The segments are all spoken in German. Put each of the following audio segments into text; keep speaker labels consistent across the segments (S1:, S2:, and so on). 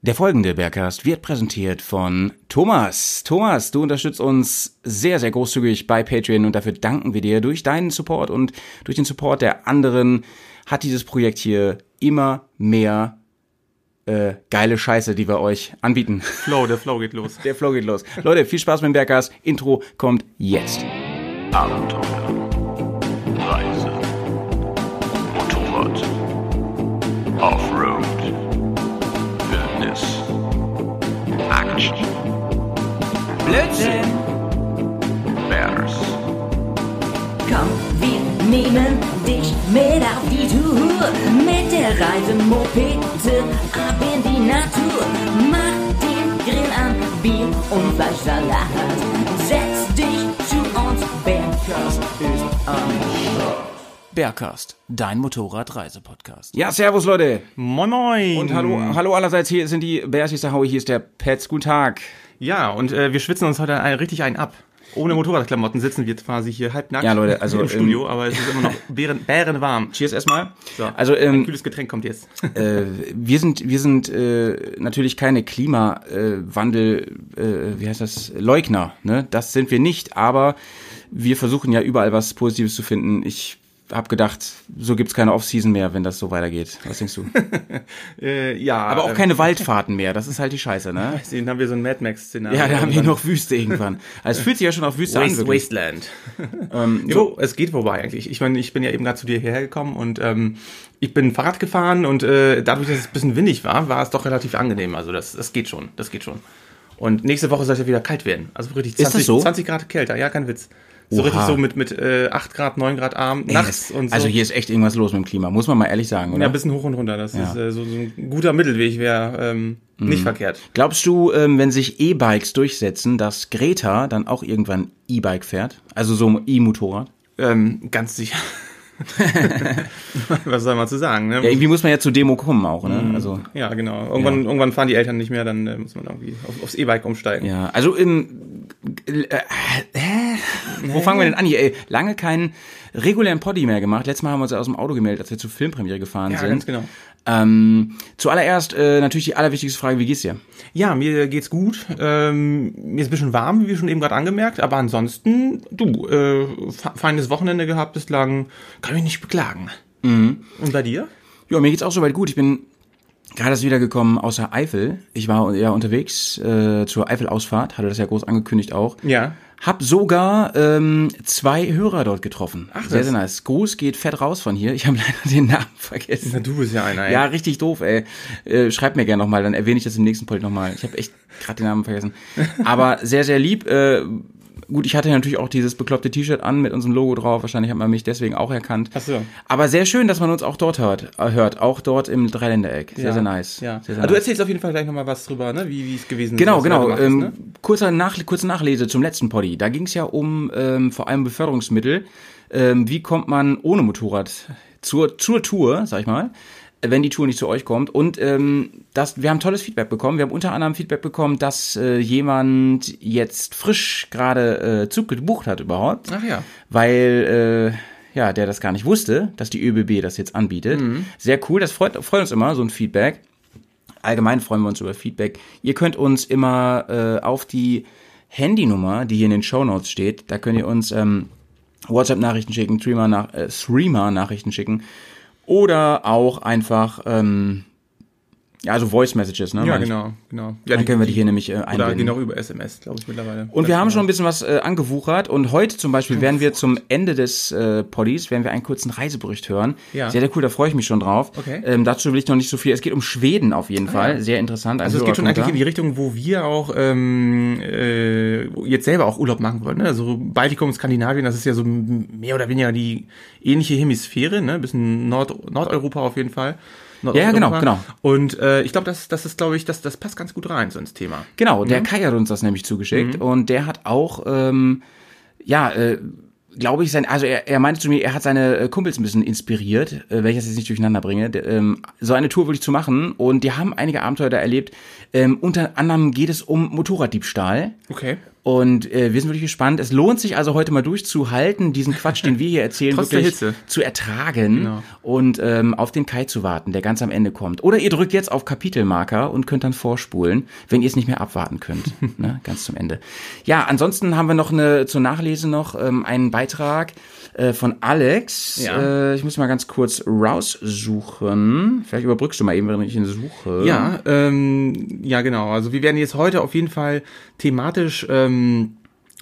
S1: Der folgende Bergcast wird präsentiert von Thomas. Thomas, du unterstützt uns sehr, sehr großzügig bei Patreon und dafür danken wir dir. Durch deinen Support und durch den Support der anderen hat dieses Projekt hier immer mehr äh, geile Scheiße, die wir euch anbieten.
S2: Flow, der Flow geht los.
S1: Der Flow geht los. Leute, viel Spaß mit dem Bergcast. Intro kommt jetzt.
S3: Abenteuer, Reise, Motorrad, Offroad, Wildnis, Action,
S4: Blödsinn!
S3: Bears,
S4: Komm, wir nehmen dich mit auf die Tour. Mit der Reise Mopete ab in die Natur. Mach den Grill an, Bier und Fleischsalat. Setz dich zu uns, Bergkast ist on.
S1: Bergcast, dein Motorradreisepodcast. Ja, servus Leute.
S2: Moin moin!
S1: Und hallo, hallo allerseits, hier sind die Bears, hier ist der Howie, hier ist der Pets. Guten Tag.
S2: Ja, und äh, wir schwitzen uns heute ein, richtig einen ab. Ohne Motorradklamotten sitzen wir quasi hier halbnackt
S1: Ja, Leute, also,
S2: im Studio,
S1: ähm,
S2: aber es ist immer noch bären, bärenwarm.
S1: Cheers erstmal.
S2: So,
S1: also,
S2: ein
S1: ähm,
S2: kühles Getränk kommt jetzt.
S1: äh, wir sind, wir sind äh, natürlich keine Klimawandel, äh, wie heißt das, Leugner. Ne? Das sind wir nicht, aber wir versuchen ja überall was Positives zu finden. Ich habe gedacht, so gibt's keine Off-Season mehr, wenn das so weitergeht. Was denkst du?
S2: Äh, ja,
S1: Aber auch
S2: ähm,
S1: keine Waldfahrten mehr, das ist halt die Scheiße, ne?
S2: Dann haben wir so ein Mad Max-Szenario.
S1: Ja, da haben wir
S2: Irgendwann.
S1: noch Wüste irgendwann. Also es fühlt sich ja schon auf Wüste an.
S2: genau. Waste,
S1: wirklich.
S2: Wasteland. jo, es geht vorbei eigentlich. Ich meine, ich bin ja eben gerade zu dir hierher gekommen und ähm, ich bin Fahrrad gefahren und äh, dadurch, dass es ein bisschen windig war, war es doch relativ angenehm. Also das, das geht schon, das geht schon. Und nächste Woche soll es ja wieder kalt werden. Also richtig 20,
S1: das so?
S2: 20 Grad kälter, ja, kein Witz. So
S1: Oha.
S2: richtig so mit, mit äh, 8 Grad, 9 Grad Arm,
S1: Ey,
S2: nachts
S1: das-
S2: und so.
S1: Also hier ist echt irgendwas los mit dem Klima, muss man mal ehrlich sagen, oder?
S2: ja, ein bisschen hoch und runter. Das ist äh, so, so ein guter Mittelweg, wäre ähm,
S1: Mhm.
S2: nicht verkehrt.
S1: Glaubst du, ähm, wenn sich E-Bikes durchsetzen, dass Greta dann auch irgendwann E-Bike fährt? Also so ein E-Motorrad?
S2: Ähm, ganz sicher. Was soll man zu sagen? Ne?
S1: Ja, irgendwie muss man ja zur Demo kommen auch, ne? Also
S2: Ja, genau. Irgendwann, irgendwann fahren die Eltern nicht mehr, dann äh, muss man irgendwie auf, aufs E-Bike umsteigen.
S1: ja, also im äh, hä? Wo fangen wir denn an hier? Ey, lange keinen regulären Poddy mehr gemacht. Letztes Mal haben wir uns ja aus dem Auto gemeldet, als wir zur Filmpremiere gefahren
S2: Ja,
S1: sind.
S2: ganz genau.
S1: Ähm, zuallererst äh, natürlich die allerwichtigste Frage, wie geht's dir?
S2: Ja, mir geht's gut. Ähm, mir ist ein bisschen warm, wie schon eben gerade angemerkt, aber ansonsten, du, äh, fe- feines Wochenende gehabt bislang, kann mich nicht beklagen.
S1: Mhm.
S2: Und bei dir?
S1: Ja, mir geht's auch soweit gut. Ich bin gerade erst wiedergekommen aus der Eifel. Ich war ja unterwegs äh, zur Eifel-Ausfahrt, hatte das ja groß angekündigt auch.
S2: Ja.
S1: Hab sogar ähm, zwei Hörer dort getroffen. Ach, sehr,
S2: das-
S1: sehr nice. Gruß geht fett raus von hier. Ich habe leider den Namen vergessen.
S2: du bist ja einer,
S1: Ja,
S2: ja.
S1: richtig doof, ey. Äh, schreib mir gerne nochmal, dann erwähne ich das im nächsten Polit nochmal. Ich habe echt gerade den Namen vergessen. Aber sehr, sehr lieb. Äh, gut, ich hatte natürlich auch dieses bekloppte T-Shirt an mit unserem Logo drauf. Wahrscheinlich hat man mich deswegen auch erkannt.
S2: Ach so.
S1: Aber sehr schön, dass man uns auch dort hört. äh, hört. Auch dort im Dreiländereck. Sehr,
S2: Ja,
S1: sehr nice.
S2: Ja. Also,
S1: Sehr, sehr
S2: Aber du
S1: nice.
S2: erzählst auf jeden Fall gleich nochmal was drüber, ne? wie wie es gewesen
S1: Genau,
S2: ist. was du
S1: genau.
S2: da gemacht
S1: ähm,
S2: hast, ne?
S1: kurzer Nach kurze Nachlese zum letzten Poddy. Da ging es ja um ähm, vor allem Beförderungsmittel. Ähm, wie kommt man ohne Motorrad zur, zur Tour, sag ich mal, wenn die Tour nicht zu euch kommt? Und ähm, das, wir haben tolles Feedback bekommen. Wir haben unter anderem Feedback bekommen, dass äh, jemand jetzt frisch gerade äh, Zug gebucht hat überhaupt
S2: Ach ja.
S1: weil äh, ja, der das gar nicht wusste, dass die ÖBB das jetzt anbietet.
S2: Mhm.
S1: Sehr cool, das freut, freut uns immer, so ein Feedback. Allgemein freuen wir uns über Feedback. Ihr könnt uns immer äh, auf die Handynummer, die hier in den Shownotes steht, da könnt ihr uns ähm, WhatsApp-Nachrichten schicken, Streamer-Nachrichten äh, Streamer schicken oder auch einfach, ähm, ja, also Voice-Messages, ne?
S2: Ja,
S1: meine ich.
S2: genau, genau. Ja,
S1: Dann können wir die hier nämlich äh, einbinden.
S2: oder gehen auch über SMS, glaube ich, mittlerweile.
S1: Und wir haben schon ein bisschen was äh, angewuchert und heute zum Beispiel werden wir zum Ende des äh, Poddies, werden wir einen kurzen Reisebericht hören.
S2: Ja.
S1: Sehr, sehr cool, da freue ich mich schon drauf.
S2: Okay. Ah,
S1: Ähm, dazu will ich noch nicht so viel. Es geht um Schweden auf jeden Fall, sehr interessant.
S2: Also es geht schon eigentlich in die Richtung, wo wir auch ähm, äh, jetzt selber auch Urlaub machen wollen. Ne? Also Baltikum, Skandinavien, das ist ja so m- mehr oder weniger die ähnliche Hemisphäre, ne? Ein bisschen Nord Nordeuropa auf jeden Fall.
S1: ja, genau,
S2: Nordosteuropa.
S1: genau.
S2: Und äh, ich glaube, das, das ist, glaube ich, das, das passt ganz gut rein so ins Thema.
S1: Genau, der Kai hat uns das nämlich zugeschickt und der hat auch, ähm, ja, äh, glaube ich, sein, also er, er meinte zu mir, er hat seine äh, Kumpels ein bisschen inspiriert, äh, wenn ich das jetzt nicht durcheinander bringe, der, ähm, so eine Tour wirklich zu machen und die haben einige Abenteuer da erlebt. Ähm, unter anderem geht es um Motorraddiebstahl.
S2: Okay.
S1: Und äh, wir sind wirklich gespannt. Es lohnt sich also heute mal durchzuhalten, diesen Quatsch, den wir hier erzählen,
S2: Trotz der
S1: wirklich
S2: Hitze. Genau.
S1: zu ertragen und ähm, auf den Kai zu warten, der ganz am Ende kommt. Oder ihr drückt jetzt auf Kapitelmarker und könnt dann vorspulen, wenn ihr es nicht mehr abwarten könnt. ne? Ganz zum Ende. Ja, ansonsten haben wir noch eine zur Nachlese noch ähm, einen Beitrag äh, von Alex.
S2: Ja.
S1: Äh, ich muss mal ganz kurz raussuchen. Vielleicht überbrückst du mal eben, während ich ihn suche.
S2: Ja, ähm, ja, genau. Also wir werden jetzt heute auf jeden Fall thematisch ähm,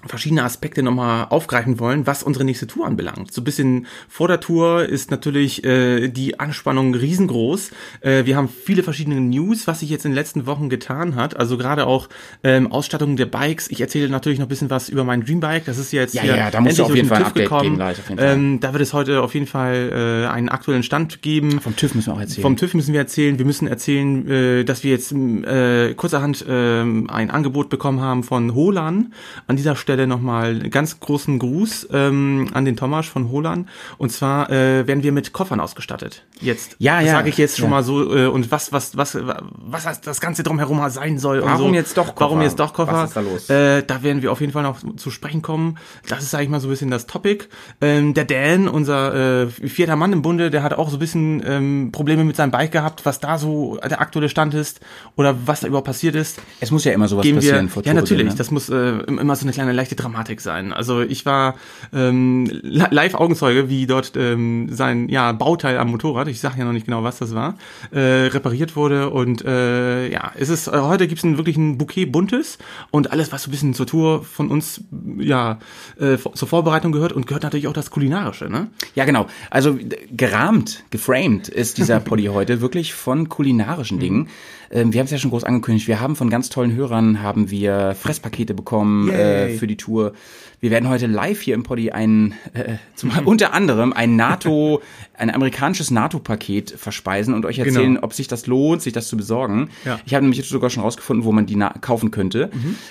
S2: verschiedene Aspekte nochmal aufgreifen wollen, was unsere nächste Tour anbelangt. So ein bisschen vor der Tour ist natürlich äh, die Anspannung riesengroß. Äh, wir haben viele verschiedene News, was sich jetzt in den letzten Wochen getan hat. Also gerade auch ähm, Ausstattung der Bikes. Ich erzähle natürlich noch ein bisschen was über mein Dreambike. Das ist jetzt
S1: Ja,
S2: hier
S1: ja, da musst du
S2: endlich
S1: auf
S2: durch
S1: jeden
S2: den
S1: Fall ein
S2: TÜV
S1: Update geben, Leute, auf jeden Fall.
S2: Ähm, da wird es heute auf jeden Fall äh, einen aktuellen Stand geben.
S1: Vom TÜV müssen wir auch erzählen.
S2: Vom TÜV müssen wir erzählen. Wir müssen erzählen, äh, dass wir jetzt m, äh, kurzerhand ähm, ein Angebot bekommen haben von Holan. An dieser Stelle nochmal einen ganz großen Gruß ähm, an den Tomasch von Holan. Und zwar äh, werden wir mit Koffern ausgestattet. Jetzt
S1: Ja,
S2: Das
S1: ja.
S2: sage ich jetzt schon
S1: Ja.
S2: mal so. Äh, und was, was, was, was das- das Ganze drumherum sein soll. und
S1: Warum
S2: so.
S1: jetzt doch Koffer?
S2: Warum jetzt doch Koffer?
S1: Was ist da los?
S2: Äh, da werden wir auf jeden Fall noch zu sprechen kommen. Das ist, sag ich mal, so ein bisschen das Topic. Ähm, der Dan, unser äh, vierter Mann im Bunde, der hat auch so ein bisschen ähm, Probleme mit seinem Bike gehabt, was da so der aktuelle Stand ist oder was da überhaupt passiert ist.
S1: Es muss ja immer sowas
S2: Geben wir,
S1: passieren vor
S2: ja
S1: Tourbeginn,
S2: natürlich,
S1: ne?
S2: das muss äh, im- immer so eine kleine leichte Dramatik sein. Also ich war ähm, li- live Augenzeuge, wie dort ähm, sein ja, Bauteil am Motorrad, ich sage ja noch nicht genau, was das war, äh, repariert wurde. Und äh, ja, es ist, äh, heute gibt es ein, wirklich ein Bouquet Buntes und alles, was so ein bisschen zur Tour von uns ja äh, vor- zur Vorbereitung gehört und gehört natürlich auch das Kulinarische, ne?
S1: Ja, genau. Also d- gerahmt, geframed ist dieser Poddy heute wirklich von kulinarischen
S2: Mhm.
S1: Dingen. Ähm, wir haben es ja schon groß angekündigt. Wir haben von ganz tollen Hörern haben wir Fresspakete bekommen
S2: Yay.
S1: äh, für die Tour. Wir werden heute live hier im Poddy ein, äh, zum, unter anderem ein NATO, ein amerikanisches NATO-Paket verspeisen und euch erzählen, ob sich das lohnt, sich das zu besorgen.
S2: Genau. Ja. Mhm.
S1: Ich habe nämlich jetzt sogar schon rausgefunden, wo man die na- kaufen könnte.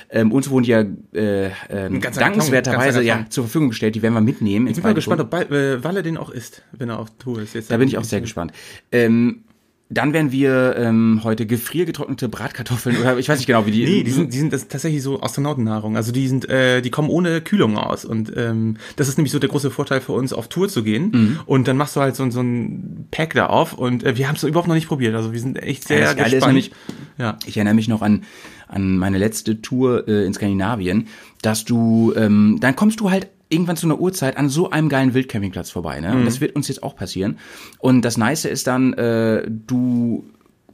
S1: Ähm, uns wurden die ja äh, ähm,
S2: ganzer Karton,
S1: dankenswerterweise
S2: ganzer
S1: ja,
S2: Karton.
S1: zur Verfügung gestellt. Die werden wir mitnehmen.
S2: Ich bin mal gespannt, ob Ball- äh, Walle den auch isst, wenn er auf Tour ist. Jetzt
S1: da bin ich auch sehr gespannt. Ähm, dann werden wir ähm, heute gefriergetrocknete Bratkartoffeln oder ich weiß nicht genau, wie die.
S2: Nee, die sind, die sind das tatsächlich so Astronautennahrung. Also die sind, äh, die kommen ohne Kühlung aus. Und ähm, das ist nämlich so der große Vorteil für uns, auf Tour zu gehen. Und dann machst du halt so, ein- so ein Pack da auf. Und äh, wir haben es überhaupt noch nicht probiert. Also wir sind echt sehr
S1: Ja, das Geile ist
S2: gespannt.
S1: nämlich-
S2: ja.
S1: ich erinnere mich noch an, an meine letzte Tour äh, in Skandinavien, dass du, ähm, dann kommst du halt irgendwann zu einer Uhrzeit an so einem geilen Wildcampingplatz vorbei. Ne? Und
S2: Mhm.
S1: das wird uns jetzt auch passieren. Und das Nice ist dann, äh, du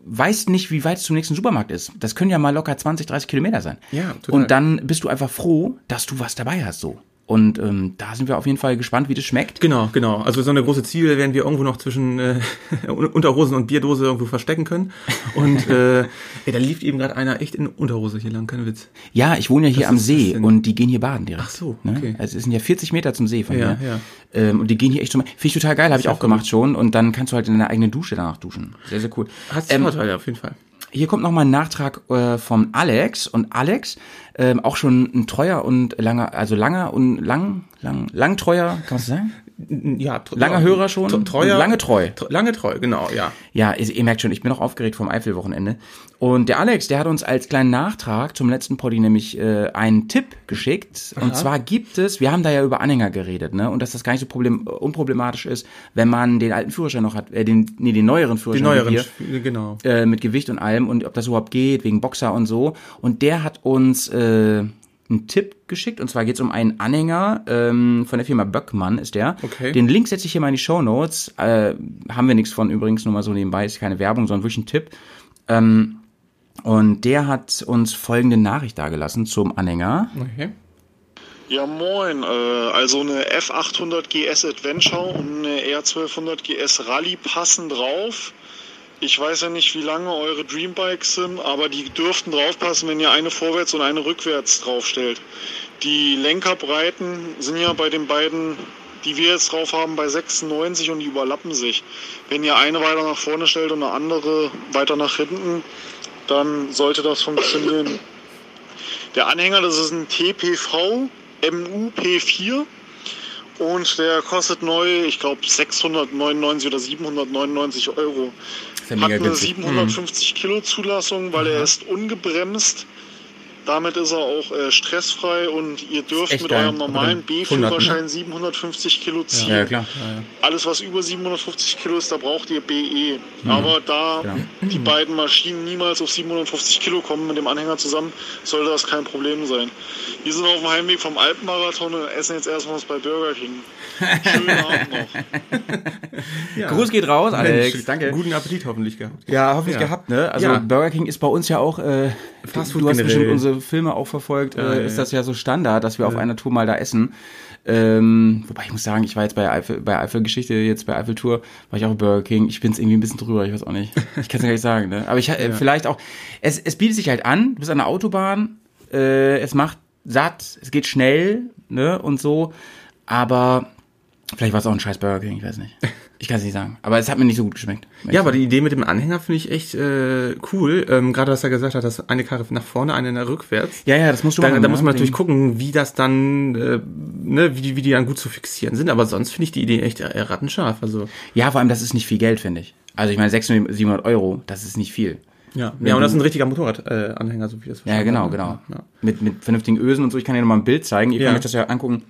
S1: weißt nicht, wie weit es zum nächsten Supermarkt ist. Das können ja mal locker 20, 30 Kilometer sein.
S2: Ja, total.
S1: Und dann bist du einfach froh, dass du was dabei hast so. Und ähm, da sind wir auf jeden Fall gespannt, wie das schmeckt.
S2: Genau, genau. Also so eine große Zwiebel werden wir irgendwo noch zwischen äh, Unterhosen und Bierdose irgendwo verstecken können. Und äh, ey, da lief eben gerade einer echt in Unterhose hier lang, kein Witz.
S1: Ja, ich wohne ja hier
S2: Was
S1: am
S2: ist das
S1: See
S2: denn?
S1: und die gehen hier baden direkt.
S2: Ach so,
S1: Ne?
S2: okay.
S1: Also es sind ja 40 Meter zum See von
S2: Ja,
S1: hier.
S2: ja.
S1: Ähm, und die gehen hier echt zum. Finde ich total geil, habe ich auch gemacht schon. Und dann kannst du halt in deiner eigenen Dusche danach duschen. Sehr, sehr cool.
S2: Hat
S1: Ähm,
S2: Vorteile auf jeden Fall.
S1: hier kommt nochmal ein Nachtrag äh, von Alex. Und Alex, ähm, auch schon ein treuer und langer, also langer und lang, lang, langtreuer, kann man so sagen?
S2: Ja, tr-
S1: Langer Hörer schon?
S2: tr- Treuer,
S1: Lange treu.
S2: tr- Lange treu, genau, ja.
S1: Ja, ihr, ihr merkt schon, ich bin noch aufgeregt vom Eifelwochenende. Und der Alex, der hat uns als kleinen Nachtrag zum letzten Poddy nämlich äh, einen Tipp geschickt. Und zwar gibt es, wir haben da ja über Anhänger geredet, ne? Und dass das gar nicht so problem, unproblematisch ist, wenn man den alten Führerschein noch hat, äh, den, nee, den neueren
S2: Die
S1: Führerschein
S2: neueren,
S1: mit
S2: Spiele, genau.
S1: dir, äh, mit Gewicht und allem und ob das überhaupt geht, wegen Boxer und so. Und der hat uns äh, einen Tipp geschickt. Und zwar geht's um einen Anhänger ähm, von der Firma Böckmann, ist der.
S2: Okay.
S1: Den Link setze ich hier mal in die Show Notes. Äh, haben wir nichts von übrigens, nur mal so nebenbei, ist keine Werbung, sondern wirklich ein Tipp. Ähm, und der hat uns folgende Nachricht dagelassen zum Anhänger.
S2: Okay.
S5: Ja, moin. Äh, also eine F800 GS Adventure und eine R1200 GS Rally passen drauf. Ich weiß ja nicht, wie lange eure Dreambikes sind, aber die dürften draufpassen, wenn ihr eine vorwärts und eine rückwärts draufstellt. Die Lenkerbreiten sind ja bei den beiden, die wir jetzt drauf haben, bei 96 und die überlappen sich. Wenn ihr eine weiter nach vorne stellt und eine andere weiter nach hinten, dann sollte das funktionieren. Der Anhänger, das ist ein TPV MUP4 und der kostet neu, ich glaube, 699 oder 799 Euro.
S1: ja
S5: Hat
S1: mega
S5: eine
S1: günstig.
S5: 750 Kilo Zulassung, weil er ist ungebremst. Damit ist er auch äh, stressfrei und ihr dürft
S2: echt
S5: mit
S2: geil.
S5: eurem normalen
S2: Mit dem 100, ne?
S5: B-Führerschein 750 Kilo ziehen.
S1: Ja, klar.
S5: Alles, was über 750 Kilo ist, da braucht ihr BE. Aber da die beiden Maschinen niemals auf 750 Kilo kommen mit dem Anhänger zusammen, sollte das kein Problem sein. Wir sind auf dem Heimweg vom Alpenmarathon und essen jetzt erstmal was bei Burger King. Schönen Abend noch.
S2: Ja.
S1: Gruß geht raus, Alex. danke.
S2: Guten Appetit hoffentlich gehabt.
S1: Ja, hoffentlich
S2: Ja.
S1: gehabt, ne? Also
S2: Ja.
S1: Burger King ist bei uns ja auch, äh,
S2: Fast
S1: du
S2: Food
S1: hast
S2: generell.
S1: bestimmt unsere Filme auch verfolgt,
S2: Ja,
S1: äh,
S2: ja,
S1: ist
S2: ja.
S1: das ja so Standard, dass wir auf einer Tour mal da essen. Ähm, wobei ich muss sagen, ich war jetzt bei Eifel, bei Eifel-Geschichte, jetzt bei Eifel-Tour, war ich auch Burger King. Ich bin's irgendwie ein bisschen drüber, ich weiß auch nicht. Ich kann's gar nicht sagen, ne? Aber ich äh, vielleicht auch, es, es bietet sich halt an, du bist an der Autobahn, äh, es macht satt, es geht schnell, ne? Und so. Aber vielleicht war es auch ein scheiß Burger King, ich weiß nicht. Ich kann's nicht sagen. Aber es hat mir nicht so gut geschmeckt.
S2: Ja, aber die Idee mit dem Anhänger finde ich echt äh, cool. Ähm, Gerade was er gesagt hat, dass eine Karre nach vorne, eine nach rückwärts.
S1: Ja, ja, das musst du
S2: Da,
S1: machen.
S2: da
S1: ne?
S2: muss man natürlich
S1: Den-
S2: gucken, wie das dann, äh, ne, wie, die- wie die dann gut zu fixieren sind. Aber sonst finde ich die Idee echt äh, rattenscharf. Also
S1: Ja, vor allem, das ist nicht viel Geld, finde ich. Also ich meine, 600, 700 Euro, das ist nicht viel.
S2: ja, ja, und das ist ein richtiger Motorradanhänger, äh, Anhänger, so wie das.
S1: Ja,
S2: verstanden
S1: genau,
S2: habe.
S1: genau.
S2: Ja.
S1: Mit, mit vernünftigen Ösen und so. Ich kann dir nochmal ein Bild zeigen. Ihr
S2: Ja. Mhm.
S1: könnt euch das ja angucken.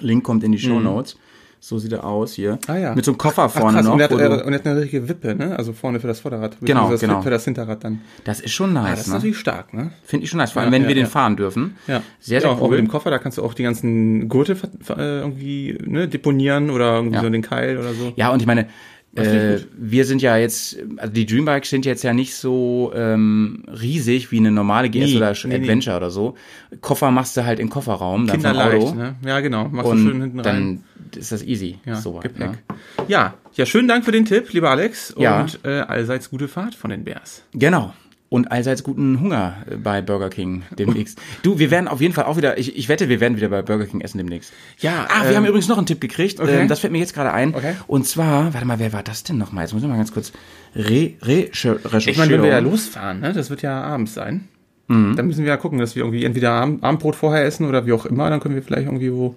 S1: Link kommt in die Show Notes. So sieht er aus hier.
S2: Ah, ja.
S1: Mit so einem Koffer
S2: Ach,
S1: vorne
S2: krass,
S1: noch.
S2: Und er, hat,
S1: wo
S2: äh,
S1: du,
S2: und er hat eine richtige Wippe, ne? Also vorne für das Vorderrad.
S1: Genau,
S2: beziehungsweise
S1: genau.
S2: Für das Hinterrad dann.
S1: das ist schon
S2: Ah, Das
S1: nice,
S2: ist
S1: ne?
S2: natürlich stark, ne?
S1: Finde ich schon nice. Vor allem,
S2: Ja,
S1: wenn
S2: ja,
S1: wir den
S2: ja.
S1: fahren dürfen.
S2: Ja.
S1: Sehr, sehr
S2: ja, Auch
S1: cool.
S2: mit dem Koffer, da kannst du auch die ganzen Gurte ver- ver- äh, irgendwie ne, deponieren oder irgendwie
S1: Ja.
S2: so den Keil oder so.
S1: Ja, und ich meine,
S2: finde
S1: äh,
S2: ich
S1: wir sind ja jetzt, also die Dreambikes sind jetzt ja nicht so ähm, riesig wie eine normale GS
S2: Nee,
S1: oder
S2: nee, nee.
S1: Adventure oder so. Koffer machst du halt im Kofferraum, dann vom Auto.
S2: Kinderleicht, ne? Ja, genau. Machst du schön
S1: Und
S2: hinten rein.
S1: dann ist das easy.
S2: Ja,
S1: so was,
S2: Gepäck.
S1: ne?
S2: Ja, ja, schönen Dank für den Tipp, lieber Alex.
S1: Ja.
S2: Und äh, allseits gute Fahrt von den Bears.
S1: Genau. Und allseits guten Hunger äh, bei Burger King demnächst. du, wir werden auf jeden Fall auch wieder, ich, ich wette, wir werden wieder bei Burger King essen demnächst.
S2: Ja, ähm,
S1: Ah, wir haben übrigens noch einen Tipp gekriegt.
S2: okay.
S1: Ähm, das fällt mir jetzt gerade ein.
S2: Okay.
S1: Und zwar, warte mal, wer war das denn nochmal? Jetzt muss ich mal ganz kurz re, re, sche- recherchieren.
S2: Ich meine, wenn wir ja losfahren, ne? das wird ja abends sein.
S1: Mhm.
S2: Dann müssen wir ja gucken, dass wir irgendwie entweder Ab- Abendbrot vorher essen oder wie auch immer. Dann können wir vielleicht irgendwie wo,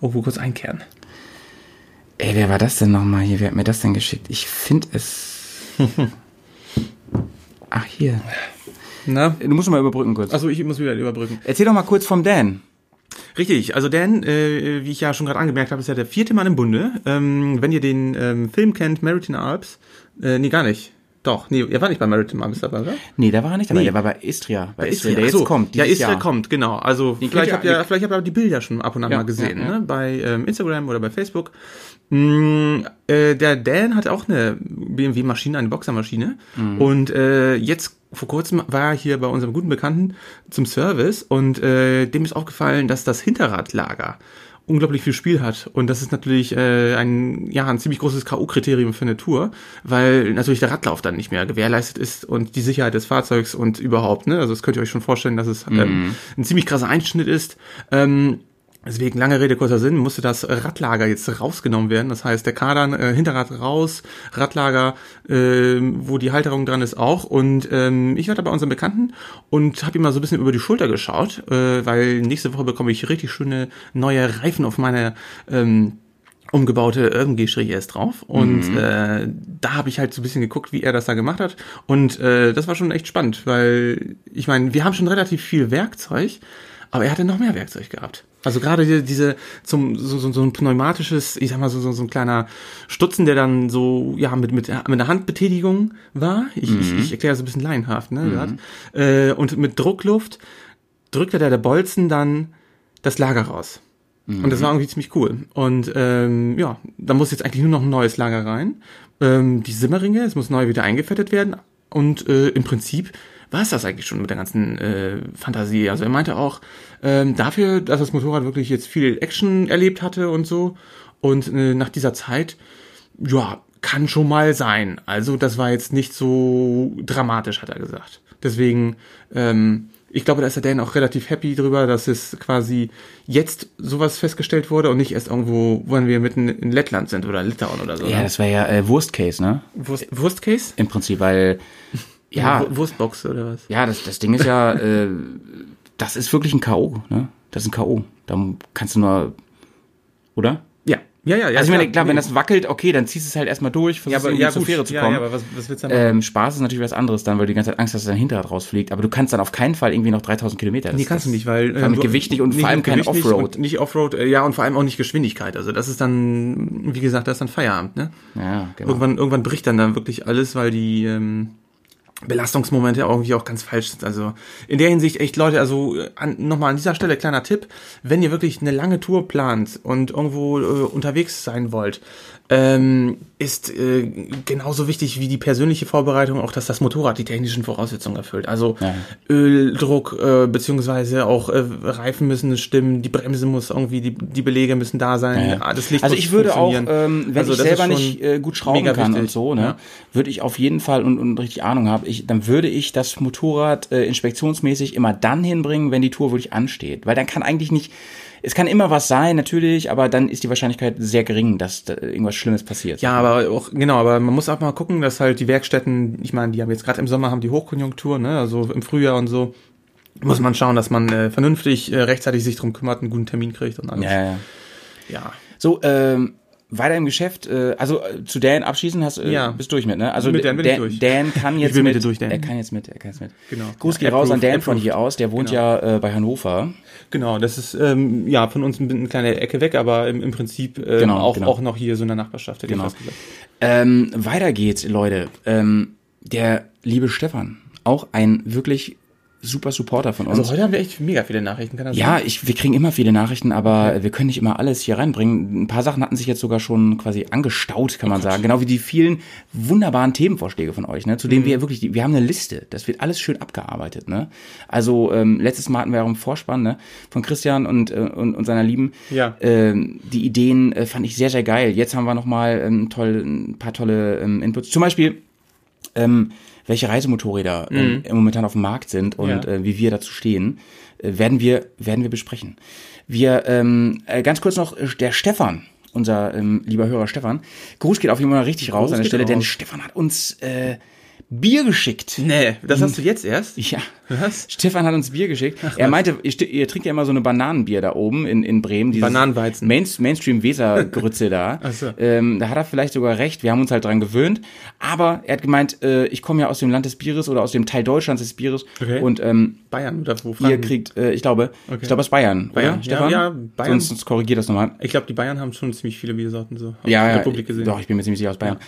S2: irgendwo kurz einkehren.
S1: Ey, wer war das denn nochmal hier? Wer hat mir das denn geschickt? Ich finde es. Ach, hier.
S2: Na?
S1: Du musst mal überbrücken kurz.
S2: ne? Also ich muss wieder überbrücken.
S1: Erzähl doch mal kurz vom Dan.
S2: Richtig, also Dan, äh, wie ich ja schon gerade angemerkt habe, ist ja der vierte Mann im Bunde. Ähm, wenn ihr den ähm, Film kennt, Meriton Alps, äh, nee, gar nicht. Doch, nee, er war nicht bei Meriton Alps dabei, oder?
S1: Nee, da war er nicht dabei.
S2: Nee.
S1: Der war bei Istria. Bei Istria, der
S2: Ach
S1: jetzt
S2: so,
S1: kommt.
S2: Ja,
S1: dieses
S2: Istria
S1: Jahr.
S2: kommt, genau. Also
S1: kennt
S2: vielleicht
S1: ihr
S2: habt ihr
S1: alle.
S2: vielleicht habt ihr aber die Bilder schon ab und an
S1: Ja,
S2: mal gesehen,
S1: ja, ja.
S2: Ne? bei ähm, Instagram oder bei Facebook. Mm, äh, der Dan hat auch eine BMW-Maschine, eine Boxermaschine. Und äh, jetzt vor kurzem war er hier bei unserem guten Bekannten zum Service und äh, dem ist aufgefallen, dass das Hinterradlager unglaublich viel Spiel hat. Und das ist natürlich äh, ein, ja, ein ziemlich großes K.O.-Kriterium für eine Tour, weil natürlich der Radlauf dann nicht mehr gewährleistet ist und die Sicherheit des Fahrzeugs und überhaupt. Ne? Also das könnt ihr euch schon vorstellen, dass es ähm, ein ziemlich krasser Einschnitt ist. Ähm, Deswegen, lange Rede, kurzer Sinn, musste das Radlager jetzt rausgenommen werden. Das heißt, der Kadern, äh, Hinterrad raus, Radlager, ähm, wo die Halterung dran ist, auch. Und ähm, ich war da bei unserem Bekannten und habe ihm mal so ein bisschen über die Schulter geschaut, äh, weil nächste Woche bekomme ich richtig schöne neue Reifen auf meine ähm, umgebaute Urban-GS drauf. Und äh, da habe ich halt so ein bisschen geguckt, wie er das da gemacht hat. Und äh, das war schon echt spannend, weil ich meine, wir haben schon relativ viel Werkzeug, aber er hatte noch mehr Werkzeug gehabt. Also gerade die- diese zum so, so, so ein pneumatisches, ich sag mal so, so, so ein kleiner Stutzen, der dann so ja mit mit, mit einer Handbetätigung war. Ich, ich, ich erkläre das ein bisschen laienhaft, ne? grad. Äh, und mit Druckluft drückte der der Bolzen dann das Lager raus. Und das war irgendwie ziemlich cool. Und ähm, ja, da muss jetzt eigentlich nur noch ein neues Lager rein. Ähm, die Simmeringe, es muss neu wieder eingefettet werden. Und äh, im Prinzip war es das eigentlich schon mit der ganzen äh, Fantasie. Also er meinte auch, ähm, dafür, dass das Motorrad wirklich jetzt viel Action erlebt hatte und so. Und äh, nach dieser Zeit, ja, kann schon mal sein. Also das war jetzt nicht so dramatisch, hat er gesagt. Deswegen, ähm, ich glaube, da ist der Dan auch relativ happy drüber, dass es quasi jetzt sowas festgestellt wurde und nicht erst irgendwo, wenn wir mitten in Lettland sind oder Litauen oder so.
S1: Ja,
S2: ne?
S1: das wäre ja äh, Wurstcase, ne?
S2: Wurst, Wurstcase?
S1: Im Prinzip, weil. Ja,
S2: Wur- Wurstbox oder was?
S1: ja das, das Ding ist ja, äh, das ist wirklich ein K.O., ne? Das ist ein K.O. Da kannst du nur. Oder?
S2: Ja. Ja, ja, ja.
S1: Also ich meine,
S2: klar,
S1: klar, wenn
S2: nee.
S1: das wackelt, okay, dann ziehst du es halt erstmal durch, versuchst
S2: ja,
S1: ja,
S2: aber,
S1: irgendwie
S2: ja,
S1: zur
S2: gut.
S1: Fähre zu
S2: ja,
S1: kommen.
S2: ja, aber was, was willst du denn machen?
S1: ähm, Spaß ist natürlich was anderes dann, weil du die ganze Zeit Angst hast, dass dein Hinterrad rausfliegt, aber du kannst dann auf keinen Fall irgendwie noch 3000 Kilometer. Das,
S2: Nee, kannst
S1: das,
S2: du nicht, weil.
S1: Vor allem mit
S2: du-
S1: Gewicht ähm, nicht und
S2: nee,
S1: vor allem
S2: mit
S1: kein
S2: Gewicht nicht
S1: Offroad.
S2: und Nicht Offroad, äh, ja, und vor allem auch nicht Geschwindigkeit. Also, das ist dann, wie gesagt, das ist dann Feierabend, ne?
S1: Ja, genau.
S2: Irgendwann, irgendwann bricht dann dann wirklich alles, weil die ähm, Belastungsmomente auch irgendwie auch ganz falsch sind. Also in der Hinsicht echt, Leute, also äh, an, nochmal an dieser Stelle kleiner Tipp, wenn ihr wirklich eine lange Tour plant und irgendwo äh, unterwegs sein wollt, ähm, ist äh, genauso wichtig wie die persönliche Vorbereitung auch, dass das Motorrad die technischen Voraussetzungen erfüllt. Also
S1: Ja.
S2: Öl, Druck, äh, beziehungsweise auch äh, Reifen müssen stimmen, die Bremse muss irgendwie, die, die Belege müssen da sein,
S1: Ja, ja.
S2: das Licht
S1: also
S2: muss
S1: ich würde auch, ähm,
S2: funktionieren.
S1: wenn
S2: Also
S1: ich
S2: das ist
S1: selber
S2: schon
S1: nicht äh, gut schrauben
S2: mega
S1: kann und
S2: wichtig,
S1: so, ne,
S2: ja.
S1: würde ich auf jeden Fall und, und richtig Ahnung habe, ich, dann würde ich das Motorrad äh, inspektionsmäßig immer dann hinbringen, wenn die Tour wirklich ansteht. Weil dann kann eigentlich nicht, es kann immer was sein, natürlich, aber dann ist die Wahrscheinlichkeit sehr gering, dass da irgendwas Schlimmes passiert.
S2: Ja, aber auch, genau, aber man muss auch mal gucken, dass halt die Werkstätten, ich meine, die haben jetzt gerade im Sommer haben die Hochkonjunktur, ne, also im Frühjahr und so, muss man schauen, dass man äh, vernünftig äh, rechtzeitig sich drum kümmert, einen guten Termin kriegt und alles.
S1: Ja, ja.
S2: ja.
S1: So, ähm, weiter im Geschäft, äh, also äh, zu Dan abschließen hast, äh,
S2: Ja.
S1: bist durch mit, ne? Also
S2: Mit Dan bin ich
S1: Dan,
S2: durch.
S1: Dan kann jetzt
S2: will mit
S1: mit,
S2: dir durch, Dan.
S1: er kann jetzt mit, er kann jetzt mit.
S2: Genau.
S1: Gruß
S2: Ja,
S1: geht raus an
S2: approved,
S1: Dan von hier aus, der wohnt ja äh, bei Hannover.
S2: Genau, das ist ähm, ja von uns ein- eine kleine Ecke weg, aber im, im Prinzip ähm,
S1: Genau,
S2: auch,
S1: genau.
S2: auch noch hier so in der Nachbarschaft, hätte
S1: Genau.
S2: ich fast gesagt.
S1: Ähm, weiter geht's, Leute. Ähm, der liebe Stefan, auch ein wirklich super Supporter von uns.
S2: Also heute haben wir echt mega viele Nachrichten, kann das
S1: ja,
S2: sein?
S1: ich, wir kriegen immer viele Nachrichten, aber wir können nicht immer alles hier reinbringen. Ein paar Sachen hatten sich jetzt sogar schon quasi angestaut, kann man sagen. Genau wie die vielen wunderbaren Themenvorschläge von euch, ne? zu denen wir wirklich, die- wir haben eine Liste. Das wird alles schön abgearbeitet. Ne? Also ähm, letztes Mal hatten wir auch einen Vorspann ne? von Christian und, äh, und, und seiner Lieben.
S2: Ja.
S1: Ähm, die Ideen äh, fand ich sehr, sehr geil. Jetzt haben wir nochmal ähm, toll, ein paar tolle ähm, Inputs. Zum Beispiel ähm, welche Reisemotorräder ähm, momentan auf dem Markt sind und
S2: Mhm. Ja.
S1: äh, wie wir dazu stehen, äh, werden wir werden wir besprechen. Wir ähm, äh, ganz kurz noch äh, der Stefan, unser ähm, lieber Hörer Stefan. Gruß geht auf jeden Fall richtig raus
S2: Gruß
S1: an der
S2: geht
S1: Stelle, denn
S2: raus. Mhm.
S1: Stefan hat uns äh, Bier geschickt.
S2: Nee,
S1: Hm.
S2: das hast du jetzt erst?
S1: Ja.
S2: Was?
S1: Stefan hat uns Bier geschickt. er meinte, ihr, ste- ihr trinkt ja immer so eine Bananenbier da oben in, in Bremen. Dieses
S2: Bananenweizen.
S1: Main, Mainstream-Weser-Grütze da.
S2: so.
S1: ähm, da hat er vielleicht sogar recht. Wir haben uns halt dran gewöhnt. Aber er hat gemeint, äh, ich komme ja aus dem Land des Bieres oder aus dem Teil Deutschlands des Bieres.
S2: Okay.
S1: Und ähm,
S2: Bayern oder wo?
S1: ihr
S2: Franken?
S1: kriegt, äh, ich glaube, ich glaube aus Bayern,
S2: Bayern,
S1: oder,
S2: ja,
S1: Stefan?
S2: ja, Bayern.
S1: Sonst, sonst korrigier das nochmal.
S2: Ich glaube, die Bayern haben schon ziemlich viele Biersorten so.
S1: Ja,
S2: Hab ich in
S1: ja,
S2: der Publik gesehen.
S1: doch, ich bin mir ziemlich sicher aus Bayern.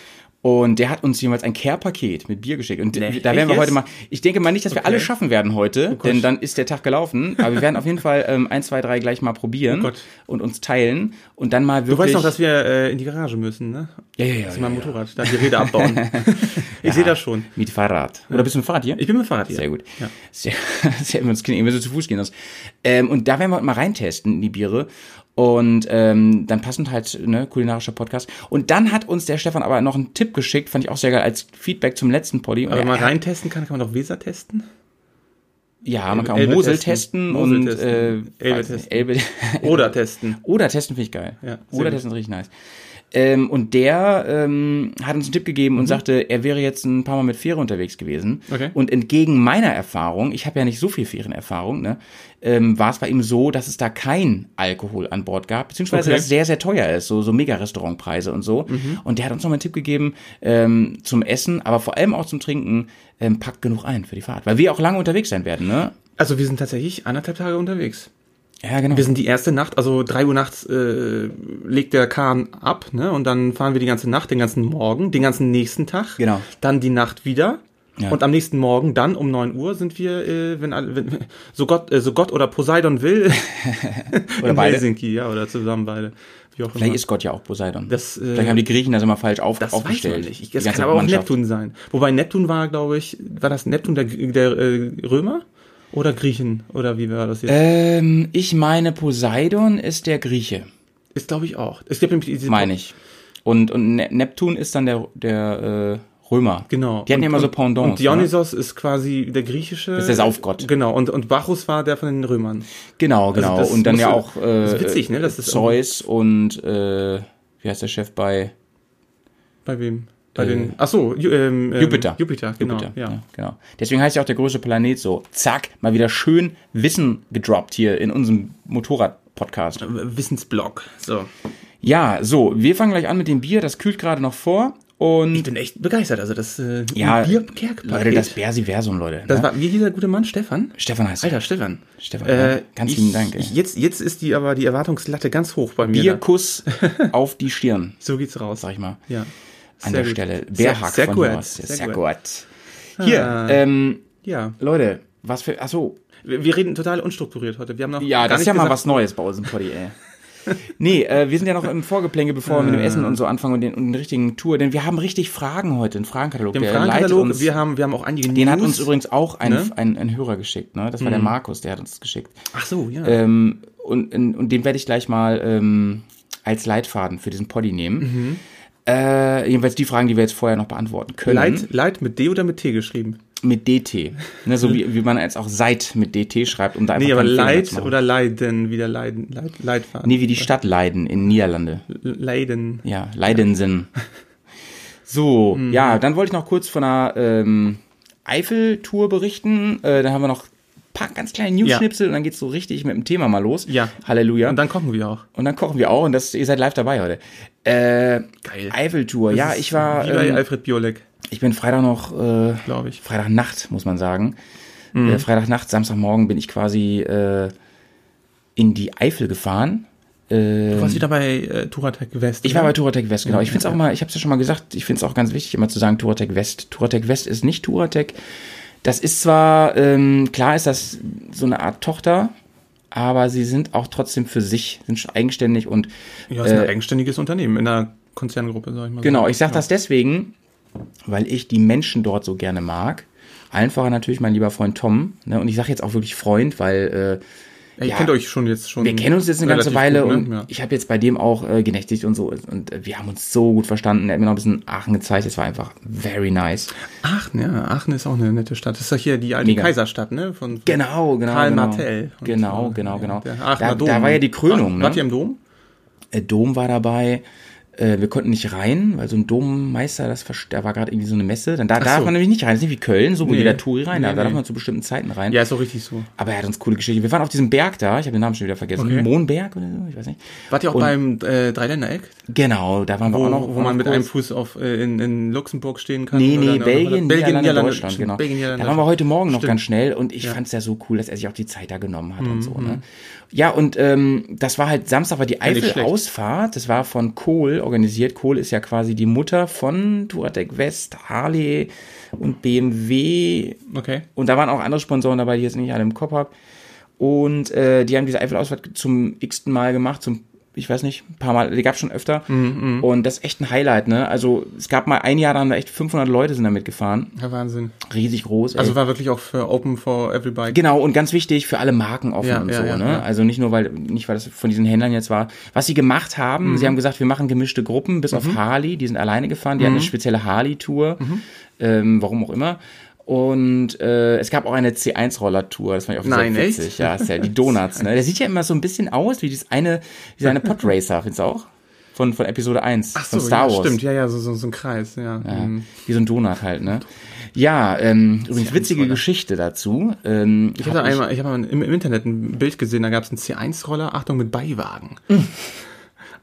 S1: Und der hat uns jeweils ein Care-Paket mit Bier geschickt. Und da werden wir
S2: Echt
S1: heute
S2: jetzt?
S1: mal, ich denke mal nicht, dass wir
S2: Okay. Oh
S1: alle schaffen werden heute,
S2: Gott.
S1: denn dann ist der Tag gelaufen. Aber wir werden auf jeden Fall ähm, eins, zwei, drei gleich mal probieren
S2: Oh Gott.
S1: und uns teilen und dann mal wirklich.
S2: Du weißt noch, dass wir äh, in die Garage müssen, ne?
S1: Ja, ja, ja,
S2: Das ist
S1: ja,
S2: mein
S1: ja.
S2: Motorrad. Da die Räder abbauen. ich sehe das schon.
S1: Mit Fahrrad. Oder bist du mit Fahrrad hier?
S2: Ich bin mit dem Fahrrad hier.
S1: Sehr gut.
S2: Ja.
S1: Sehr, sehr, wir uns wir müssen zu Fuß gehen. Sonst. Ähm, und da werden wir heute mal reintesten in die Biere. Und ähm, dann passend halt, ne, kulinarischer Podcast. Und dann hat uns der Stefan aber noch einen Tipp geschickt, fand ich auch sehr geil, als Feedback zum letzten Poddy. Und
S2: Aber wenn
S1: er-
S2: man
S1: er-
S2: reintesten kann, kann man doch Weser testen.
S1: Ja, man kann auch
S2: Elbe
S1: Mosel testen,
S2: testen. Mosel
S1: und
S2: testen.
S1: Äh,
S2: Elbe
S1: weiß nicht,
S2: testen.
S1: Elbe.
S2: Oder testen.
S1: Oder testen finde ich geil.
S2: Ja, sehr
S1: Oder
S2: gut.
S1: testen ist richtig nice. Ähm, und der ähm, hat uns einen Tipp gegeben und sagte, er wäre jetzt ein paar Mal mit Fähre unterwegs gewesen.
S2: Mhm. Okay.
S1: Und entgegen meiner Erfahrung, ich habe ja nicht so viel Fährenerfahrung, ne, ähm, war es bei ihm so, dass es da kein Alkohol an Bord gab, beziehungsweise
S2: Okay. Mhm.
S1: dass es sehr, sehr teuer ist, so, so Mega-Restaurantpreise und so. Und der hat uns nochmal einen Tipp gegeben ähm, zum Essen, aber vor allem auch zum Trinken, ähm, packt genug ein für die Fahrt. Weil wir auch lange unterwegs sein werden, ne?
S2: Also wir sind tatsächlich anderthalb Tage unterwegs.
S1: Ja, genau.
S2: Wir sind die erste Nacht, also drei Uhr nachts äh, legt der Kahn ab, ne? Und dann fahren wir die ganze Nacht, den ganzen Morgen, den ganzen nächsten Tag.
S1: Genau.
S2: Dann die Nacht wieder.
S1: Ja.
S2: Und am nächsten Morgen dann um 9 Uhr sind wir, äh, wenn, alle- wenn so Gott, äh, so Gott oder Poseidon will, in
S1: beide.
S2: Helsinki, ja, oder zusammen beide. Wie auch
S1: Vielleicht ist Gott ja auch Poseidon.
S2: Das, äh,
S1: Vielleicht haben die Griechen das immer falsch auf,
S2: Das
S1: aufgestellt.
S2: weiß man
S1: Die
S2: nicht. Das
S1: ganze
S2: kann aber auch
S1: Mannschaft.
S2: Neptun sein. Wobei Neptun war, glaube ich, war das Neptun der, der äh, Römer oder Griechen oder wie war das jetzt?
S1: Ähm, ich meine, Poseidon ist der Grieche,
S2: ist glaube ich auch. Es gibt nämlich diese
S1: meine ich. Und, und Ne- Neptun ist dann der, der äh, Römer.
S2: Genau.
S1: Die hatten ja immer so Pendants. ne?
S2: Und Dionysos ist quasi der griechische.
S1: Ist der Saufgott.
S2: Genau. Und, und Bachus war der von den Römern.
S1: Ne? Genau, genau.
S2: Also das
S1: und dann
S2: muss
S1: ja
S2: so-
S1: auch äh,
S2: das ist witzig, ne? Das ist
S1: Zeus und äh, wie heißt der Chef bei
S2: Bei wem? Bei
S1: Äh,
S2: den. Ach so, Ju- ähm, ähm,
S1: Jupiter.
S2: Jupiter, genau.
S1: Jupiter,
S2: Ja.
S1: genau. Deswegen heißt ja auch der größte Planet so. Zack, mal wieder schön Wissen gedroppt hier in unserem Motorrad-Podcast.
S2: Äh, Wissensblock. So.
S1: Ja, so, wir fangen gleich an mit dem Bier. Das kühlt gerade noch vor.
S2: Ich
S1: Und
S2: bin echt begeistert. Also das äh,
S1: ja,
S2: Bierkerkpaket.
S1: Leute, das Bersiversum, Leute.
S2: Das
S1: ne?
S2: war, wie hieß der gute Mann? Stefan?
S1: Stefan heißt er.
S2: Alter, Stefan. Äh,
S1: Stefan, ja. Ganz
S2: ich,
S1: lieben Dank, ey.
S2: Ich, jetzt, jetzt ist die aber die Erwartungslatte ganz hoch bei mir.
S1: Bierkuss auf die Stirn,
S2: so geht's raus.
S1: sag ich mal.
S2: Ja.
S1: An
S2: Sehr
S1: der
S2: gut.
S1: Stelle.
S2: Sehr-
S1: Bärhack
S2: sehr
S1: von
S2: gut.
S1: Horst.
S2: Sehr
S1: Sehr
S2: gut.
S1: gut. Hier,
S2: Ah.
S1: ähm,
S2: Ja.
S1: Leute, was für. Achso,
S2: Wir, wir reden total unstrukturiert heute. Wir haben noch
S1: Ja,
S2: gar
S1: das ist
S2: nicht
S1: ja mal
S2: gesagt-
S1: was Neues bei uns im Poddy, ey. Nee, äh, wir sind ja noch im Vorgeplänke, bevor wir mit dem
S2: Ah.
S1: Essen und so anfangen und den, und den richtigen Tour, denn wir haben richtig Fragen heute, einen Fragenkatalog.
S2: Wir
S1: der
S2: haben einen
S1: leitet
S2: Fragenkatalog,
S1: uns-
S2: wir haben, wir haben auch einige
S1: den hat
S2: News.
S1: uns übrigens auch ein,
S2: Ne? Mhm.
S1: ein, ein Hörer geschickt, ne? Das war der Markus, der hat uns das geschickt.
S2: Ach so, ja.
S1: Ähm, und, und, und den werde ich gleich mal ähm, als Leitfaden für diesen Poddy
S2: Mhm.
S1: nehmen. Äh, jedenfalls die Fragen, die wir jetzt vorher noch beantworten können.
S2: Leid, Leid mit D oder mit T geschrieben?
S1: Mit DT. Ne, so wie, wie man jetzt auch Seit mit DT schreibt, um da einfach
S2: Nee, aber
S1: keinen Fehler
S2: Leid
S1: zu machen.
S2: oder Leiden, wieder Leiden, Leid, Leidfaden.
S1: Nee, wie die Stadt Leiden in Niederlande.
S2: Leiden. Mhm.
S1: Ja, Leidensen. So, ja, dann wollte ich noch kurz von einer ähm, Eifel-Tour berichten. Äh, da haben wir noch ein paar ganz kleine News-Schnipsel und dann geht's so richtig mit dem Thema mal los.
S2: Ja.
S1: Halleluja.
S2: Und dann kochen wir auch.
S1: Und dann kochen wir auch und das, ihr seid live dabei heute. Äh,
S2: Geil.
S1: Eifel-Tour,
S2: Das
S1: ja,
S2: ist
S1: ich war,
S2: Wie bei
S1: ähm,
S2: Alfred Biolek.
S1: ich bin Freitag noch, äh,
S2: Glaub ich. Mhm.
S1: Freitagnacht, muss man sagen. Äh, Freitagnacht, Samstagmorgen bin ich quasi äh, in die Eifel gefahren. Äh,
S2: Du warst wieder bei äh, Turatec West.
S1: ich war
S2: oder?
S1: bei Touratec West, genau. Ich finde es auch mal, ich habe es ja schon mal gesagt, ich finde es auch ganz wichtig, immer zu sagen Touratec West. Touratec West ist nicht Touratec. Das ist zwar, ähm, klar ist das so eine Art Tochter, aber sie sind auch trotzdem für sich, sind schon eigenständig und
S2: Ja, ist ein
S1: äh,
S2: eigenständiges Unternehmen in einer Konzerngruppe, sag ich mal.
S1: genau,
S2: so.
S1: ich sage
S2: ja.
S1: das deswegen, weil ich die Menschen dort so gerne mag. Einfacher natürlich mein lieber Freund Tom, ne? und ich sage jetzt auch wirklich Freund, weil äh,
S2: Ey, Ihr
S1: ja.
S2: kennt euch schon jetzt schon.
S1: Wir kennen uns jetzt eine ganze
S2: Mhm. relativ
S1: Weile
S2: gut,
S1: und
S2: ne? ja.
S1: ich habe jetzt bei dem auch äh, genächtigt und so. Und äh, wir haben uns so gut verstanden. Er hat mir noch ein bisschen Aachen gezeigt. Es war einfach very nice.
S2: Aachen, ja. Aachen ist auch eine nette Stadt. Das ist doch hier die alte
S1: Mega.
S2: Kaiserstadt, ne? Von, von
S1: Genau, genau.
S2: Karl
S1: genau.
S2: Martell. Und
S1: Genau,
S2: so,
S1: genau,
S2: ja,
S1: genau.
S2: der
S1: Da,
S2: Aachener Dom.
S1: da war ja die Krönung.
S2: Wart-
S1: Ne?
S2: Wart ihr im Dom?
S1: Äh, Dom war dabei. Äh, wir konnten nicht rein, weil so ein Dommeister, das verst- da war gerade irgendwie so eine Messe. Dann da darf
S2: so.
S1: man nämlich nicht rein. Das ist nicht wie Köln, so wo
S2: Nee.
S1: jeder Touri rein
S2: Nee,
S1: darf. Da darf
S2: nee.
S1: man zu bestimmten Zeiten rein.
S2: Ja, ist doch richtig so.
S1: Aber er hat uns coole Geschichte. Wir waren auf diesem Berg da. Ich habe den Namen schon wieder vergessen.
S2: Okay.
S1: Mohnberg oder so, ich weiß nicht.
S2: Wart ihr auch
S1: Und-
S2: beim äh, Dreiländereck?
S1: Genau, da waren wir
S2: Wo,
S1: auch noch.
S2: wo man mit
S1: kurz.
S2: einem Fuß auf, äh, in, in Luxemburg stehen kann?
S1: Nee,
S2: oder
S1: nee,
S2: in-
S1: Belgien,
S2: Belgien,
S1: Niederlande,
S2: Niederlande,
S1: Deutschland,
S2: stimmt,
S1: genau.
S2: Belgien, Niederlande.
S1: da waren wir heute Morgen noch
S2: Stimmt. Mhm,
S1: ganz schnell und ich fand's ja so cool, dass er sich auch die Zeit da genommen hat und so. Ne? Ja, und ähm, das war halt Samstag war die
S2: nicht schlecht.
S1: Eifel-Ausfahrt. Das war von Kohl organisiert. Kohl ist ja quasi die Mutter von Touratec West, Harley und BMW.
S2: Okay.
S1: Und da waren auch andere Sponsoren dabei, die ich jetzt nicht alle im Kopf habe. Und äh, die haben diese Eifel-Ausfahrt zum x-ten Mal gemacht, zum, ich weiß nicht, ein paar Mal, die gab schon öfter. Und das ist echt ein Highlight, ne? Also es gab mal ein Jahr, da haben da echt 500 Leute sind da mitgefahren.
S2: Ja, Wahnsinn.
S1: Riesig groß. Ey.
S2: Also war wirklich auch für Open for Everybody.
S1: Genau, und ganz wichtig, für alle Marken offen
S2: Ja,
S1: und
S2: ja,
S1: so.
S2: ja,
S1: ne?
S2: ja.
S1: Also nicht nur, weil, nicht weil das von diesen Händlern jetzt war. Was sie gemacht haben,
S2: Mhm.
S1: sie haben gesagt, wir machen gemischte Gruppen, bis auf Harley, die sind alleine gefahren, die hatten
S2: Mhm.
S1: eine spezielle Harley-Tour, ähm, warum auch immer. Und äh, es gab auch eine C1-Roller-Tour, das fand ich auch
S2: Nein,
S1: sehr
S2: echt?
S1: witzig. Ja, ist ja die Donuts, ne? Der sieht ja immer so ein bisschen aus wie dieses eine, dieser eine Podracer, findest du auch? Von, von Episode 1,
S2: Ach so,
S1: von Star
S2: ja,
S1: Wars.
S2: stimmt. Ja, ja, so, so, so ein Kreis, ja.
S1: Ja,
S2: Mhm.
S1: Wie so ein Donut halt, ne? Ja, ähm, übrigens witzige Geschichte dazu. Ähm,
S2: Ich hatte einmal, ich habe mal im, im Internet ein Bild gesehen, da gab es einen C1-Roller, Achtung, mit Beiwagen.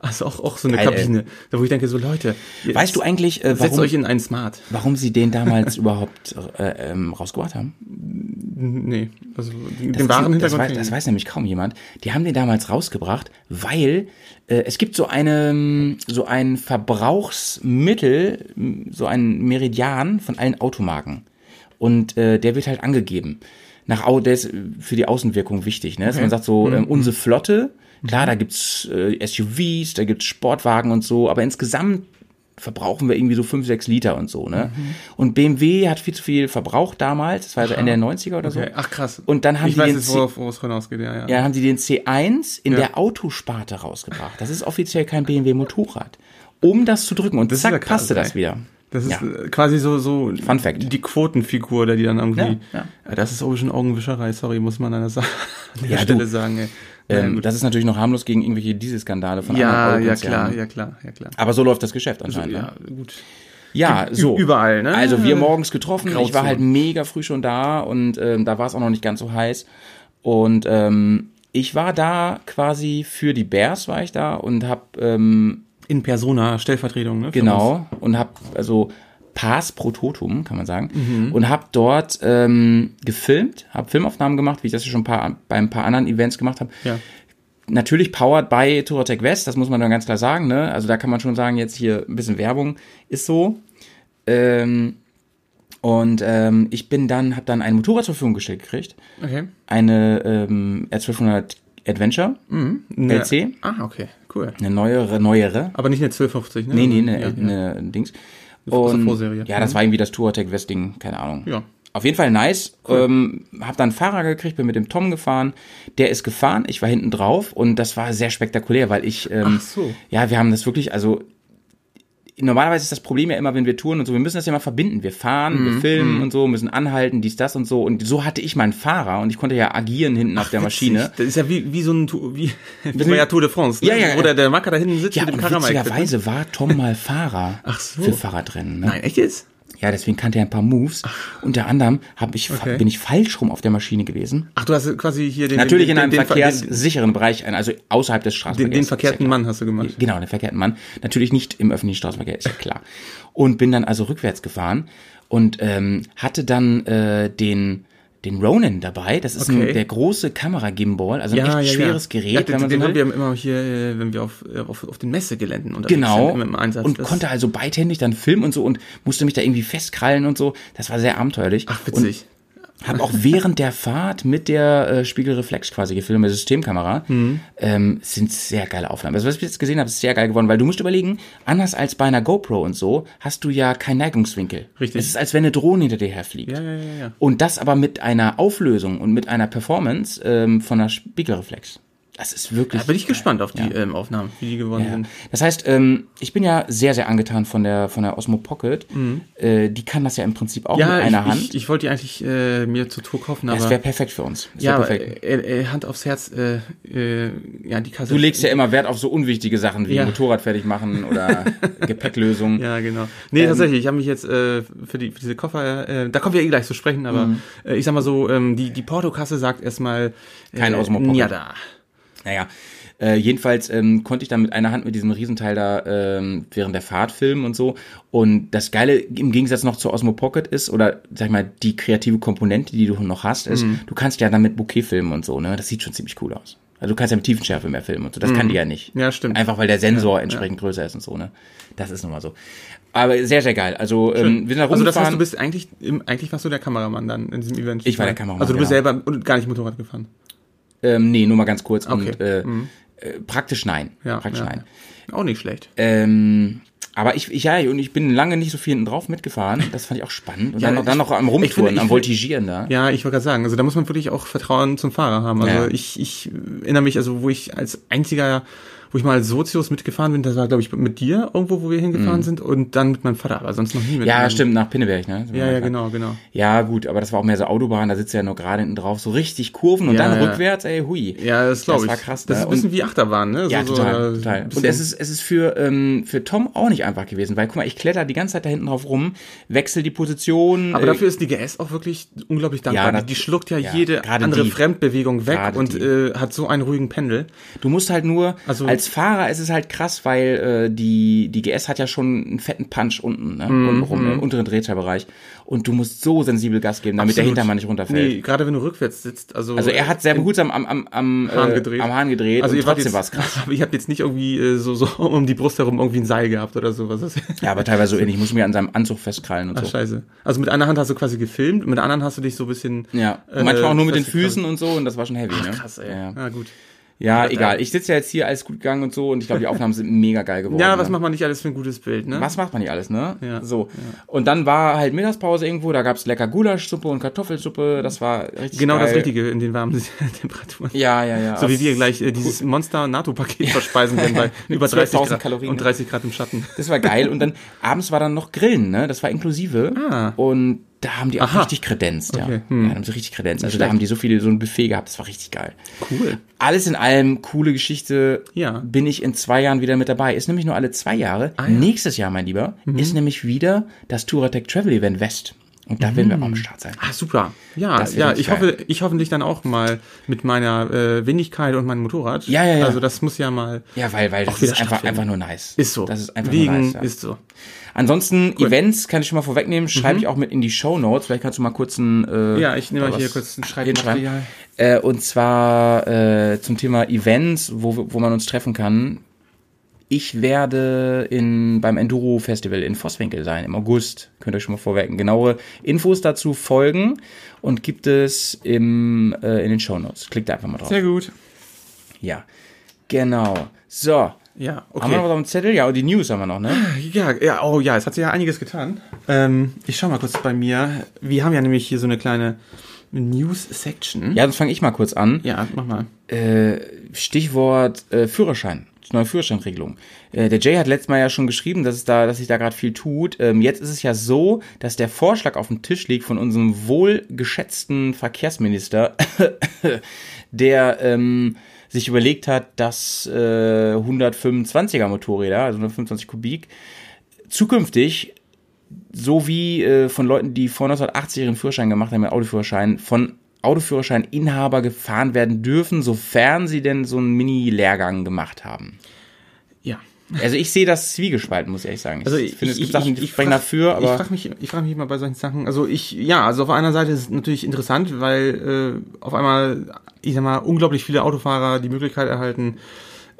S2: Also auch, auch so eine
S1: Geil, ey.
S2: Kabine, da wo ich denke, so Leute, ihr
S1: Weißt du eigentlich, äh,
S2: setzt
S1: warum,
S2: euch in einen Smart.
S1: warum sie den damals überhaupt äh, ähm, rausgebracht haben?
S2: Nee, also den
S1: Das wissen-
S2: den wahren
S1: das,
S2: Hintergrund.
S1: weiß,
S2: kenne ich
S1: das weiß nämlich kaum jemand. Die haben den damals rausgebracht, weil äh, es gibt so eine, mm, so ein Verbrauchsmittel, m, so ein Meridian von allen Automarken. Und äh, der wird halt angegeben. Nach, Au- der ist äh, für die Außenwirkung wichtig, ne? Dass man sagt
S2: Mhm,
S1: so, ähm, unsere Flotte, klar, da gibt's äh, SUVs, da gibt's Sportwagen und so, aber insgesamt verbrauchen wir irgendwie so 5, 6 Liter und so, ne?
S2: Mhm.
S1: Und BMW hat viel zu viel verbraucht damals, das war also Ende der 90er oder so.
S2: nicht. Okay. Ach krass.
S1: Und dann haben
S2: ich
S1: die
S2: weiß
S1: den
S2: jetzt,
S1: C-
S2: worauf, worauf es hinausgeht, ja, ja.
S1: Ja, dann haben sie den C1 in
S2: Ja.
S1: der Autosparte rausgebracht. Das ist offiziell kein BMW Motorrad. Um das zu drücken und
S2: Das ist
S1: zack,
S2: ja krass,
S1: passte das
S2: ey.
S1: wieder.
S2: Das ist
S1: ja.
S2: äh, quasi so, so
S1: Fun Fact.
S2: die Quotenfigur, der die dann irgendwie.
S1: Ja,
S2: Äh, Das ist auch schon Augenwischerei, sorry, muss man an der, Sa an der
S1: Ja, du.
S2: Stelle sagen. Ey. Naja,
S1: ähm,
S2: gut.
S1: das ist natürlich noch harmlos gegen irgendwelche Dieselskandale von
S2: ja,
S1: anderen
S2: ja
S1: Autokonzernen. ne?
S2: klar, ja klar, ja klar.
S1: Aber so läuft das Geschäft anscheinend.
S2: Ja,
S1: ne?
S2: gut.
S1: ja
S2: Ü-
S1: so.
S2: überall, ne?
S1: Also wir morgens getroffen. Ich war
S2: Grauzone.
S1: halt mega früh schon da und ähm, da war es auch noch nicht ganz so heiß. Und ähm, ich war da quasi für die Bears war ich da und habe ähm,
S2: In Persona, Stellvertretung, ne? für uns.
S1: Genau. Und habe also Pars pro Totum, kann man sagen. Und habe dort ähm, gefilmt, habe Filmaufnahmen gemacht, wie ich das ja schon ein paar, bei ein paar anderen Events gemacht habe.
S2: Ja.
S1: Natürlich powered by Touratech West, das muss man dann ganz klar sagen. Ne? Also da kann man schon sagen, jetzt hier ein bisschen Werbung ist so. Ähm, und ähm, ich bin dann, habe dann ein Motorrad zur Verfügung gestellt gekriegt.
S2: Okay.
S1: Eine ähm, R1200 Adventure
S2: Ne-
S1: LC.
S2: Ah, okay, cool.
S1: Eine neuere, neuere.
S2: Aber nicht eine 1250, ne?
S1: Nee, nee, ne,
S2: Ja, ja.
S1: ne Dings.
S2: aus der
S1: Und,
S2: Vorserie. Mhm.
S1: Ja, das war irgendwie das Touratech West Ding, keine Ahnung.
S2: Ja.
S1: Auf jeden Fall nice. Ähm, hab dann einen Fahrer gekriegt, bin mit dem Tom gefahren. Der ist gefahren, ich war hinten drauf und das war sehr spektakulär, weil ich. Ähm,
S2: Ach so.
S1: Ja, wir haben das wirklich, also. Normalerweise ist das Problem ja immer, wenn wir touren und so, wir müssen das ja mal verbinden. Wir fahren,
S2: Mhm,
S1: wir filmen und so, müssen anhalten, dies, das und so. Und so hatte ich meinen Fahrer und ich konnte ja agieren hinten auf der Maschine.
S2: Witzig. Das ist ja wie, wie so ein Tu- wie, wie bei der Tour de France, ne?
S1: Ja, ja,
S2: wo der,
S1: ja.
S2: der Macker da hinten sitzt
S1: Ja,
S2: mit dem
S1: und
S2: Karamell.
S1: witzigerweise war Tom mal Fahrer
S2: Ach so.
S1: für Fahrradrennen. Ne?
S2: Nein, echt jetzt?
S1: Ja, deswegen kannte er ein paar Moves. Unter anderem hab ich,
S2: Okay.
S1: bin ich falsch rum auf der Maschine gewesen.
S2: Ach, du hast quasi hier den
S1: Natürlich
S2: den,
S1: in einem
S2: den, den,
S1: verkehrssicheren Bereich, also außerhalb des
S2: den,
S1: Straßenverkehrs.
S2: den verkehrten Mann hast du gemacht.
S1: Genau, den verkehrten Mann. Natürlich nicht im öffentlichen Straßenverkehr, ist ja klar. Und bin dann also rückwärts gefahren und ähm, hatte dann äh, den den Ronin dabei. Das ist
S2: Okay.
S1: ein, der große Kamera-Gimbal, also ein echt schweres Gerät,
S2: Ja, den,
S1: wenn man
S2: den
S1: so
S2: haben
S1: will.
S2: wir immer hier, äh, wenn wir auf, äh, auf, auf den Messegeländen unterwegs
S1: Genau.
S2: sind, immer im Einsatz.
S1: und
S2: Das-
S1: konnte also beidhändig dann filmen und so und musste mich da irgendwie festkrallen und so. Das war sehr abenteuerlich.
S2: Ach,
S1: Und
S2: witzig.
S1: hab auch während der Fahrt mit der äh, Spiegelreflex quasi gefilmt, mit der Systemkamera.
S2: Mhm.
S1: Ähm, sind sehr geile Aufnahmen. Also was ich jetzt gesehen habe, ist sehr geil geworden, weil du musst überlegen, anders als bei einer GoPro und so, hast du ja keinen Neigungswinkel.
S2: Richtig.
S1: Es ist, als wenn eine Drohne hinter dir herfliegt.
S2: ja, ja, ja, ja.
S1: Und das aber mit einer Auflösung und mit einer Performance ähm, von einer Spiegelreflex. Das ist wirklich.
S2: Da bin ich Mhm. gespannt auf die ähm, Aufnahmen, wie die geworden
S1: Ja.
S2: sind.
S1: Das heißt, ähm, ich bin ja sehr, sehr angetan von der, von der Osmo Pocket. Äh, die kann das ja im Prinzip auch mit einer
S2: Mhm. ich,
S1: Hand.
S2: ich, ich wollte die eigentlich äh, mir zur Tour kaufen,
S1: das wäre
S2: aber
S1: perfekt für uns. Das
S2: ja,
S1: wär
S2: aber,
S1: perfekt.
S2: äh, äh, Hand aufs Herz, äh, äh, ja, die Kasse.
S1: Du legst ja immer Wert auf so unwichtige Sachen wie
S2: Ja.
S1: Motorrad fertig machen oder Gepäcklösung.
S2: Ja, genau. Nee,
S1: Ähm,
S2: tatsächlich, ich habe mich jetzt äh, für, die, für diese Koffer, äh, da kommen wir eh gleich zu sprechen, aber
S1: Mhm.
S2: äh, ich sag mal so, ähm, die, die Portokasse sagt erstmal äh,
S1: Kein Osmo Pocket.
S2: Ja, da.
S1: Naja, äh, jedenfalls ähm, konnte ich dann mit einer Hand mit diesem Riesenteil da ähm, während der Fahrt filmen und so. Und das Geile im Gegensatz noch zur Osmo Pocket ist, oder sag ich mal, die kreative Komponente, die du noch hast, ist,
S2: Mhm.
S1: du kannst ja dann mit Bouquet filmen und so, ne? Das sieht schon ziemlich cool aus. Also du kannst ja mit Tiefenschärfe mehr filmen und so. Das kann die ja nicht.
S2: Mhm. Ja, stimmt.
S1: Einfach weil der Sensor entsprechend größer ist und so, ne? Das ist nun mal so. Aber sehr, sehr geil. Also ähm, wir sind da rumgefahren.
S2: Also das heißt, du bist eigentlich, im, eigentlich warst du der Kameramann dann in diesem Event.
S1: Ich war der Kameramann,
S2: Also du bist
S1: genau.
S2: selber und gar nicht Motorrad gefahren.
S1: ähm, nee, nur mal ganz kurz. Und,
S2: Okay. Mhm.
S1: äh, äh, praktisch nein.
S2: Ja,
S1: praktisch
S2: ja.
S1: nein.
S2: Auch nicht schlecht.
S1: Ähm, aber ich, ich, ja, und ich bin lange nicht so viel hinten drauf mitgefahren. Das fand ich auch spannend. Und
S2: Ja,
S1: dann, noch,
S2: ich-
S1: dann noch am
S2: ich finde-
S1: Rumtouren,
S2: ich
S1: am
S2: finde-
S1: Voltigieren da.
S2: Ja, ich wollte gerade sagen, also da muss man wirklich auch Vertrauen zum Fahrer haben. Also
S1: Ja.
S2: ich, ich erinnere mich, also wo ich als einziger, wo ich mal als Sozius mitgefahren bin, das war glaube ich mit dir irgendwo, wo wir hingefahren sind und dann mit meinem Vater, aber sonst noch nie mit
S1: Mhm. Ja,
S2: meinem-
S1: stimmt, nach Pinneberg, ne? Sind wir
S2: Ja,
S1: mal
S2: ja,
S1: gefahren.
S2: genau, genau.
S1: Ja, gut, aber das war auch mehr so Autobahn, da sitzt du ja nur gerade hinten drauf, so richtig Kurven und
S2: Ja,
S1: dann
S2: ja.
S1: rückwärts, ey, hui.
S2: Ja, das glaube ich.
S1: war krass,
S2: Das
S1: ne?
S2: ist ein bisschen wie Achterbahn, ne?
S1: Ja,
S2: So- so,
S1: total,
S2: äh,
S1: total. Und
S2: bisschen-
S1: es ist, es ist für, ähm, für Tom auch nicht einfach gewesen, weil guck mal, ich kletter die ganze Zeit da hinten drauf rum, wechsel die Position.
S2: aber
S1: äh,
S2: dafür ist die GS auch wirklich unglaublich dankbar.
S1: Ja, das-
S2: die, die schluckt ja,
S1: ja,
S2: jede
S1: gerade
S2: andere
S1: die.
S2: Fremdbewegung weg
S1: Gerade
S2: und
S1: die.
S2: äh, hat so einen ruhigen Pendel.
S1: Du musst halt nur,
S2: Also-
S1: als Fahrer ist es halt krass, weil äh, die, die GS hat ja schon einen fetten Punch unten, ne?
S2: Mhm,
S1: unten rum, im unteren Drehzahlbereich. Und du musst so sensibel Gas geben, damit der
S2: Absolut.
S1: Hintermann nicht runterfällt.
S2: Nee, gerade wenn du rückwärts sitzt. Also,
S1: Also er hat sehr behutsam am, am, am,
S2: Hahn
S1: äh,
S2: gedreht.
S1: am Hahn gedreht
S2: also
S1: und
S2: ihr wart
S1: trotzdem
S2: jetzt,
S1: war es krass.
S2: Aber ihr habt jetzt nicht irgendwie äh, so, so um die Brust herum irgendwie ein Seil gehabt oder sowas.
S1: Ja, aber teilweise so ähnlich. Ich muss mir an seinem Anzug festkrallen und
S2: Ach,
S1: so.
S2: scheiße. Also mit einer Hand hast du quasi gefilmt, mit der anderen hast du dich so ein bisschen.
S1: Ja, und
S2: äh,
S1: manchmal auch nur mit den
S2: festgekrallt.
S1: Füßen und so und das war schon heavy, ne?
S2: Krass, ey.
S1: Ja,
S2: Ja,
S1: ja.
S2: gut.
S1: ja egal. Ich sitze ja jetzt hier, alles gut gegangen und so und ich glaube, die Aufnahmen sind mega geil geworden.
S2: Ja, was
S1: ne?
S2: macht man nicht alles für ein gutes Bild, ne?
S1: Was macht man nicht alles, ne?
S2: Ja.
S1: So. Und dann war halt Mittagspause irgendwo, da gab's lecker Gulaschsuppe und Kartoffelsuppe, das war richtig
S2: Genau
S1: geil.
S2: das Richtige in den warmen Temperaturen.
S1: Ja, ja, ja.
S2: So wie wir gleich äh, dieses Monster-NATO-Paket verspeisen können bei über 30
S1: 12.000
S2: Grad
S1: Kalorien,
S2: und
S1: ne?
S2: 30 Grad im Schatten.
S1: Das war geil. Und dann abends war dann noch Grillen, ne? Das war inklusive.
S2: Ah.
S1: Und da haben die auch
S2: Aha.
S1: richtig kredenzt, ja.
S2: Okay, hm.
S1: ja. Da haben sie richtig kredenzt. Also da haben die so viele, so ein Buffet gehabt, das war richtig geil.
S2: Cool.
S1: Alles in allem, coole Geschichte.
S2: Ja. Ah,
S1: Bin ich in zwei Jahren wieder mit dabei. Ist nämlich nur
S2: Mhm.
S1: alle zwei Jahre. Nächstes Jahr, mein Lieber, ist nämlich wieder das Touratech Travel Event West. Und da werden wir auch am Start sein.
S2: Ah, super. Ja,
S1: Das wär
S2: ja,
S1: richtig
S2: ich
S1: geil.
S2: hoffe, ich hoffentlich dann auch mal mit meiner äh, Wenigkeit und meinem Motorrad.
S1: Ja, ja, ja.
S2: Also das muss ja mal.
S1: Ja, weil, weil das
S2: wieder
S1: ist einfach,
S2: stattfinden.
S1: einfach nur nice.
S2: Ist so.
S1: Das ist einfach
S2: Wiegen
S1: nur nice. Ja.
S2: ist so.
S1: Ansonsten Events kann ich schon mal vorwegnehmen, schreibe ich auch mit in die Show Notes. Vielleicht kannst du mal kurz ein äh,
S2: Mhm. Ja, ich nehme
S1: da
S2: mal hier
S1: was
S2: kurz ein
S1: hinschreiben.
S2: Schreibmaterial.
S1: Äh, und zwar äh, zum Thema Events, wo, wir- wo man uns treffen kann. Ich werde in, beim Enduro Festival in Vosswinkel sein im August. Könnt ihr schon mal vorwegnehmen. Genaue Infos dazu folgen und gibt es im, äh, in den Show Notes. Klickt da einfach mal drauf.
S2: Sehr gut.
S1: Ja, genau. So.
S2: Ja,
S1: Haben wir noch
S2: okay.
S1: was auf dem Zettel? Ja, und die News haben wir noch, ne?
S2: Ja, ja, oh ja, es hat sich ja einiges getan. Ähm, ich schau mal kurz bei mir. Wir haben ja nämlich hier so eine kleine News-Section.
S1: Ja, sonst fange ich mal kurz an.
S2: ja, mach mal.
S1: Stichwort äh, Führerschein. Neue Führerscheinregelung. Äh, der Jay hat letztes Mal ja schon geschrieben, dass, es da, dass sich da gerade viel tut. Ähm, jetzt ist es ja so, dass der Vorschlag auf dem Tisch liegt von unserem wohlgeschätzten Verkehrsminister, der ähm, sich überlegt hat, dass äh, 125er Motorräder, also 125 Kubik, zukünftig so wie äh, von Leuten, die vor 1980 ihren Führerschein gemacht haben, ihren Autoführerschein, von Autoführerscheininhaber gefahren werden dürfen, sofern sie denn so einen Mini-Lehrgang gemacht haben.
S2: Ja.
S1: Also ich sehe das zwiegespalten, muss ich ehrlich sagen. Ich finde, es gibt Sachen, die sprechen
S2: frag-
S1: dafür,
S2: Also Ich
S1: aber
S2: frage mich, ich frag mich immer bei solchen Sachen. Also ich, ja, also auf einer Seite ist es natürlich interessant, weil äh, auf einmal, ich sag mal, unglaublich viele Autofahrer die Möglichkeit erhalten,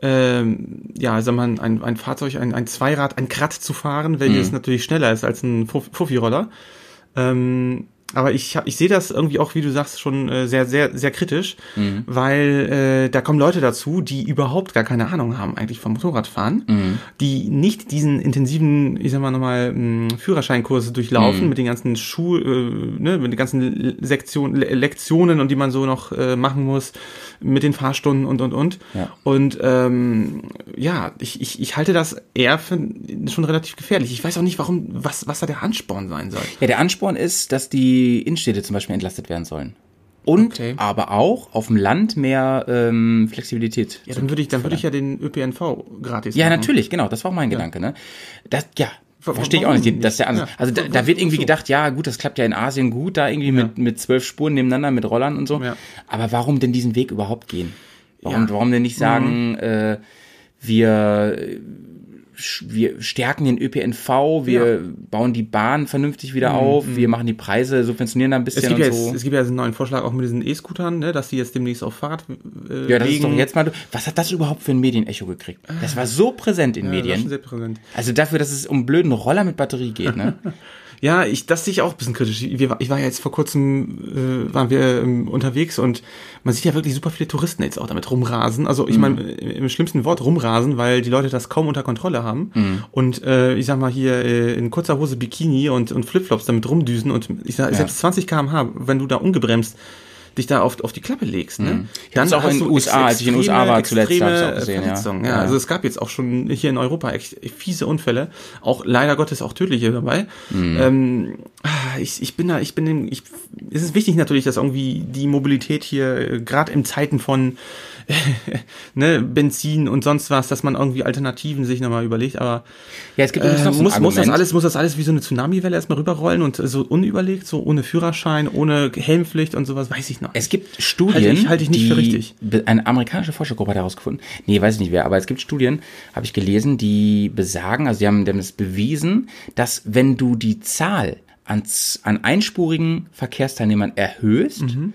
S2: ähm, ja, sag mal, ein, ein Fahrzeug, ein, ein Zweirad, ein Krat zu fahren, welches
S1: Mhm.
S2: natürlich schneller ist als ein Fuff- Fuffi-Roller. Ähm, aber ich, hab- ich sehe das irgendwie auch, wie du sagst, schon äh, sehr, sehr, sehr kritisch, weil äh, da kommen Leute dazu, die überhaupt gar keine Ahnung haben eigentlich vom Motorradfahren, die nicht diesen intensiven, ich sag mal nochmal, mh, Führerscheinkurse durchlaufen mit den ganzen Schul, äh, ne, mit den ganzen Sektionen, Le Lektionen und die man so noch äh, machen muss, mit den Fahrstunden und und und.
S1: Ja.
S2: Und ähm, ja, ich, ich, ich halte das eher für schon relativ gefährlich. Ich weiß auch nicht, warum, was, was da der Ansporn sein soll.
S1: ja, der Ansporn ist, dass die Innenstädte zum Beispiel entlastet werden sollen. Und
S2: Okay.
S1: aber auch auf dem Land mehr ähm, Flexibilität.
S2: Ja, dann würde ich, dann würde ich ja den ÖPNV gratis
S1: Ja,
S2: machen.
S1: natürlich, genau, das war auch mein Gedanke, ne? Das, ja,
S2: Wa- wa-
S1: verstehe ich auch
S2: warum
S1: nicht, den- dass der
S2: nicht?
S1: andere.
S2: Ja.
S1: Also da,
S2: Wa- wa-
S1: da wird irgendwie
S2: wozu?
S1: gedacht, ja, gut, das klappt ja in Asien gut, da irgendwie mit, mit zwölf Spuren nebeneinander, mit Rollern und so.
S2: Ja.
S1: Aber warum denn diesen Weg überhaupt gehen? Warum,
S2: Ja. Mhm.
S1: warum denn nicht sagen, äh, wir, äh, sch- wir stärken den ÖPNV, wir
S2: Ja. Mhm,
S1: bauen die Bahn vernünftig wieder auf, wir machen die Preise, subventionieren da ein
S2: Es
S1: bisschen und
S2: gibt, ja jetzt,
S1: so.
S2: es gibt ja jetzt einen neuen Vorschlag auch mit diesen E-Scootern, ne, dass die jetzt demnächst auf Fahrt äh,
S1: ja, das ist doch
S2: legen.
S1: jetzt mal. Was hat das überhaupt für ein Medienecho gekriegt? Das war so präsent in
S2: Ah. Ja, das ist schon
S1: Medien.
S2: sehr präsent.
S1: Also dafür, dass es um einen blöden Roller mit Batterie geht, ne?
S2: Ja, ich, das sehe ich auch ein bisschen kritisch. Wir, ich war ja jetzt vor kurzem, äh, waren wir ähm, unterwegs und man sieht ja wirklich super viele Touristen jetzt auch damit rumrasen. Also
S1: Mhm.
S2: ich meine, äh, im schlimmsten Wort rumrasen, weil die Leute das kaum unter Kontrolle haben.
S1: Mhm.
S2: Und äh, ich sag mal hier äh, in kurzer Hose Bikini und, und Flipflops damit rumdüsen und ich sag, selbst 20 km/h, wenn du da ungebremst dich da auf, auf die Klappe legst, ne?
S1: hab's Mhm. auch
S2: hast
S1: in
S2: du
S1: USA, als ich in den USA war zuletzt,
S2: extreme
S1: hab's auch gesehen, ja.
S2: Verletzungen,
S1: Ja.
S2: ja. Also es gab jetzt auch schon hier in Europa echt fiese Unfälle, auch leider Gottes auch tödliche dabei.
S1: Mhm.
S2: Ähm, ah, ich, ich bin da, ich bin, dem- ich, es ist wichtig natürlich, dass irgendwie die Mobilität hier gerade in Zeiten von ne, Benzin und sonst was, dass man irgendwie Alternativen sich nochmal überlegt, aber
S1: Ja, es gibt
S2: äh,
S1: übrigens noch so ein
S2: muss, muss, das
S1: Argument.
S2: alles, muss das alles wie so eine Tsunamiwelle erstmal rüberrollen und so unüberlegt, so ohne Führerschein, ohne Helmpflicht und sowas, weiß ich noch.
S1: Es gibt Studien,
S2: Halte Also ich- halte ich nicht
S1: die
S2: für richtig.
S1: be- eine amerikanische Forschergruppe hat herausgefunden. Nee, weiß ich nicht wer, aber es gibt Studien, habe ich gelesen, die besagen, also die haben die haben das bewiesen, dass wenn du die Zahl an, z- an einspurigen Verkehrsteilnehmern erhöhst,
S2: Mhm.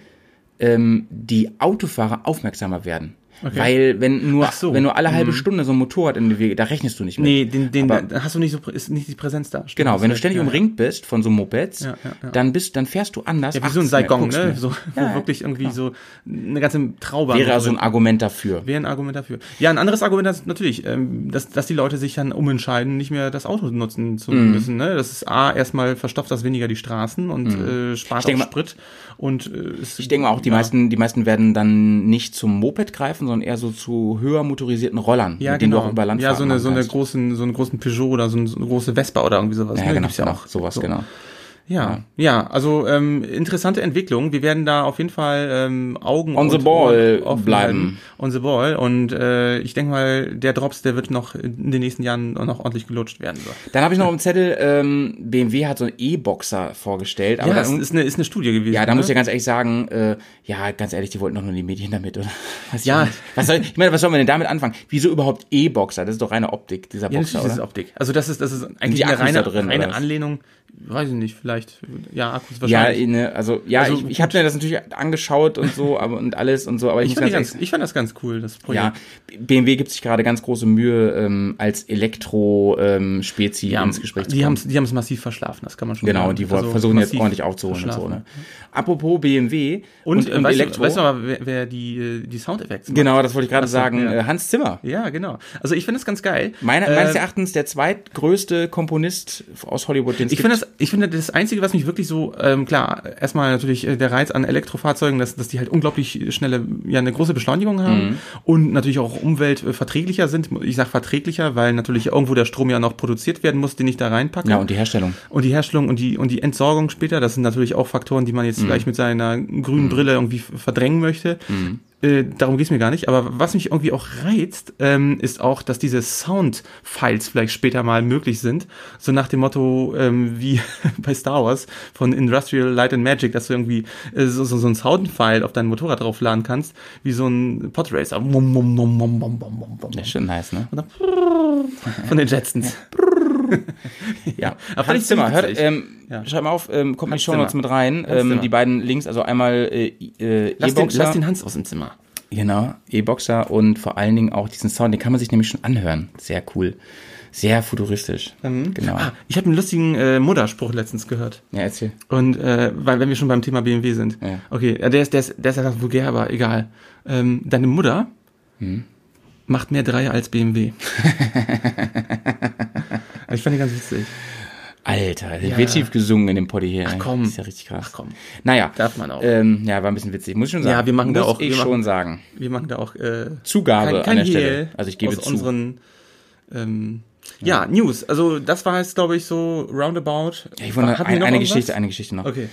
S1: ähm, die Autofahrer aufmerksamer werden. Weil wenn nur,
S2: Ach so. Mhm.
S1: wenn nur alle halbe Stunde so ein Motorrad in die Wege, da rechnest du nicht mit.
S2: Nee, den, den
S1: Aber-
S2: hast du nicht so prä- ist nicht die Präsenz da. Stimmt,
S1: Genau,
S2: hast
S1: wenn du
S2: recht,
S1: ständig
S2: ja.
S1: umringt bist von so Mopeds,
S2: Ja, ja, ja.
S1: dann bist, dann fährst du anders.
S2: Ja, wie so ein
S1: achtest mehr,
S2: Saigong,
S1: guckst
S2: ne?
S1: mehr.
S2: So, wo
S1: Ja, ja.
S2: wirklich irgendwie so eine ganze Traube.
S1: Wäre also ein Argument dafür.
S2: Wäre ein Argument dafür. Ja, ein anderes Argument ist natürlich, ähm, dass, dass die Leute sich dann umentscheiden, nicht mehr das Auto nutzen zu
S1: Mhm.
S2: müssen. Ne? Das ist A, erstmal verstopft das weniger die Straßen und äh, spart auch
S1: Mhm. denke mal-
S2: Sprit. Und, äh, es,
S1: Ich denke mal auch, die, meisten, die meisten werden dann nicht zum Moped greifen, sondern eher so zu höher motorisierten Rollern,
S2: ja,
S1: mit denen
S2: genau.
S1: du auch über Land
S2: ja, so eine,
S1: machen
S2: so, eine
S1: kannst.
S2: großen, so einen großen Peugeot oder so eine, so eine große Vespa oder irgendwie sowas. ne?
S1: Ja, genau,
S2: Gibt's ja
S1: genau,
S2: auch.
S1: sowas,
S2: so.
S1: genau.
S2: Ja, ja, also ähm, interessante Entwicklung. Wir werden da auf jeden Fall ähm, Augen
S1: On the
S2: und
S1: ball
S2: Ohren offen
S1: bleiben.
S2: halten. On the ball. Und äh, ich denke mal, der Drops, der wird noch in den nächsten Jahren noch ordentlich gelutscht werden. So.
S1: Dann habe ich noch im Zettel, ähm, BMW hat so einen E-Boxer vorgestellt. Aber
S2: Ja,
S1: das
S2: das ist eine, ist eine Studie gewesen.
S1: Ja, da
S2: ne?
S1: muss ich ja ganz ehrlich sagen, äh, ja, ganz ehrlich, die wollten doch nur in die Medien damit, oder? Weiß ich
S2: Ja.
S1: nicht. Was soll, ich meine, was soll man denn damit anfangen? Wieso überhaupt E-Boxer? Das ist doch reine Optik, dieser
S2: Ja,
S1: Boxer,
S2: natürlich ist es
S1: oder?
S2: Optik. Also das ist, das ist
S1: die
S2: eigentlich eine
S1: Akkus
S2: reine,
S1: da drin,
S2: reine
S1: oder?
S2: Anlehnung. Weiß ich nicht, vielleicht. Ja, Akkus
S1: Ja,
S2: wahrscheinlich.
S1: eh, ne, also, ja,
S2: Also,
S1: ich, ich habe mir das natürlich angeschaut und so, aber, und alles und so, aber ich,
S2: ich,
S1: muss
S2: fand die
S1: ganz ehrlich
S2: ganz, ich fand das ganz cool, das Projekt.
S1: Ja, BMW gibt sich gerade ganz große Mühe, ähm, als Elektro-Spezi ins Gespräch zu
S2: die
S1: kommen.
S2: haben's- die haben es massiv verschlafen, das kann man schon
S1: Genau,
S2: sagen.
S1: und die wollen-
S2: Also
S1: versuchen jetzt
S2: massiv
S1: ordentlich aufzuholen und so.
S2: verschlafen.
S1: Ne? Apropos BMW
S2: Und, äh, weißt,
S1: ähm, Elektro.
S2: du, weißt du aber, wer, wer die, äh, die Soundeffekte macht?
S1: genau, das wollte ich gerade
S2: Ach so,
S1: sagen.
S2: ja.
S1: äh, Hans Zimmer.
S2: Ja, genau. Also ich finde das ganz geil.
S1: Meiner,
S2: Äh,
S1: meines Erachtens der zweitgrößte Komponist aus Hollywood, den es
S2: ich
S1: gibt.
S2: finde das, ich finde das Einzige, was mich wirklich so, ähm, klar, erstmal natürlich äh, der Reiz an Elektrofahrzeugen, dass, dass die halt unglaublich schnelle, ja, eine große Beschleunigung haben
S1: Mhm.
S2: und natürlich auch umweltverträglicher sind. Ich sage verträglicher, weil natürlich irgendwo der Strom ja noch produziert werden muss, den ich da reinpacke.
S1: Ja, und die Herstellung.
S2: Und die Herstellung und die, und die Entsorgung später, das sind natürlich auch Faktoren, die man jetzt gleich mit seiner grünen Brille irgendwie f- verdrängen möchte. Äh, darum geht's mir gar nicht. Aber was mich irgendwie auch reizt, ähm, ist auch, dass diese Sound-Files vielleicht später mal möglich sind. So nach dem Motto, ähm, wie bei Star Wars von Industrial Light and Magic, dass du irgendwie äh, so, so, so ein Sound-File auf dein Motorrad draufladen kannst, wie so ein Podracer. Wum, wum, wum, wum, wum, wum, wum, wum.
S1: Das ist schon nice, ne?
S2: Von den Jetsons.
S1: Ja.
S2: Aber
S1: Hans
S2: fand ich
S1: Zimmer,
S2: ziemlich
S1: hört,
S2: witzig.
S1: ähm,
S2: Ja.
S1: schreibt mal auf, ähm, kommt in die
S2: Hans
S1: Show Notes
S2: Zimmer.
S1: mit rein.
S2: Hans
S1: Ähm,
S2: Zimmer.
S1: die beiden Links, also einmal äh, äh,
S2: Lass den, lass
S1: E-Boxer.
S2: den Hans aus dem Zimmer.
S1: Genau, E-Boxer und vor allen Dingen auch diesen Sound, den kann man sich nämlich schon anhören. Sehr cool. Sehr futuristisch. Genau.
S2: Ah, ich habe einen lustigen äh, Mutterspruch letztens gehört.
S1: Ja, erzähl.
S2: Und äh, weil, wenn wir schon beim Thema BMW sind.
S1: Ja.
S2: Okay, ja, der ist, der ist, der ist ja ganz vulgär, aber egal. Ähm, deine Mutter
S1: Hm.
S2: macht mehr Dreier als BMW. ich fand die ganz witzig.
S1: Alter, wird tief gesungen in dem Poddy hier. Ach
S2: komm.
S1: Das ist ja richtig krass.
S2: Ach komm.
S1: Naja.
S2: Darf man auch.
S1: Ähm, ja, war ein bisschen witzig. Muss ich schon
S2: Ja,
S1: sagen.
S2: wir machen
S1: Muss
S2: da auch-
S1: ich
S2: wir machen-
S1: schon sagen.
S2: Wir machen da auch äh,
S1: Zugabe
S2: kein,
S1: an
S2: kein
S1: der Stelle.
S2: Hehl
S1: Also ich gebe
S2: aus
S1: zu.
S2: unseren ähm, ja. News. Also das war jetzt, glaube ich, so roundabout.
S1: Ja, Ich wundere,
S2: Hatten wir
S1: ein,
S2: noch
S1: eine
S2: irgendwas?
S1: Geschichte, eine Geschichte noch.
S2: Okay.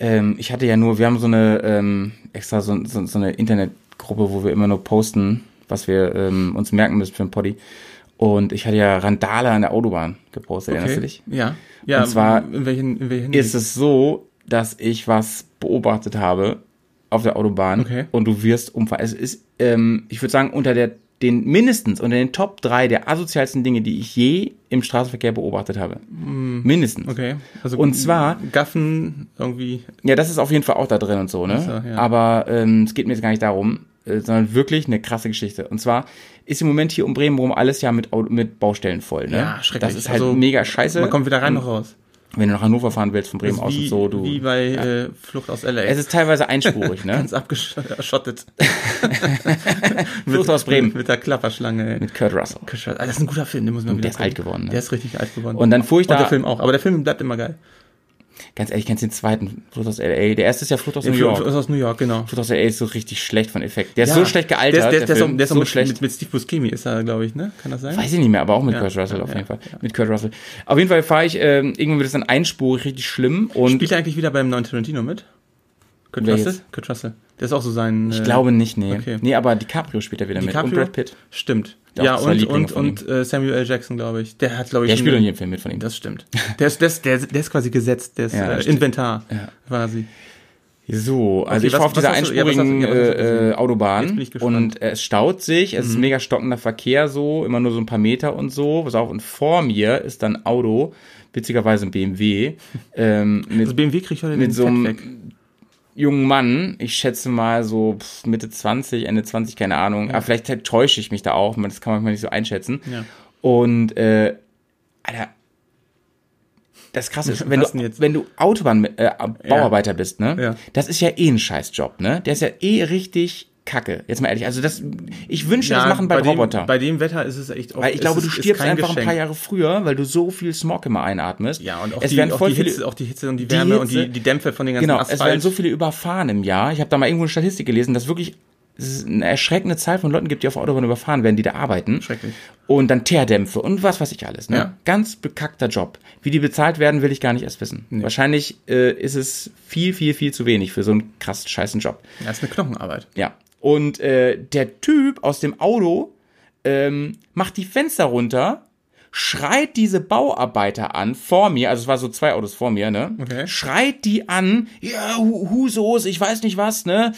S1: Ähm, ich hatte ja nur, wir haben so eine ähm, extra so, so, so eine Internetgruppe, wo wir immer nur posten, was wir ähm, uns merken müssen für den Poddy. Und ich hatte ja Randale an der Autobahn gepostet, erinnerst du dich?
S2: Ja. ja.
S1: Und zwar
S2: in welchen, in welchen
S1: Ist es so, dass ich was beobachtet habe auf der Autobahn
S2: Okay.
S1: und du wirst umfallen. Es ist, ähm, ich würde sagen, unter der den mindestens unter den Top 3 der asozialsten Dinge, die ich je im Straßenverkehr beobachtet habe. Mindestens.
S2: Hm. Okay. Also
S1: Und zwar-
S2: Gaffen irgendwie.
S1: Ja, das ist auf jeden Fall auch da drin und so, ne?
S2: so, ja.
S1: Aber ähm, es geht mir jetzt gar nicht darum, äh, sondern wirklich eine krasse Geschichte. Und zwar ist im Moment hier um Bremen rum alles ja mit, Au- mit Baustellen voll, ne?
S2: Ja, schrecklich.
S1: Das ist halt
S2: Also,
S1: mega scheiße.
S2: Man kommt wieder rein und raus.
S1: Wenn du nach Hannover fahren willst, von Bremen
S2: Ist
S1: aus
S2: wie,
S1: und so, du.
S2: wie bei äh, Flucht aus LA.
S1: es ist teilweise einspurig, ne?
S2: ganz abgeschottet.
S1: Flucht aus Bremen.
S2: Mit der Klapperschlange. ey.
S1: Mit Kurt Russell.
S2: Geschottet. Ah, das ist ein guter Film, den muss man wieder
S1: der ist alt geworden, ne?
S2: Der ist richtig alt geworden.
S1: Und dann fuhr ich
S2: Und
S1: da,
S2: der Film auch. Aber der Film bleibt immer geil.
S1: ganz ehrlich, kennst du den zweiten, Flucht aus L.A.? Der erste ist ja Flucht aus New
S2: Flucht
S1: York.
S2: Ist aus New York, genau.
S1: Flucht aus L.A. ist so richtig schlecht von Effekt. Der ist
S2: Ja.
S1: so schlecht gealtert,
S2: Der, ist- der, ist- der,
S1: Film,
S2: ist, auch, der ist
S1: so
S2: auch mit,
S1: schlecht.
S2: Mit, mit Steve Buscemi ist er, glaube ich, ne? Kann das sein?
S1: Weiß ich nicht mehr, aber auch mit
S2: Ja,
S1: Kurt Russell auf
S2: ja,
S1: jeden Fall.
S2: ja.
S1: Mit Kurt Russell. Auf jeden Fall fahre ich, ähm, irgendwann wird es dann einspurig, richtig schlimm. Und
S2: Spielt er eigentlich wieder beim neuen Tarantino mit? Kurt
S1: Wer
S2: Russell?
S1: jetzt?
S2: Kurt Russell. Der ist auch so sein. äh,
S1: ich glaube nicht, nee.
S2: Okay.
S1: Nee, aber DiCaprio spielt er wieder mit. Und Brad Pitt.
S2: Stimmt.
S1: Doch,
S2: ja,
S1: das war
S2: und,
S1: Liebling
S2: und,
S1: von
S2: und äh, Samuel L. Jackson, glaube ich. Der hat, glaube ich.
S1: Der spielt doch
S2: einen-
S1: nie im Film mit von ihm.
S2: Hm. Das stimmt. Der ist, der ist, der ist, der ist quasi gesetzt, der ist
S1: Ja,
S2: äh,
S1: stimmt.
S2: Inventar
S1: Ja.
S2: quasi.
S1: so, also
S2: Okay,
S1: ich fahre
S2: was-
S1: auf dieser
S2: was hast du- ja, was hast du-
S1: einspurigen
S2: ja, was hast du gesehen?
S1: äh, äh, Autobahn
S2: Jetzt bin ich gespannt. Mhm.
S1: und äh, es staut sich, es ist mega stockender Verkehr so, immer nur so ein paar Meter und so. Pass auf, und vor mir ist dann ein Auto, witzigerweise ein BMW, ähm, mit
S2: Also BMW kriegt heute
S1: mit
S2: den
S1: so
S2: so
S1: einem-
S2: weg.
S1: jungen Mann, ich schätze mal so pf, Mitte 20, Ende 20, keine Ahnung. Aber vielleicht täusche ich mich da auch, man- das kann man manchmal nicht so einschätzen.
S2: Ja.
S1: Und äh, Alter, das krasse ist, wenn
S2: Was
S1: du,
S2: denn jetzt?
S1: wenn du Autobahn äh, Bauarbeiter bist, ne?
S2: Ja.
S1: Das ist ja eh ein Scheißjob, ne? Der ist ja eh richtig Kacke. Jetzt mal ehrlich, also das ich wünsche das machen bei,
S2: dem,
S1: Robotern.
S2: Bei dem Wetter ist es echt auch.
S1: weil ich glaube,
S2: es
S1: du
S2: ist- ist
S1: stirbst
S2: kein
S1: einfach ein paar
S2: Geschenk.
S1: Jahre früher, weil du so viel Smog immer einatmest.
S2: Ja, und auch,
S1: es
S2: die,
S1: werden
S2: auch,
S1: voll
S2: die
S1: viele
S2: Hitze, auch die Hitze und die Wärme und
S1: Hitze.
S2: die, die Dämpfe von den ganzen
S1: Genau,
S2: Asphalt.
S1: es werden so viele überfahren im Jahr. Ich habe da mal irgendwo eine Statistik gelesen, dass wirklich es ist eine erschreckende Zahl von Leuten gibt, die auf der Autobahn überfahren werden, die da arbeiten.
S2: Schrecklich.
S1: Und dann Teerdämpfe und was weiß ich alles. Ne?
S2: Ja.
S1: Ganz bekackter Job. Wie die bezahlt werden, will ich gar nicht erst wissen. Wahrscheinlich äh, ist es viel, viel, viel zu wenig für so einen krass scheißen Job.
S2: Das ist eine Knochenarbeit.
S1: Ja. Und äh, der Typ aus dem Auto ähm, macht die Fenster runter, schreit diese Bauarbeiter an vor mir, also es war so zwei Autos vor mir, ne?
S2: Okay.
S1: Schreit die an, ja, Hu- Husos, ich weiß nicht was, ne?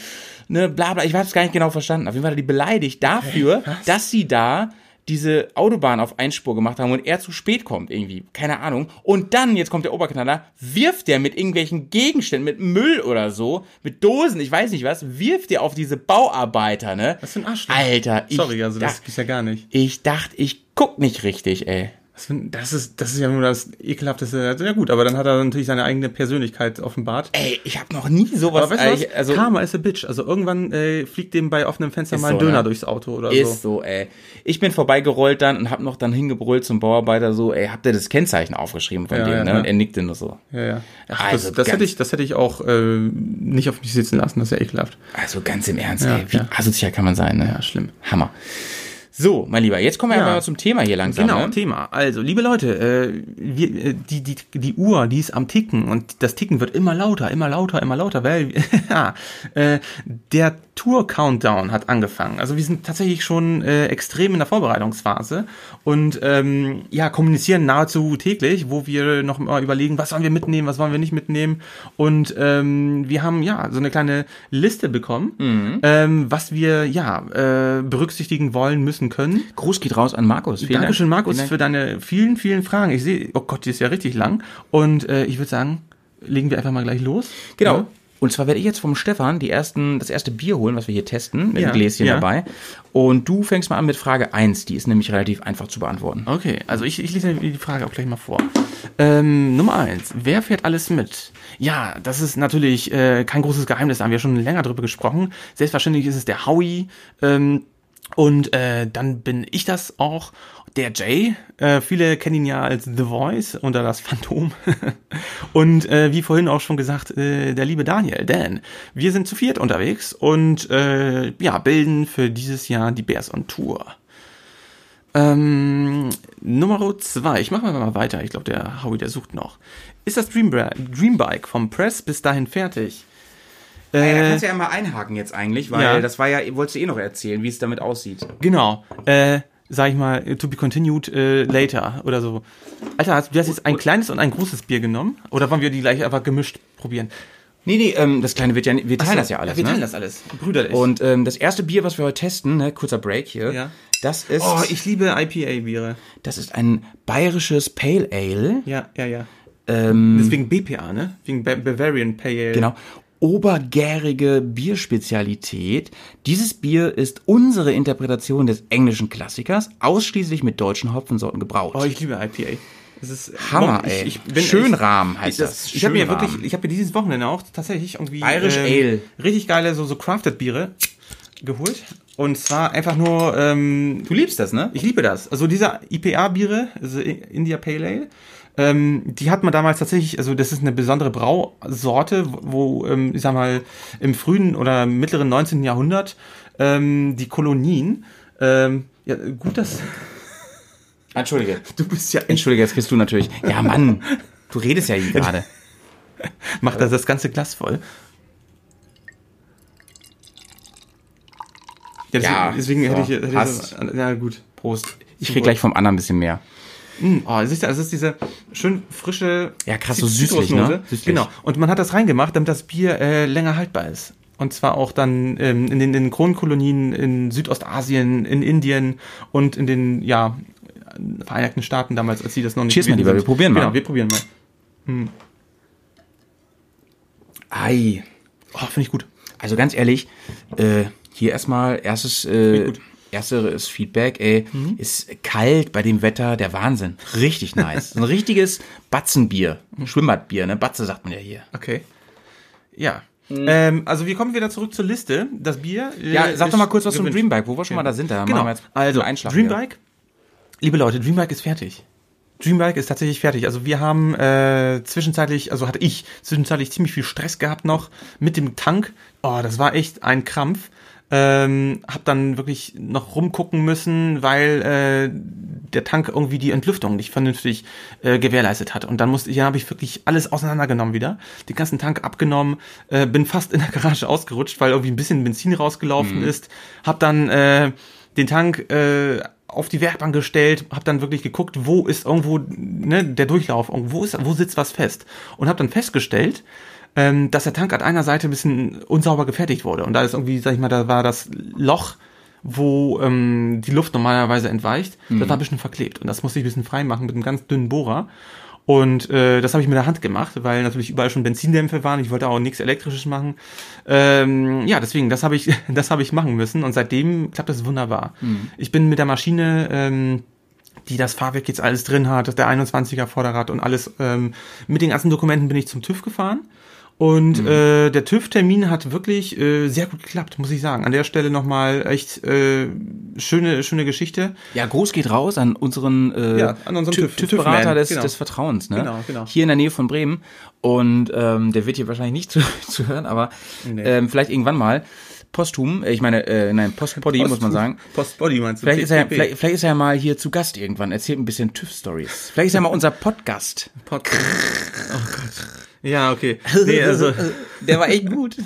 S1: Ne, bla bla, ich hab's gar nicht genau verstanden. Auf jeden Fall hat die beleidigt dafür, dass sie da diese Autobahn auf Einspur gemacht haben und er zu spät kommt irgendwie, keine Ahnung. Und dann, jetzt kommt der Oberknaller, wirft er mit irgendwelchen Gegenständen, mit Müll oder so, mit Dosen, ich weiß nicht was, wirft er auf diese Bauarbeiter, ne?
S2: Was für ein Arschloch.
S1: Alter, ich
S2: Sorry, also das
S1: dach-
S2: gibt's ja gar nicht.
S1: ich dachte, ich guck nicht richtig, ey.
S2: Was für ein- Das ist, das ist ja nur das ekelhafteste. Ja gut, aber dann hat er natürlich seine eigene Persönlichkeit offenbart.
S1: Ey, ich habe noch nie sowas.
S2: aber weißt du was?
S1: ich- Also,
S2: Karma is a bitch. Also irgendwann äh, fliegt dem bei offenem Fenster
S1: Ist
S2: mal ein
S1: so,
S2: Döner
S1: ne?
S2: durchs Auto oder
S1: ist
S2: so.
S1: so, ey. Ich bin vorbeigerollt dann und hab noch dann hingebrüllt zum Bauarbeiter so, ey, habt ihr das Kennzeichen aufgeschrieben von
S2: Ja,
S1: dem,
S2: ja,
S1: ne?
S2: ja.
S1: Und er nickte nur so.
S2: Ja, ja. Ach,
S1: Also
S2: das, das, hätte
S1: ganz-
S2: ich, das hätte ich auch äh, nicht auf mich sitzen lassen. Das ist ja ekelhaft.
S1: Also ganz im Ernst,
S2: Ja,
S1: ey, wie
S2: ja.
S1: asozial kann man sein, ne?
S2: Ja, schlimm.
S1: Hammer. So, mein Lieber, jetzt kommen wir
S2: Ja.
S1: aber mal zum Thema hier langsam.
S2: Genau,
S1: ne?
S2: Thema. Also, liebe Leute, äh, wir, äh, die, die, die Uhr, die ist am Ticken und das Ticken wird immer lauter, immer lauter, immer lauter, weil ja, äh, der Tour-Countdown hat angefangen. Also wir sind tatsächlich schon äh, extrem in der Vorbereitungsphase und ähm, ja, kommunizieren nahezu täglich, wo wir noch mal überlegen, was sollen wir mitnehmen, was wollen wir nicht mitnehmen. Und ähm, wir haben ja so eine kleine Liste bekommen, ähm, was wir ja äh, berücksichtigen wollen, müssen, können.
S1: Gruß geht raus an Markus. Vielen
S2: Dankeschön,
S1: Dank.
S2: Markus,
S1: Vielen Dank.
S2: für deine vielen, vielen Fragen. Ich sehe, oh Gott, die ist ja richtig lang. Und äh, ich würde sagen, legen wir einfach mal gleich los.
S1: Genau.
S2: Ja.
S1: Und zwar werde ich jetzt vom Stefan die ersten, das erste Bier holen, was wir hier testen, mit
S2: Ja,
S1: einem Gläschen
S2: ja.
S1: dabei. Und du fängst mal an mit Frage 1, die ist nämlich relativ einfach zu beantworten.
S2: Okay, also ich, ich lese die Frage auch gleich mal vor. Ähm, Nummer eins, wer fährt alles mit? Ja, das ist natürlich äh, kein großes Geheimnis, da haben wir schon länger drüber gesprochen. Selbstverständlich ist es der Howie ähm, und äh, dann bin ich das auch, der Jay. Äh, viele kennen ihn ja als The Voice unter das Phantom. und äh, wie vorhin auch schon gesagt, äh, der liebe Daniel, Dan. Wir sind zu viert unterwegs und äh, ja, bilden für dieses Jahr die Bears on Tour. Ähm, Nummer 2. Ich mache mal, mal weiter. Ich glaube, der Howie, der sucht noch. Ist das Dreambra- Dreambike vom Press bis dahin fertig?
S1: Ja, da
S2: Äh,
S1: kannst du ja mal einhaken jetzt eigentlich, weil
S2: Ja.
S1: das war ja, wolltest du eh noch erzählen, wie es damit aussieht.
S2: genau. Äh, sag ich mal, to be continued äh, later oder so. Alter, hast du hast jetzt ein kleines und ein großes Bier genommen? Oder wollen wir die gleich einfach gemischt probieren?
S1: Nee, nee, ähm, das kleine wird ja, wir teilen das ja alles,
S2: wir teilen
S1: ne?
S2: das alles. Brüderlich.
S1: Und ähm, das erste Bier, was wir heute testen, ne, kurzer Break hier,
S2: Ja.
S1: das ist,
S2: oh, ich liebe IPA-Biere.
S1: das ist ein bayerisches Pale Ale,
S2: Ja, ja, ja.
S1: ähm,
S2: Deswegen BPA, ne? Wegen Ba- Bavarian Pale Ale.
S1: genau, obergärige Bierspezialität. Dieses Bier ist unsere Interpretation des englischen Klassikers, ausschließlich mit deutschen Hopfensorten gebraut.
S2: Oh, ich liebe IPA. Das ist äh,
S1: Hammer,
S2: ich,
S1: ey.
S2: Ich bin
S1: Schönrahmen
S2: ich,
S1: heißt das.
S2: Ich habe mir
S1: Schönrahmen.
S2: wirklich, ich habe mir dieses Wochenende auch tatsächlich irgendwie ähm,
S1: Irish Ale.
S2: richtig geile so so crafted Biere geholt und zwar einfach nur ähm,
S1: Du liebst das, ne?
S2: ich liebe das. Also diese IPA-Biere, also I- India Pale Ale, ähm, die hat man damals tatsächlich, also das ist eine besondere Brausorte, wo, ähm, ich sag mal, im frühen oder mittleren 19. Jahrhundert ähm, die Kolonien, ähm, ja, gut, dass
S1: Entschuldige.
S2: du bist ja
S1: Entschuldige, jetzt bist du natürlich. Ja, Mann, du redest ja hier gerade.
S2: Macht das das ganze Glas voll. Ja, deswegen,
S1: Ja,
S2: deswegen hätte ich.
S1: so,
S2: Hätte ich
S1: passt.
S2: das, ja, gut.
S1: Prost. Ich krieg gleich vom anderen ein bisschen mehr.
S2: Oh, siehst du, es ist diese schön frische.
S1: Ja, krass,
S2: Zit-
S1: so süßlich,
S2: Zitrusnote.
S1: ne? Süßlich.
S2: Genau. Und man hat das reingemacht, damit das Bier äh, länger haltbar ist. Und zwar auch dann ähm, in den in den Kronkolonien in Südostasien, in Indien und in den, ja, Vereinigten Staaten damals, als sie das noch nicht
S1: Cheers, mein
S2: gewesen
S1: Lieber,
S2: sind.
S1: wir probieren mal.
S2: Genau, wir probieren mal.
S1: Ei.
S2: Oh, finde ich gut.
S1: Also ganz ehrlich, äh, hier erstmal erstes, äh,
S2: gut. Mhm.
S1: ersteres Feedback, ey, ist kalt bei dem Wetter, der Wahnsinn. Richtig nice. So ein richtiges Batzenbier.
S2: Mhm.
S1: Schwimmbadbier, ne? Batze sagt man ja hier.
S2: Okay. Ja. Ähm, also wir kommen wieder zurück zur Liste. Das Bier. äh,
S1: Mhm. Ja, sag doch mal kurz was
S2: gewünscht.
S1: zum Dreambike, wo wir schon mal da sind. Da machen
S2: Genau.
S1: wir jetzt
S2: Also
S1: Einschlag
S2: Dreambike. Liebe Leute, Dreambike ist fertig. Dreambike ist tatsächlich fertig. Also wir haben äh, zwischenzeitlich, also hatte ich zwischenzeitlich ziemlich viel Stress gehabt noch mit dem Tank. Oh, das war echt ein Krampf. Ähm, hab dann wirklich noch rumgucken müssen, weil äh, der Tank irgendwie die Entlüftung nicht vernünftig äh, gewährleistet hat. Und dann musste ich, ja, habe ich wirklich alles auseinandergenommen wieder, den ganzen Tank abgenommen, äh, bin fast in der Garage ausgerutscht, weil irgendwie ein bisschen Benzin rausgelaufen ist, hab dann äh, den Tank äh, auf die Werkbank gestellt, habe dann wirklich geguckt, wo ist irgendwo ne, der Durchlauf, wo, ist, wo sitzt was fest. Und habe dann festgestellt, ähm, dass der Tank an einer Seite ein bisschen unsauber gefertigt wurde. Und da ist irgendwie, sag ich mal, da war das Loch, wo ähm, die Luft normalerweise entweicht, das war ein bisschen verklebt. Und das musste ich ein bisschen freimachen mit einem ganz dünnen Bohrer. Und äh, das habe ich mit der Hand gemacht, weil natürlich überall schon Benzindämpfe waren. Ich wollte auch nichts Elektrisches machen. Ähm, ja, deswegen, das habe ich, das habe ich machen müssen. Und seitdem klappt das wunderbar. Ich bin mit der Maschine, ähm, die das Fahrwerk jetzt alles drin hat, der 21er Vorderrad und alles. Ähm, mit den ganzen Dokumenten bin ich zum TÜV gefahren. Und
S1: Mhm.
S2: äh, der TÜV-Termin hat wirklich äh, sehr gut geklappt, muss ich sagen. An der Stelle nochmal echt äh, schöne, schöne Geschichte.
S1: Ja, Gruß geht raus an unseren, äh,
S2: Ja, an unseren
S1: TÜV-
S2: TÜV TÜV-Berater
S1: TÜV-Berater des,
S2: genau.
S1: des Vertrauens, ne?
S2: Genau, genau.
S1: Hier in der Nähe von Bremen. Und ähm, der wird hier wahrscheinlich nicht zu, zu hören, aber ähm, vielleicht irgendwann mal. Posthum, äh, ich meine, äh, nein, Postpoddy muss man sagen.
S2: Postbody meinst du?
S1: Vielleicht ist, er,
S2: PPP.
S1: vielleicht, vielleicht ist er mal hier zu Gast irgendwann, erzählt ein bisschen TÜV-Stories. Vielleicht ist er mal unser Podcast.
S2: Podcast. Oh Ja, okay. Nee, also,
S1: Der war echt gut.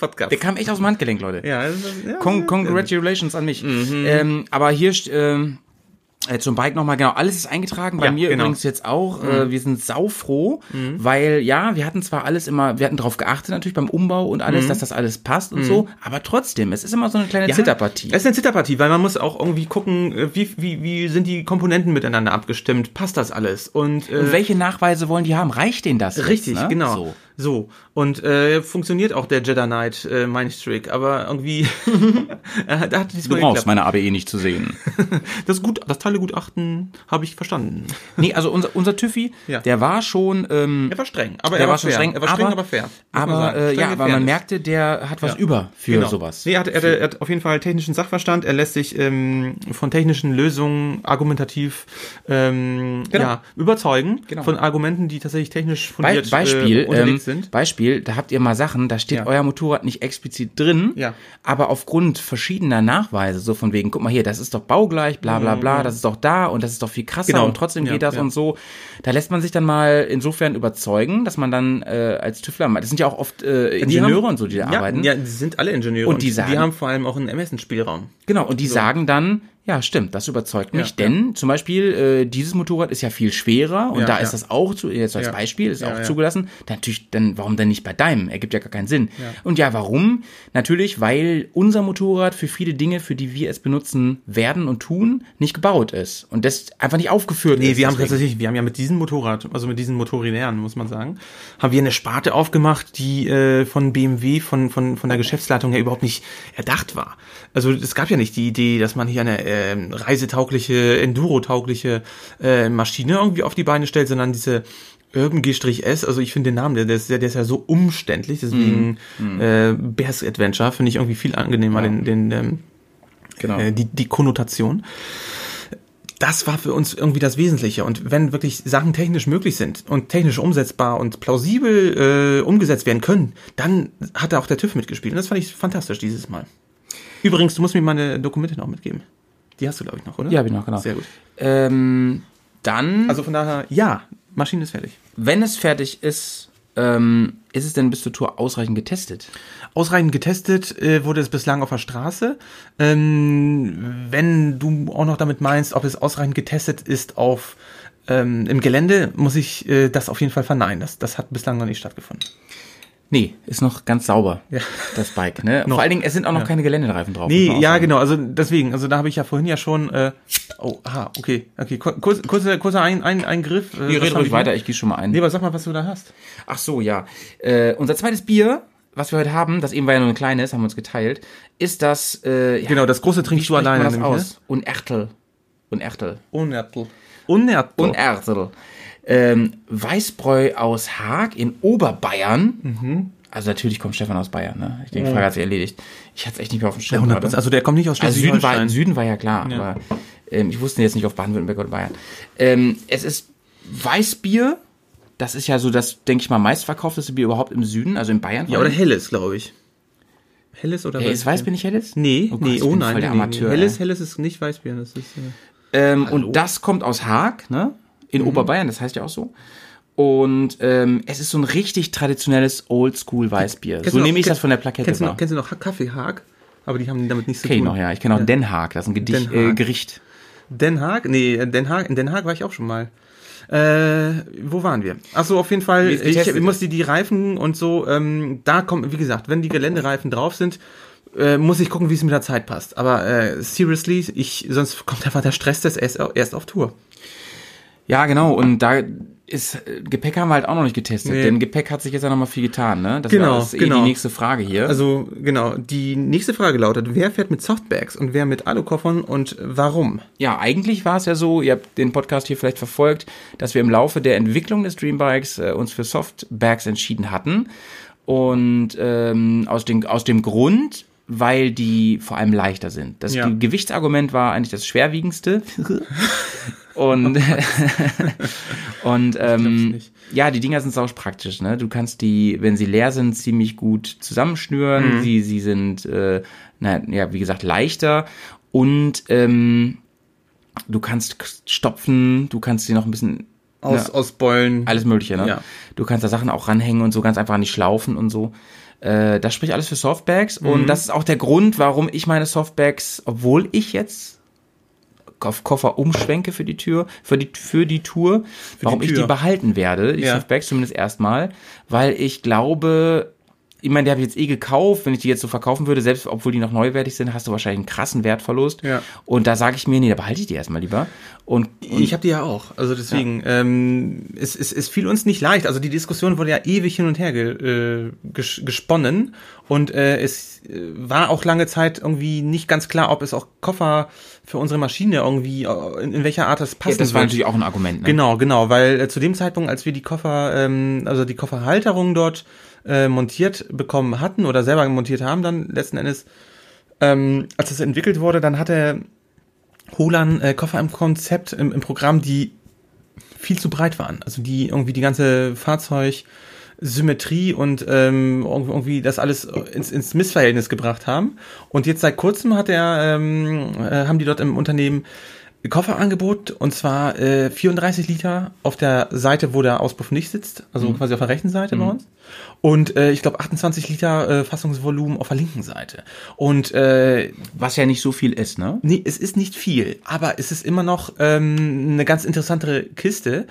S2: Podcast.
S1: Der kam echt aus dem Handgelenk, Leute.
S2: Ja, das ist- ja,
S1: Con congratulations an mich.
S2: Mhm.
S1: Ähm, aber hier st- ähm, äh, zum Bike nochmal, genau, alles ist eingetragen, bei
S2: Ja,
S1: mir
S2: genau. Mhm.
S1: übrigens jetzt auch. Äh, wir sind saufroh, weil ja, wir hatten zwar alles immer, wir hatten darauf geachtet natürlich beim Umbau und alles,
S2: Mhm.
S1: dass das alles passt und so, aber trotzdem, es ist immer so eine kleine Zitterpartie.
S2: Es ist eine Zitterpartie, weil man muss auch irgendwie gucken, äh, wie, wie, wie sind die Komponenten miteinander abgestimmt, passt das alles? Und, äh,
S1: Und welche Nachweise wollen die haben? Reicht denen das? jetzt,
S2: Richtig,
S1: ne?
S2: genau.
S1: So.
S2: So. Und äh, funktioniert auch der Jedi Knight äh, Mindstrick, aber irgendwie äh, da hat
S1: Du
S2: diesmal
S1: brauchst meine ABE nicht zu sehen.
S2: Das, gut, das Teilegutachten habe ich verstanden.
S1: nee, also unser, unser Tüffi,
S2: Ja.
S1: der war schon. Ähm,
S2: Er war streng, aber
S1: Der
S2: er
S1: war
S2: war,
S1: schon
S2: fair.
S1: streng,
S2: er war streng,
S1: aber-
S2: aber, fair. muss man
S1: aber
S2: sagen.
S1: äh,
S2: Streng,
S1: ja,
S2: aber
S1: aber man
S2: fairness.
S1: merkte, der hat was
S2: Ja.
S1: über für
S2: Genau.
S1: sowas.
S2: Nee, er hat, er, hat, er hat auf jeden Fall technischen Sachverstand. Er lässt sich ähm, von technischen Lösungen argumentativ ähm, ja, überzeugen.
S1: Genau.
S2: Von Argumenten, die tatsächlich technisch
S1: Be
S2: fundiert
S1: Beispiel,
S2: äh,
S1: ähm,
S2: unterlegt sind.
S1: Beispiel, da habt ihr mal Sachen, da steht
S2: Ja.
S1: euer Motorrad nicht explizit drin,
S2: Ja.
S1: aber aufgrund verschiedener Nachweise, so von wegen, guck mal hier, das ist doch baugleich, bla bla bla, das ist doch da und das ist doch viel krasser
S2: Mhm. Genau.
S1: und trotzdem
S2: Ja,
S1: geht das
S2: ja.
S1: und so. Da lässt man sich dann mal insofern überzeugen, dass man dann äh, als Tüftler, das sind ja auch oft äh, Ingenieure und so, die da
S2: ja,
S1: arbeiten.
S2: Ja, die sind alle Ingenieure.
S1: Und die sagen-
S2: die haben vor allem auch einen Ermessensspielraum.
S1: Genau, und die sagen dann, ja, stimmt, das überzeugt mich,
S2: Ja,
S1: denn zum Beispiel, äh, dieses Motorrad ist ja viel schwerer und
S2: Ja,
S1: da ist
S2: ja.
S1: das auch, zu, jetzt als
S2: Ja.
S1: Beispiel, ist
S2: Ja,
S1: auch
S2: ja.
S1: zugelassen. Dann natürlich, dann warum denn nicht bei deinem? Ergibt ja gar keinen Sinn. Und ja, warum? Natürlich, weil unser Motorrad für viele Dinge, für die wir es benutzen werden und tun, nicht gebaut ist. Und das einfach nicht aufgeführt
S2: Nee,
S1: ist.
S2: wir haben
S1: Deswegen-
S2: tatsächlich, wir haben ja mit diesem Motorrad, also mit diesen Motorinären, muss man sagen, haben wir eine Sparte aufgemacht, die äh, von BMW, von, von, von der Geschäftsleitung ja überhaupt nicht erdacht war. Also es gab ja nicht die Idee, dass man hier eine ähm, reisetaugliche, enduro-taugliche äh, Maschine irgendwie auf die Beine stellt, sondern diese Urban G-S, also ich finde den Namen, der, der, ist, ja- der ist ja so umständlich, deswegen äh, Bears Adventure finde ich irgendwie viel angenehmer, den, den ähm,
S1: genau.
S2: äh, die, die Konnotation. Das war für uns irgendwie das Wesentliche. Und wenn wirklich Sachen technisch möglich sind und technisch umsetzbar und plausibel äh, umgesetzt werden können, dann hat da auch der TÜV mitgespielt. Und das fand ich fantastisch dieses Mal. Übrigens, du musst mir meine Dokumente noch mitgeben. Die hast du, glaube ich, noch, oder?
S1: ja, genau, genau.
S2: Sehr gut.
S1: Ähm, dann,
S2: Also von daher, ja, Maschine ist fertig.
S1: wenn es fertig ist, ähm, ist es denn bis zur Tour ausreichend getestet?
S2: Ausreichend getestet äh, wurde es bislang auf der Straße. Ähm, wenn du auch noch damit meinst, ob es ausreichend getestet ist auf ähm, im Gelände, muss ich äh, das auf jeden Fall verneinen. Das, das hat bislang noch nicht stattgefunden.
S1: Nee, ist noch ganz sauber,
S2: Ja.
S1: das Bike. Ne? Vor allen Dingen, es sind auch noch keine Geländereifen drauf. muss
S2: Nee,
S1: man auch
S2: ja,
S1: sagen.
S2: genau. Also deswegen, also da habe ich ja vorhin ja schon. Äh, oh, aha, okay, okay. kur- Kurz, kurzer, kurzer ein, ein, Eingriff. Äh,
S1: Wir
S2: was
S1: reden
S2: hab
S1: ruhig
S2: ich
S1: weiter,
S2: noch?
S1: ich gehe schon mal ein.
S2: Nee, aber sag mal, was du da hast.
S1: Ach so, ja. Äh, unser zweites Bier, was wir heute haben, das eben war ja nur ein kleines, haben wir uns geteilt, ist das, äh, ja,
S2: Genau, das große trinkst du
S1: spricht man
S2: alleine.
S1: das
S2: nämlich,
S1: aus. Und Ertel. Und Ertel.
S2: Ne? Unertel. Unertel.
S1: Und Ertel. Ähm, Weißbräu aus Haag in Oberbayern.
S2: Mhm.
S1: Also natürlich kommt Stefan aus Bayern, ne? Ich denke,
S2: Oh.
S1: die Frage hat sich erledigt. Ich hatte es echt nicht mehr auf dem Schirm.
S2: 100%.
S1: gerade.
S2: Also der kommt nicht aus
S1: Also Süden war,
S2: Schleswig-Holstein.
S1: Süden war ja klar, aber ähm, ich wusste jetzt nicht auf Baden-Württemberg oder Bayern. Ähm, es ist Weißbier. Das ist ja so das, denke ich mal, meistverkaufteste Bier überhaupt im Süden, also in Bayern.
S2: Ja, oder helles, glaube ich. Helles oder
S1: Hey, ist Weißbier nicht helles?
S2: Nee,
S1: Oh Gott,
S2: nee,
S1: ich
S2: oh
S1: bin
S2: nein.
S1: voll der
S2: nee, nee,
S1: Amateur,
S2: nee.
S1: ey.
S2: Helles, helles ist nicht Weißbier. Das ist, äh,
S1: Ähm, und das kommt aus Haag, ne?
S2: Mhm.
S1: In Oberbayern, das heißt ja auch so. Und ähm, es ist so ein richtig traditionelles Oldschool-Weißbier. So
S2: Kennst du noch-
S1: nehme ich das
S2: kenn-
S1: von der Plakette
S2: kennst, du
S1: wahr.
S2: noch, kennst du noch Kaffeehaag? Aber die haben damit nichts zu
S1: Kenn ich
S2: tun.
S1: noch, ja. Ich kenne auch Den Haag, das ist ein Gedicht,
S2: Den Haag.
S1: äh, Gericht.
S2: Den Haag? Nee, äh, Den Haag, in Den Haag war ich auch schon mal. Äh, wo waren wir? Achso, auf jeden Fall,
S1: Wir- wir
S2: ich,
S1: testen
S2: ich musste die Reifen und so, ähm, da kommt, wie gesagt, wenn die Geländereifen drauf sind, äh, muss ich gucken, wie es mit der Zeit passt. Aber äh, seriously, ich, sonst kommt einfach der Stress des erst, erst auf Tour.
S1: Ja, genau. Und da ist äh, Gepäck haben wir halt auch noch nicht getestet.
S2: Nee.
S1: Denn Gepäck hat sich jetzt ja nochmal viel getan, ne? Das
S2: Genau,
S1: ist eh
S2: genau.
S1: die nächste Frage hier.
S2: Also, genau, die nächste Frage lautet, wer fährt mit Softbags und wer mit Alukoffern und warum?
S1: ja, eigentlich war es ja so, ihr habt den Podcast hier vielleicht verfolgt, dass wir im Laufe der Entwicklung des Dreambikes äh, uns für Softbags entschieden hatten. Und ähm, aus, den, aus dem Grund, weil die vor allem leichter sind. Das
S2: Ja.
S1: Ge- Gewichtsargument war eigentlich das schwerwiegendste. und und ähm,
S2: nicht.
S1: ja, die Dinger sind sausch praktisch. Ne? Du kannst die, wenn sie leer sind, ziemlich gut zusammenschnüren. Sie, sie sind, äh, na, ja, wie gesagt, leichter. Und ähm, du kannst k- stopfen, du kannst sie noch ein bisschen
S2: Aus,
S1: Ja.
S2: aus Beulen.
S1: alles Mögliche, ne?
S2: Ja.
S1: Du kannst da Sachen auch ranhängen und so ganz einfach an die Schlaufen und so. Äh, das spricht alles für Softbags
S2: Mhm.
S1: und das ist auch der Grund, warum ich meine Softbags, obwohl ich jetzt auf Koffer umschwenke für die Tür, für die, für die Tour, warum ich
S2: Tür.
S1: die behalten werde, die
S2: Ja.
S1: Softbags zumindest erstmal, weil ich glaube, ich meine, die habe ich jetzt eh gekauft, wenn ich die jetzt so verkaufen würde, selbst obwohl die noch neuwertig sind, hast du wahrscheinlich einen krassen Wertverlust.
S2: Ja.
S1: Und da sage ich mir, nee, da behalte ich die erstmal lieber. Und, und
S2: Ich habe die ja auch. Also deswegen, ähm, es, es, es fiel uns nicht leicht. Also die Diskussion wurde ja ewig hin und her ge, äh, ges, gesponnen und äh, es äh, war auch lange Zeit irgendwie nicht ganz klar, ob es auch Koffer für unsere Maschine irgendwie, äh, in, in welcher Art das passen
S1: das war
S2: wird.
S1: natürlich auch ein Argument. Ne?
S2: Genau, genau, weil äh, zu dem Zeitpunkt, als wir die Koffer, ähm, also die Kofferhalterung dort äh, montiert bekommen hatten oder selber montiert haben, dann letzten Endes, ähm, als das entwickelt wurde, dann hatte Holan äh, Koffer im Konzept, im, im Programm, die viel zu breit waren. Also die irgendwie die ganze Fahrzeugsymmetrie und ähm, irgendwie irgendwie das alles ins, ins Missverhältnis gebracht haben. Und jetzt seit kurzem hat er, ähm, äh, haben die dort im Unternehmen Kofferangebot und zwar äh, 34 Liter auf der Seite, wo der Auspuff nicht sitzt, also quasi auf der rechten Seite bei uns. Und äh, ich glaube 28 Liter äh, Fassungsvolumen auf der linken Seite. Und äh,
S1: Was ja nicht so viel ist, ne?
S2: Nee, es ist nicht viel, aber es ist immer noch ähm, eine ganz interessantere Kiste,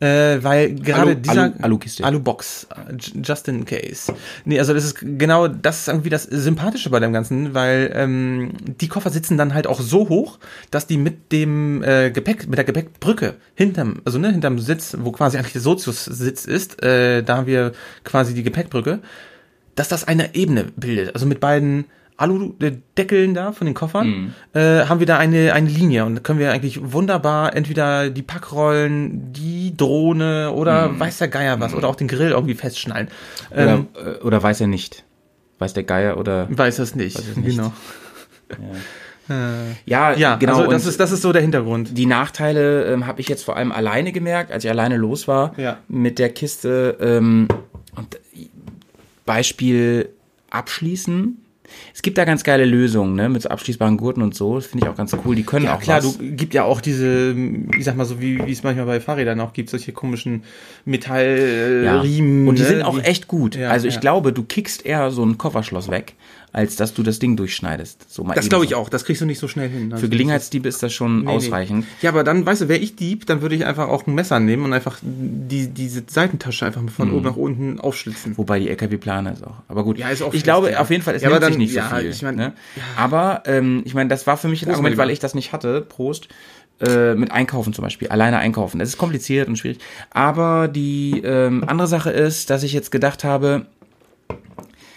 S2: äh, weil gerade
S1: Alu-
S2: dieser
S1: Alu- Alukiste.
S2: Alubox, äh, j- just in case. Nee, also das ist genau das ist irgendwie das Sympathische bei dem Ganzen, weil ähm, die Koffer sitzen dann halt auch so hoch, dass die mit dem äh, Gepäck, mit der Gepäckbrücke hinterm, also ne, hinterm Sitz, wo quasi eigentlich der Sozius-Sitz ist, äh, da haben wir quasi die Gepäckbrücke, dass das eine Ebene bildet. Also mit beiden Aludeckeln da von den
S1: Mhm.
S2: Koffern äh, haben wir da eine, eine Linie und da können wir eigentlich wunderbar entweder die Packrollen, die Drohne oder
S1: Mhm.
S2: weiß der Geier was oder auch den Grill irgendwie festschnallen. Ähm,
S1: oder, äh, oder weiß er nicht. Weiß der Geier oder.
S2: weiß das nicht.
S1: es nicht.
S2: Genau.
S1: Ja,
S2: Ja, genau. Also das
S1: und
S2: ist, das ist so der Hintergrund.
S1: die Nachteile ähm, habe ich jetzt vor allem alleine gemerkt, als ich alleine los war
S2: Ja.
S1: mit der Kiste. Ähm, und äh, Beispiel abschließen. Es gibt da ganz geile Lösungen, ne? Mit so abschließbaren Gurten und so. Das finde ich auch ganz cool. Die können
S2: Ja,
S1: auch
S2: klar,
S1: was.
S2: du gibt ja auch diese, ich sag mal so, wie wie es manchmal bei Fahrrädern auch gibt, solche komischen Metallriemen.
S1: Ja. Und die
S2: ne?
S1: sind auch echt gut.
S2: Ja,
S1: also ich
S2: ja.
S1: glaube, du kickst eher so ein Kofferschloss weg, als dass du das Ding durchschneidest. So mal
S2: Das
S1: eben
S2: glaube
S1: so.
S2: ich auch, das kriegst du nicht so schnell hin.
S1: Für Gelegenheitsdiebe ist das schon
S2: Nee, nee.
S1: ausreichend.
S2: Ja, aber dann, weißt du, wäre ich Dieb, dann würde ich einfach auch ein Messer nehmen und einfach die, diese Seitentasche einfach von
S1: Mhm.
S2: oben nach unten aufschlitzen.
S1: Wobei die LKW-Planer ist auch. Aber gut,
S2: Ja, ist auch
S1: ich
S2: schlecht,
S1: glaube
S2: ja.
S1: auf jeden Fall, es
S2: Ja, aber
S1: nimmt sich
S2: dann-
S1: nicht so
S2: ja,
S1: viel.
S2: ich mein,
S1: ne? Aber ähm, ich meine, das war für mich ein
S2: Prost,
S1: Argument,
S2: mein
S1: weil
S2: Lieber.
S1: ich das nicht hatte. Prost. Äh, mit Einkaufen zum Beispiel, alleine einkaufen. Das ist kompliziert und schwierig. Aber die ähm, andere Sache ist, dass ich jetzt gedacht habe,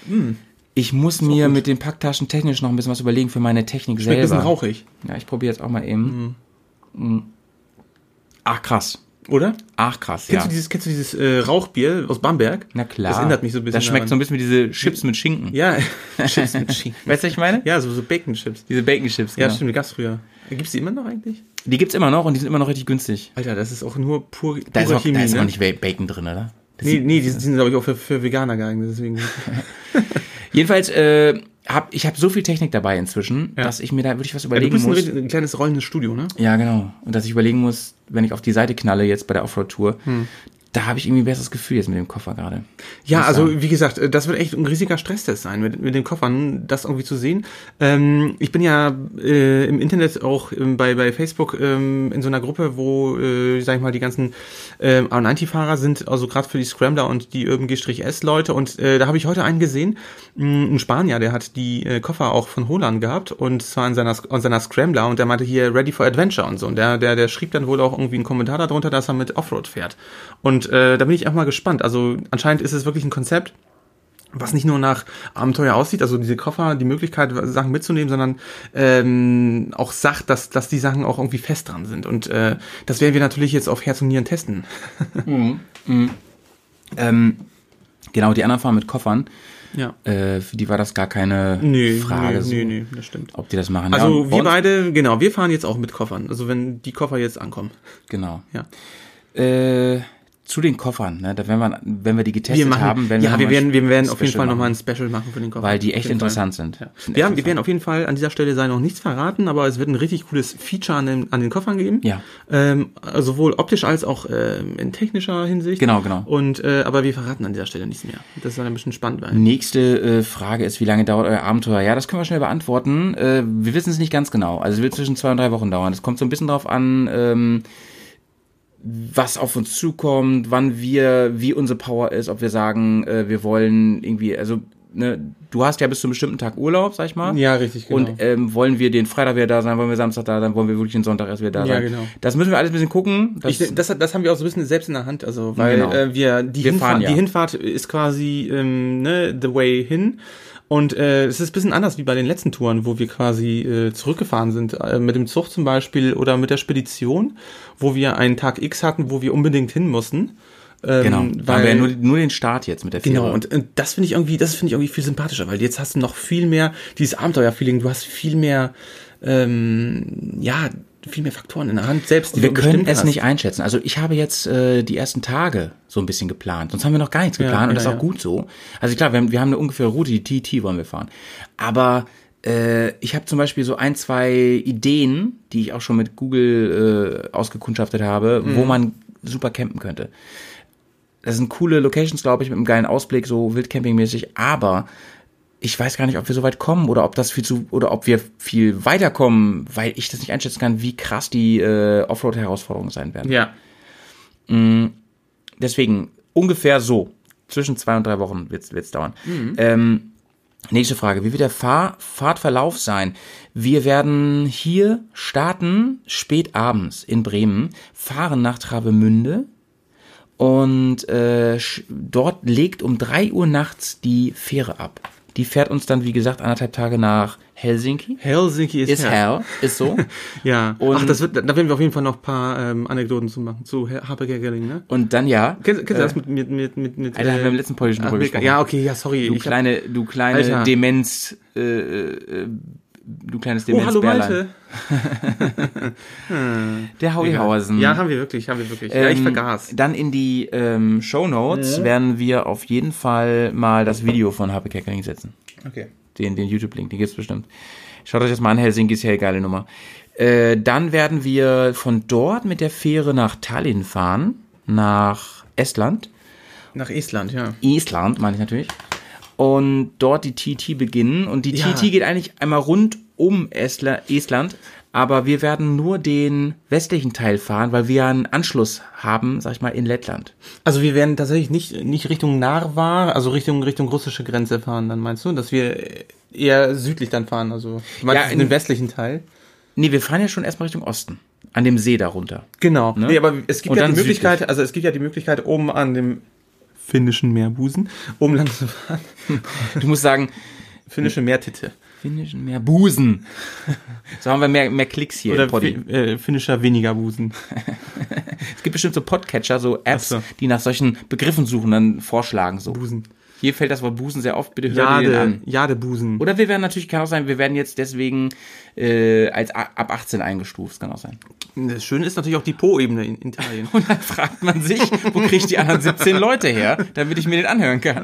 S2: Hm.
S1: ich muss mir mit den Packtaschen technisch noch ein bisschen was überlegen für meine Technik
S2: Schmeckt
S1: selber.
S2: ein bisschen Hm. rauchig,
S1: Ja, ich probiere jetzt auch mal eben. Mm. Ach krass.
S2: oder?
S1: Ach krass,
S2: Kennst
S1: ja.
S2: du dieses, kennst du dieses äh, Rauchbier aus Bamberg?
S1: Na klar.
S2: Das erinnert mich so ein bisschen
S1: Das schmeckt so ein
S2: daran.
S1: bisschen wie diese Chips mit Schinken.
S2: Ja, Chips mit Schinken.
S1: Weißt du, was ich meine?
S2: Ja, so, so Bacon-Chips.
S1: Diese Bacon Chips,
S2: Ja,
S1: genau.
S2: stimmt, die gab's früher. Gibt's die immer noch eigentlich?
S1: Die gibt's immer noch und die sind immer noch richtig günstig.
S2: Alter, das ist auch nur pur, pure
S1: Da ist, auch, da ist
S2: ne?
S1: auch nicht Bacon drin, oder? Das
S2: Nee,
S1: sieht-
S2: nee, die sind, glaube ich, auch für, für Veganer geeignet, deswegen.
S1: Jedenfalls, äh, hab, ich habe so viel Technik dabei inzwischen,
S2: Ja.
S1: dass ich mir da wirklich was
S2: Ja, du
S1: überlegen
S2: bist ein,
S1: muss.
S2: richtig- ein kleines rollendes Studio, ne?
S1: Ja, genau. Und dass ich überlegen muss, wenn ich auf die Seite knalle jetzt bei der Offroad-Tour, da habe ich irgendwie ein besseres Gefühl jetzt mit dem Koffer gerade.
S2: Hm. Ja,
S1: Muss
S2: also
S1: sagen.
S2: wie gesagt, äh, das wird echt ein riesiger Stresstest sein, mit, mit den Koffern das irgendwie zu sehen. Ähm, ich bin ja äh, im Internet auch ähm, bei, bei Facebook ähm, in so einer Gruppe, wo, äh, sag ich mal, die ganzen äh, A90-Fahrer sind, also gerade für die Scrambler und die Urban G-S-Leute. Und äh, da habe ich heute einen gesehen, mh, ein Spanier, der hat die äh, Koffer auch von Holland gehabt und zwar in seiner, an seiner Scrambler und der meinte hier Ready for Adventure und so. Und der, der, der schrieb dann wohl auch irgendwie einen Kommentar darunter, dass er mit Offroad fährt. Und äh, da bin ich auch mal gespannt. Also anscheinend ist es wirklich ein Konzept, was nicht nur nach Abenteuer aussieht, also diese Koffer, die Möglichkeit, äh, Sachen mitzunehmen, sondern ähm, auch sagt, dass, dass die Sachen auch irgendwie fest dran sind. Und äh, das werden wir natürlich jetzt auf Herz und Nieren testen.
S1: Ähm, genau, die anderen fahren mit Koffern.
S2: Ja.
S1: Äh, für die war das gar keine
S2: Nö,
S1: Frage,
S2: nö,
S1: so,
S2: nö, nö, das stimmt.
S1: ob die das machen. Ja,
S2: Also
S1: und bei
S2: wir
S1: uns-
S2: beide, genau, wir fahren jetzt auch mit Koffern. Also wenn die Koffer jetzt ankommen.
S1: Genau.
S2: Ja.
S1: Äh, zu den Koffern, ne? Da, wenn, wir, wenn wir die getestet
S2: Wir machen,
S1: haben, wenn
S2: ja, wir
S1: nochmal
S2: werden, wir werden
S1: ein
S2: auf jeden
S1: Special
S2: Fall nochmal ein
S1: machen.
S2: Special machen für den Koffer.
S1: Weil die echt
S2: Auf jeden Fall.
S1: interessant sind. Sind
S2: Wir, haben,
S1: echt
S2: wir werden auf jeden Fall an dieser Stelle sei noch nichts verraten, aber es wird ein richtig cooles Feature an den, an den Koffern geben.
S1: Ja.
S2: Ähm, also sowohl optisch als auch ähm, in technischer Hinsicht.
S1: Genau, genau.
S2: Und äh, aber wir verraten an dieser Stelle nichts mehr. Das soll ein bisschen spannend sein.
S1: Nächste äh, Frage ist, wie lange dauert euer Abenteuer? Ja, das können wir schnell beantworten. Äh, wir wissen es nicht ganz genau. Also es wird zwischen zwei und drei Wochen dauern. Es kommt so ein bisschen drauf an, ähm, was auf uns zukommt, wann wir, wie unsere Power ist, ob wir sagen, äh, wir wollen irgendwie, also ne, du hast ja bis zu einem bestimmten Tag Urlaub, sag ich mal.
S2: richtig,
S1: Und ähm, wollen wir den Freitag wieder da sein, wollen wir Samstag da sein, wollen wir wirklich den Sonntag erst wieder da
S2: Ja,
S1: sein?
S2: genau.
S1: Das müssen wir alles ein bisschen gucken. Das-
S2: Ich, das, hat- das haben wir auch so ein bisschen selbst in der Hand, also weil
S1: Genau.
S2: äh, wir, die,
S1: Wir
S2: Hinfahrt,
S1: fahren ja.
S2: die Hinfahrt ist quasi ähm, ne, the way hin und äh, es ist ein bisschen anders wie bei den letzten Touren, wo wir quasi äh, zurückgefahren sind, äh, mit dem Zug zum Beispiel oder mit der Spedition, wo wir einen Tag X hatten, wo wir unbedingt hin mussten. Ähm,
S1: genau. Da haben wir ja nur, nur den Start jetzt mit der Fähre.
S2: Genau, und, und das finde ich irgendwie, das finde ich irgendwie viel sympathischer, weil jetzt hast du noch viel mehr dieses Abenteuer-Feeling, du hast viel mehr, ähm, ja, viel mehr Faktoren in der Hand, selbst die
S1: wir
S2: du
S1: können
S2: bestimmt
S1: es
S2: hast.
S1: nicht einschätzen. Also ich habe jetzt äh, die ersten Tage so ein bisschen geplant. Sonst haben wir noch gar nichts geplant und das
S2: ja,
S1: ist auch
S2: ja.
S1: gut so. Also klar, wir haben, wir haben eine ungefähre Route, die TT wollen wir fahren. Aber äh, ich habe zum Beispiel so ein, zwei Ideen, die ich auch schon mit Google äh, ausgekundschaftet habe,
S2: Mhm.
S1: wo man super campen könnte. Das sind coole Locations, glaube ich, mit einem geilen Ausblick, so wildcampingmäßig, aber ich weiß gar nicht, ob wir so weit kommen oder ob das viel zu oder ob wir viel weiterkommen, weil ich das nicht einschätzen kann, wie krass die äh, Offroad-Herausforderungen sein werden.
S2: Ja,
S1: Deswegen ungefähr so. Zwischen zwei und drei Wochen wird es dauern. Ähm, nächste Frage. Wie wird der Fahr Fahrtverlauf sein? Wir werden hier starten, spät abends in Bremen, fahren nach Travemünde und äh, sch- dort legt um drei Uhr nachts die Fähre ab. Die fährt uns dann, wie gesagt, anderthalb Tage nach Helsinki.
S2: Helsinki ist,
S1: Ist
S2: hell.
S1: hell, ist so.
S2: Ja.
S1: Und-
S2: Ach, das wird, da werden wir auf jeden Fall noch ein paar ähm, Anekdoten zu machen zu Herr- Harpe Gerling, ne?
S1: Und dann ja.
S2: Kennst, kennst du das mit mit mit mit mit
S1: Alter, haben wir im letzten Podcast schon
S2: Ach,
S1: drüber
S2: mit-
S1: gesprochen.
S2: Ja, okay, ja, sorry.
S1: Du
S2: ich hab-
S1: kleine, du kleine
S2: Alter.
S1: Demenz, äh, äh, du kleines
S2: Oh,
S1: Demenz.
S2: hallo Malte.
S1: Der Howie Hausen.
S2: Ja, haben wir wirklich, haben wir Mhm. wirklich. ja, ich
S1: Ähm,
S2: vergaß.
S1: Dann in die ähm, Show Notes werden wir auf jeden Fall mal das Video von Happy Kerkeling setzen.
S2: Okay.
S1: Den, den YouTube-Link, den gibt's bestimmt. Schaut euch das mal an, Helsinki ist ja eine geile Nummer. Äh, dann werden wir von dort mit der Fähre nach Tallinn fahren, nach Estland.
S2: Nach Estland, ja.
S1: Island, meine ich natürlich. Und dort die TT beginnen. Und die
S2: Ja.
S1: TT geht eigentlich einmal rund um Estla Estland. Aber wir werden nur den westlichen Teil fahren, weil wir einen Anschluss haben, sag ich mal, in Lettland.
S2: Also wir werden tatsächlich nicht nicht Richtung Narva, also Richtung Richtung russische Grenze fahren, dann meinst du, dass wir eher südlich dann fahren, also du meinst
S1: Ja,
S2: in den
S1: in-
S2: westlichen Teil?
S1: Nee, wir fahren ja schon erstmal Richtung Osten. An dem See darunter.
S2: Genau. Nee, aber es gibt
S1: Ne? Und
S2: ja
S1: dann
S2: die Möglichkeit, also es gibt ja die Möglichkeit, oben an dem finnischen Meerbusen, oben lang zu fahren.
S1: Du musst sagen,
S2: Finnische Meertitte.
S1: finnischen mehr Busen. So haben wir mehr, mehr Klicks hier
S2: Oder
S1: im Poddy.
S2: fi- äh, finnischer weniger Busen.
S1: Es gibt bestimmt so Podcatcher, so Apps,
S2: Ach so.
S1: die nach solchen Begriffen suchen, dann vorschlagen so.
S2: Busen.
S1: Hier fällt das Wort Busen sehr oft, bitte hört ihr den
S2: Jade,
S1: an.
S2: Jadebusen.
S1: Oder wir werden natürlich, kann auch sein, wir werden jetzt deswegen äh, als a- ab 18 eingestuft, das kann auch sein.
S2: Ne, Das Schöne ist natürlich auch die Po-Ebene in Italien.
S1: Und dann fragt man sich, wo kriege ich die anderen 17 Leute her, damit ich mir den anhören kann.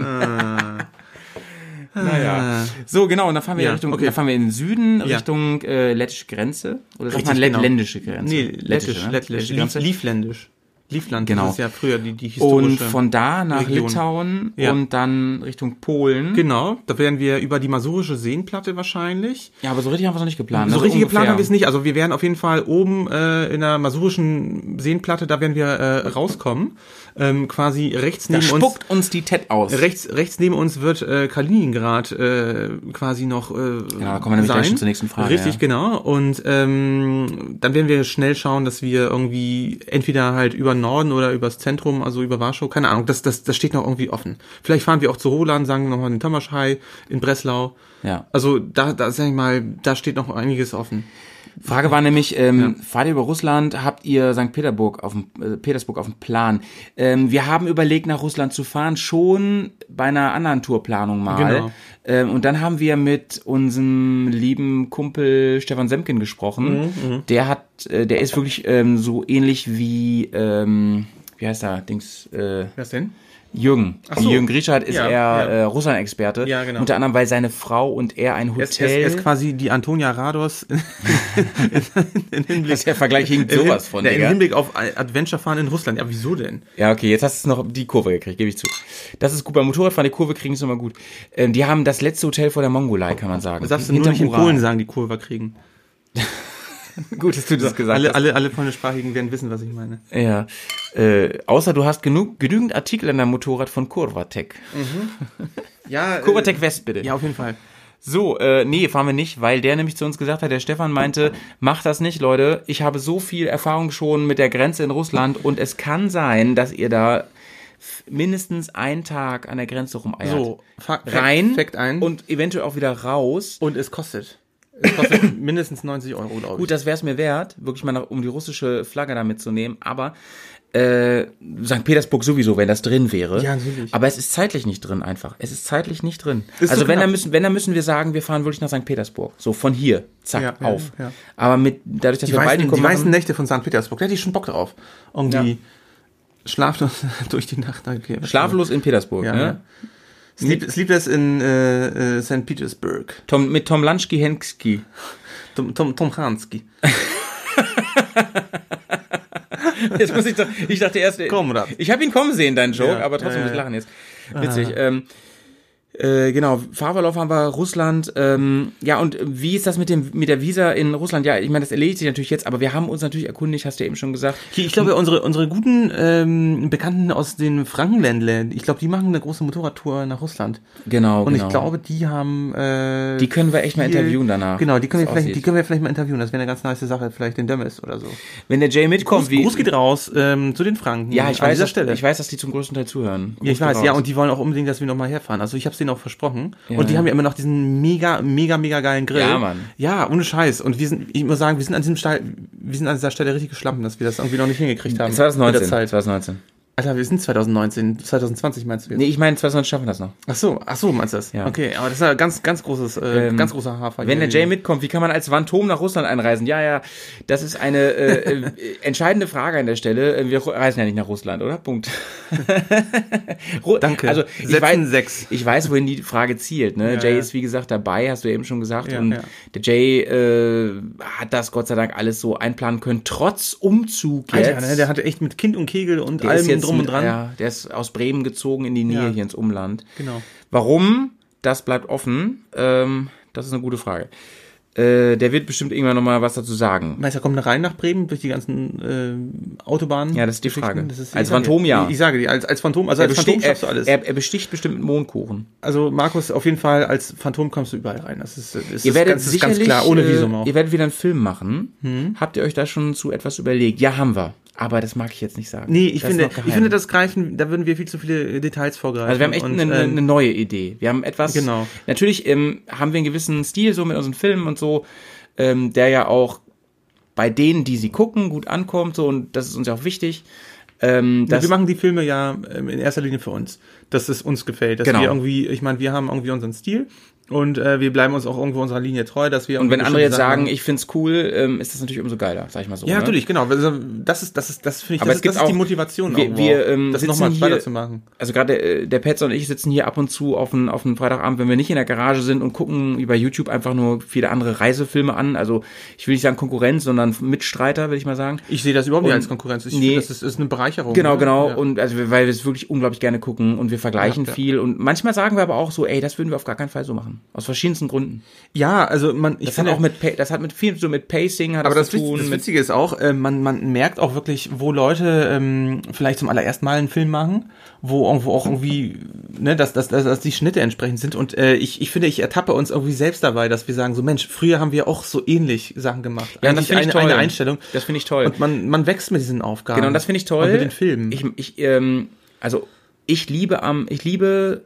S1: Naja. So, genau, und dann fahren wir
S2: Ah. Ja,
S1: Richtung,
S2: okay.
S1: dann fahren wir in den Süden, Richtung äh, lettische Grenze. Oder sagt man Lett-
S2: genau.
S1: ländische Grenze?
S2: Nee, lettisch,
S1: ne?
S2: lettisch,
S1: Lettische Grenze.
S2: Lief- liefländisch. Liefland,
S1: Genau.
S2: das ist ja früher die, die
S1: Und
S2: historische.
S1: von da nach
S2: Region.
S1: Litauen
S2: Ja.
S1: und dann Richtung Polen.
S2: genau, da wären wir über die masurische Seenplatte wahrscheinlich.
S1: Ja, aber so richtig haben wir es noch nicht geplant.
S2: So
S1: Also
S2: richtig geplant
S1: ungefähr.
S2: haben wir es nicht. Also wir wären auf jeden Fall oben äh, in der masurischen Seenplatte, da werden wir äh, rauskommen. Ähm, quasi rechts
S1: Da
S2: neben uns.
S1: spuckt uns die TED aus.
S2: Rechts, rechts neben uns wird äh, Kaliningrad äh, quasi noch äh, Genau,
S1: da kommen wir nämlich gleich schon zur nächsten Frage,
S2: Richtig,
S1: ja.
S2: genau. Und ähm, dann werden wir schnell schauen, dass wir irgendwie entweder halt über Norden oder übers Zentrum, also über Warschau, keine Ahnung, das, das, das steht noch irgendwie offen. Vielleicht fahren wir auch zu Roland, sagen nochmal in Tomaszai, in Breslau.
S1: Ja.
S2: Also da, da sag ich mal, da steht noch einiges offen.
S1: Frage war nämlich, ähm, fahrt ihr über Russland, habt ihr St. Petersburg auf dem, äh, Petersburg auf dem Plan? Ähm, wir haben überlegt, nach Russland zu fahren, schon bei einer anderen Tourplanung mal.
S2: Genau.
S1: Ähm, und dann haben wir mit unserem lieben Kumpel Stefan Semken gesprochen.
S2: Mhm,
S1: der hat, äh, der ist wirklich ähm, so ähnlich wie, ähm, wie heißt er, Dings, äh,
S2: Was denn?
S1: Jürgen.
S2: so.
S1: Jürgen Grischardt ist
S2: Ja,
S1: er
S2: ja.
S1: äh, Russland-Experte.
S2: Ja, genau.
S1: Unter anderem, weil seine Frau und er ein Hotel...
S2: Es, es, es ist quasi die Antonia Rados in, in, in Hinblick,
S1: der Vergleich hinkt sowas von,
S2: in, in
S1: Digga.
S2: Hinblick auf Adventurefahren in Russland. Ja, wieso denn?
S1: Ja, okay, jetzt hast du noch die Kurve gekriegt, gebe ich zu. Das ist gut, beim Motorradfahren, die Kurve kriegen ist immer gut. Ähm, die haben das letzte Hotel vor der Mongolei, kann man sagen.
S2: Das darfst du nur
S1: Hinterm
S2: nicht in
S1: Ural.
S2: Polen sagen, die Kurve kriegen.
S1: Gut, dass du das gesagt
S2: alle,
S1: hast.
S2: alle, alle polnischsprachigen werden wissen, was ich meine.
S1: Ja. Äh, außer du hast genug, genügend Artikel an deinem Motorrad von Kurvatec.
S2: Ja,
S1: Kurvatec West, bitte.
S2: Äh, ja auf jeden Fall.
S1: So, äh, nee, fahren wir nicht, weil der nämlich zu uns gesagt hat, der Stefan meinte, macht das nicht, Leute. Ich habe so viel Erfahrung schon mit der Grenze in Russland und es kann sein, dass ihr da f- mindestens einen Tag an der Grenze rumeiert.
S2: So, fa- fact-
S1: Rein
S2: Fact ein.
S1: und eventuell auch wieder raus.
S2: und es kostet. Es kostet mindestens 90 Euro, glaube ich.
S1: Gut, das wäre es mir wert, wirklich mal nach, um die russische Flagge da mitzunehmen, aber äh, St. Petersburg sowieso, wenn das drin wäre.
S2: Ja, natürlich.
S1: Aber es ist zeitlich nicht drin einfach. Es ist zeitlich nicht drin.
S2: Ist
S1: also
S2: so
S1: wenn
S2: knapp.
S1: dann müssen, wenn dann müssen wir sagen, wir fahren wirklich nach St. Petersburg. So von hier, zack,
S2: Ja, ja,
S1: auf.
S2: ja.
S1: Aber mit dadurch, dass
S2: die
S1: wir
S2: meisten,
S1: Baltikum
S2: die meisten
S1: machen,
S2: Nächte von St. Petersburg, da hätte ich schon Bock drauf. Irgendwie schlaft durch die Nacht. Okay,
S1: schlaflos in Petersburg.
S2: Ja,
S1: ne?
S2: ja. Sleep, Sleepless in äh, äh, St. Petersburg.
S1: Tom, mit Tom Lanschki Henski.
S2: Tom, Tom, Tom Hanski.
S1: Jetzt muss ich, doch- ich dachte erst, äh,
S2: Konrad.
S1: ich habe ihn kommen sehen, dein Joke,
S2: Ja,
S1: aber trotzdem
S2: ja,
S1: muss ich
S2: ja. Ah.
S1: lachen jetzt. Witzig. Ähm, äh, genau, Fahrverlauf haben wir, Russland. Ähm, ja, und wie ist das mit, dem, mit der Visa in Russland? Ja, ich meine, das erledigt sich natürlich jetzt, aber wir haben uns natürlich erkundigt, hast du ja eben schon gesagt.
S2: Ich, ich glaube, unsere, unsere guten ähm, Bekannten aus den Frankenländlern, ich glaube, die machen eine große Motorradtour nach Russland.
S1: Genau,
S2: Und
S1: genau.
S2: ich glaube, die haben. Äh,
S1: die können wir echt mal
S2: viel-
S1: interviewen danach.
S2: Genau, die können, wir
S1: wie's
S2: vielleicht, die
S1: aussieht.
S2: können wir vielleicht mal interviewen. Das wäre eine ganz nice Sache, vielleicht den Dömmes oder so.
S1: Wenn der Jay mitkommt, wie.
S2: Gruß geht raus ähm, zu den Franken.
S1: ja, ich
S2: an
S1: weiß,
S2: dieser
S1: dass,
S2: Stelle.
S1: ich weiß, dass die zum größten Teil zuhören.
S2: ja, ich
S1: Gruß geht
S2: weiß, ja,
S1: raus.
S2: und die wollen auch unbedingt, dass wir nochmal herfahren. Also ich habe es denen auch versprochen.
S1: Ja,
S2: und die
S1: ja.
S2: haben ja immer noch diesen mega, mega, mega geilen Grill.
S1: Ja, Mann.
S2: Ja, ohne Scheiß. Und wir sind, ich muss sagen, wir sind an diesem Stall, wir sind an dieser Stelle richtig geschlampft, dass wir das irgendwie noch nicht hingekriegt haben. Mit
S1: 2019.
S2: der Zeit.
S1: 2019.
S2: Alter, wir sind 2019, 2020 meinst du jetzt?
S1: Nee, ich meine, 2019 schaffen wir das noch.
S2: Ach so, ach so meinst du das?
S1: Ja.
S2: Okay, aber das ist ein ganz, ganz großes, äh,
S1: Ähm,
S2: ganz großer Hafer.
S1: Wenn der
S2: hier.
S1: Jay mitkommt, wie kann man als Phantom nach Russland einreisen? Ja, ja, das ist eine äh, äh, entscheidende Frage an der Stelle. Äh, Wir ru- reisen ja nicht nach Russland, oder? Punkt. Ru-
S2: Danke.
S1: Also ich
S2: Setzen
S1: weiß,
S2: sechs.
S1: ich weiß, wohin die Frage zielt. Ne?
S2: Ja,
S1: Jay
S2: ja.
S1: ist wie gesagt dabei, hast du eben schon gesagt.
S2: Ja,
S1: und
S2: ja.
S1: der Jay äh, hat das Gott sei Dank alles so einplanen können, trotz Umzug jetzt.
S2: Alter, ne, der hatte echt mit Kind und Kegel und
S1: Der ist
S2: allem
S1: jetzt
S2: drum und dran.
S1: Ja, der ist aus Bremen gezogen in die Nähe
S2: Ja.
S1: hier ins Umland.
S2: Genau.
S1: Warum? Das bleibt offen. Ähm, das ist eine gute Frage. Äh, der wird bestimmt irgendwann nochmal was dazu sagen.
S2: Meister kommt rein nach Bremen durch die ganzen äh, Autobahnen.
S1: Ja, das ist die
S2: Geschichten.
S1: Frage.
S2: Das ist,
S1: Als
S2: ich sage
S1: Phantom,
S2: dir,
S1: ja.
S2: Ich, ich sage dir, als, als Phantom, also
S1: Er,
S2: als Phantom
S1: besti
S2: schaffst du
S1: er,
S2: alles.
S1: er, er besticht bestimmt mit Mondkuchen.
S2: also Markus, auf jeden Fall, als Phantom kommst du überall rein. Das ist, das ist
S1: Ihr werdet
S2: ganz, das ist
S1: sicherlich,
S2: ganz klar, ohne Visum
S1: äh,
S2: auch. Hm.
S1: Ihr werdet wieder einen Film machen. Habt ihr euch da schon zu etwas überlegt? Ja, haben wir. Aber das mag ich jetzt nicht sagen.
S2: Nee, ich
S1: Das ist
S2: finde,
S1: noch geheim.
S2: ich finde, das greifen, da würden wir viel zu viele äh, Details vorgreifen.
S1: Also wir haben echt
S2: Und,
S1: eine,
S2: ähm,
S1: eine neue Idee. Wir haben etwas.
S2: Genau.
S1: Natürlich ähm, haben wir einen gewissen Stil so mit unseren Filmen und so, ähm, der ja auch bei denen, die sie gucken, gut ankommt. So und das ist uns ja auch wichtig. Ähm,
S2: Ja,
S1: dass,
S2: wir machen die Filme ja ähm, in erster Linie für uns, dass es uns gefällt, dass
S1: Genau.
S2: wir irgendwie, ich meine, wir haben irgendwie unseren Stil Und äh, wir bleiben uns auch irgendwo unserer Linie treu, dass wir.
S1: Und wenn
S2: irgendwie
S1: andere jetzt
S2: bestimmte Sachen-
S1: sagen, ich find's cool, ähm, ist das natürlich umso geiler, sag ich mal so.
S2: Ja,
S1: ne?
S2: natürlich, genau. Also, Das ist, das ist, das finde ich,
S1: Aber es
S2: das, ist-
S1: gibt
S2: das ist die
S1: auch-
S2: Motivation,
S1: wir-
S2: irgendwo
S1: wir,
S2: auch,
S1: ähm,
S2: das
S1: sitzen
S2: nochmal
S1: hier-
S2: weiterzumachen.
S1: Also gerade äh, der Petz und ich sitzen hier ab und zu auf einen, auf einen Freitagabend, wenn wir nicht in der Garage sind und gucken über YouTube einfach nur viele andere Reisefilme an. Also ich will nicht sagen Konkurrenz, sondern Mitstreiter, will ich mal sagen.
S2: Ich sehe das überhaupt nicht
S1: Und-
S2: als Konkurrenz. Ich
S1: Nee.
S2: finde, das ist, ist eine Bereicherung.
S1: Genau,
S2: ne?
S1: genau.
S2: Ja.
S1: Und also wir- weil wir es wirklich unglaublich gerne gucken und wir vergleichen
S2: Ja, ja.
S1: viel. Und manchmal sagen wir aber auch so, ey, das würden wir auf gar keinen Fall so machen. Aus verschiedensten Gründen.
S2: ja, also man, ich
S1: Das hat
S2: finde
S1: auch mit Pa- das hat mit viel so mit Pacing hat
S2: Aber das,
S1: zu
S2: Witz-
S1: tun.
S2: das
S1: mit,
S2: Witzige ist auch, äh, man, man merkt auch wirklich, wo Leute ähm, vielleicht zum allerersten Mal einen Film machen, wo irgendwo auch irgendwie, ne, dass, dass, dass, dass die Schnitte entsprechend sind. Und äh, ich, ich finde, ich ertappe uns irgendwie selbst dabei, dass wir sagen, so Mensch, früher haben wir auch so ähnlich Sachen gemacht.
S1: Ja, das
S2: Eigentlich
S1: finde ich
S2: eine,
S1: toll.
S2: eine Einstellung.
S1: Das finde ich toll.
S2: Und man, man wächst mit diesen Aufgaben.
S1: Genau, und das finde ich toll.
S2: Und mit den Filmen.
S1: Ich, ich, ähm, also ich liebe am, ich liebe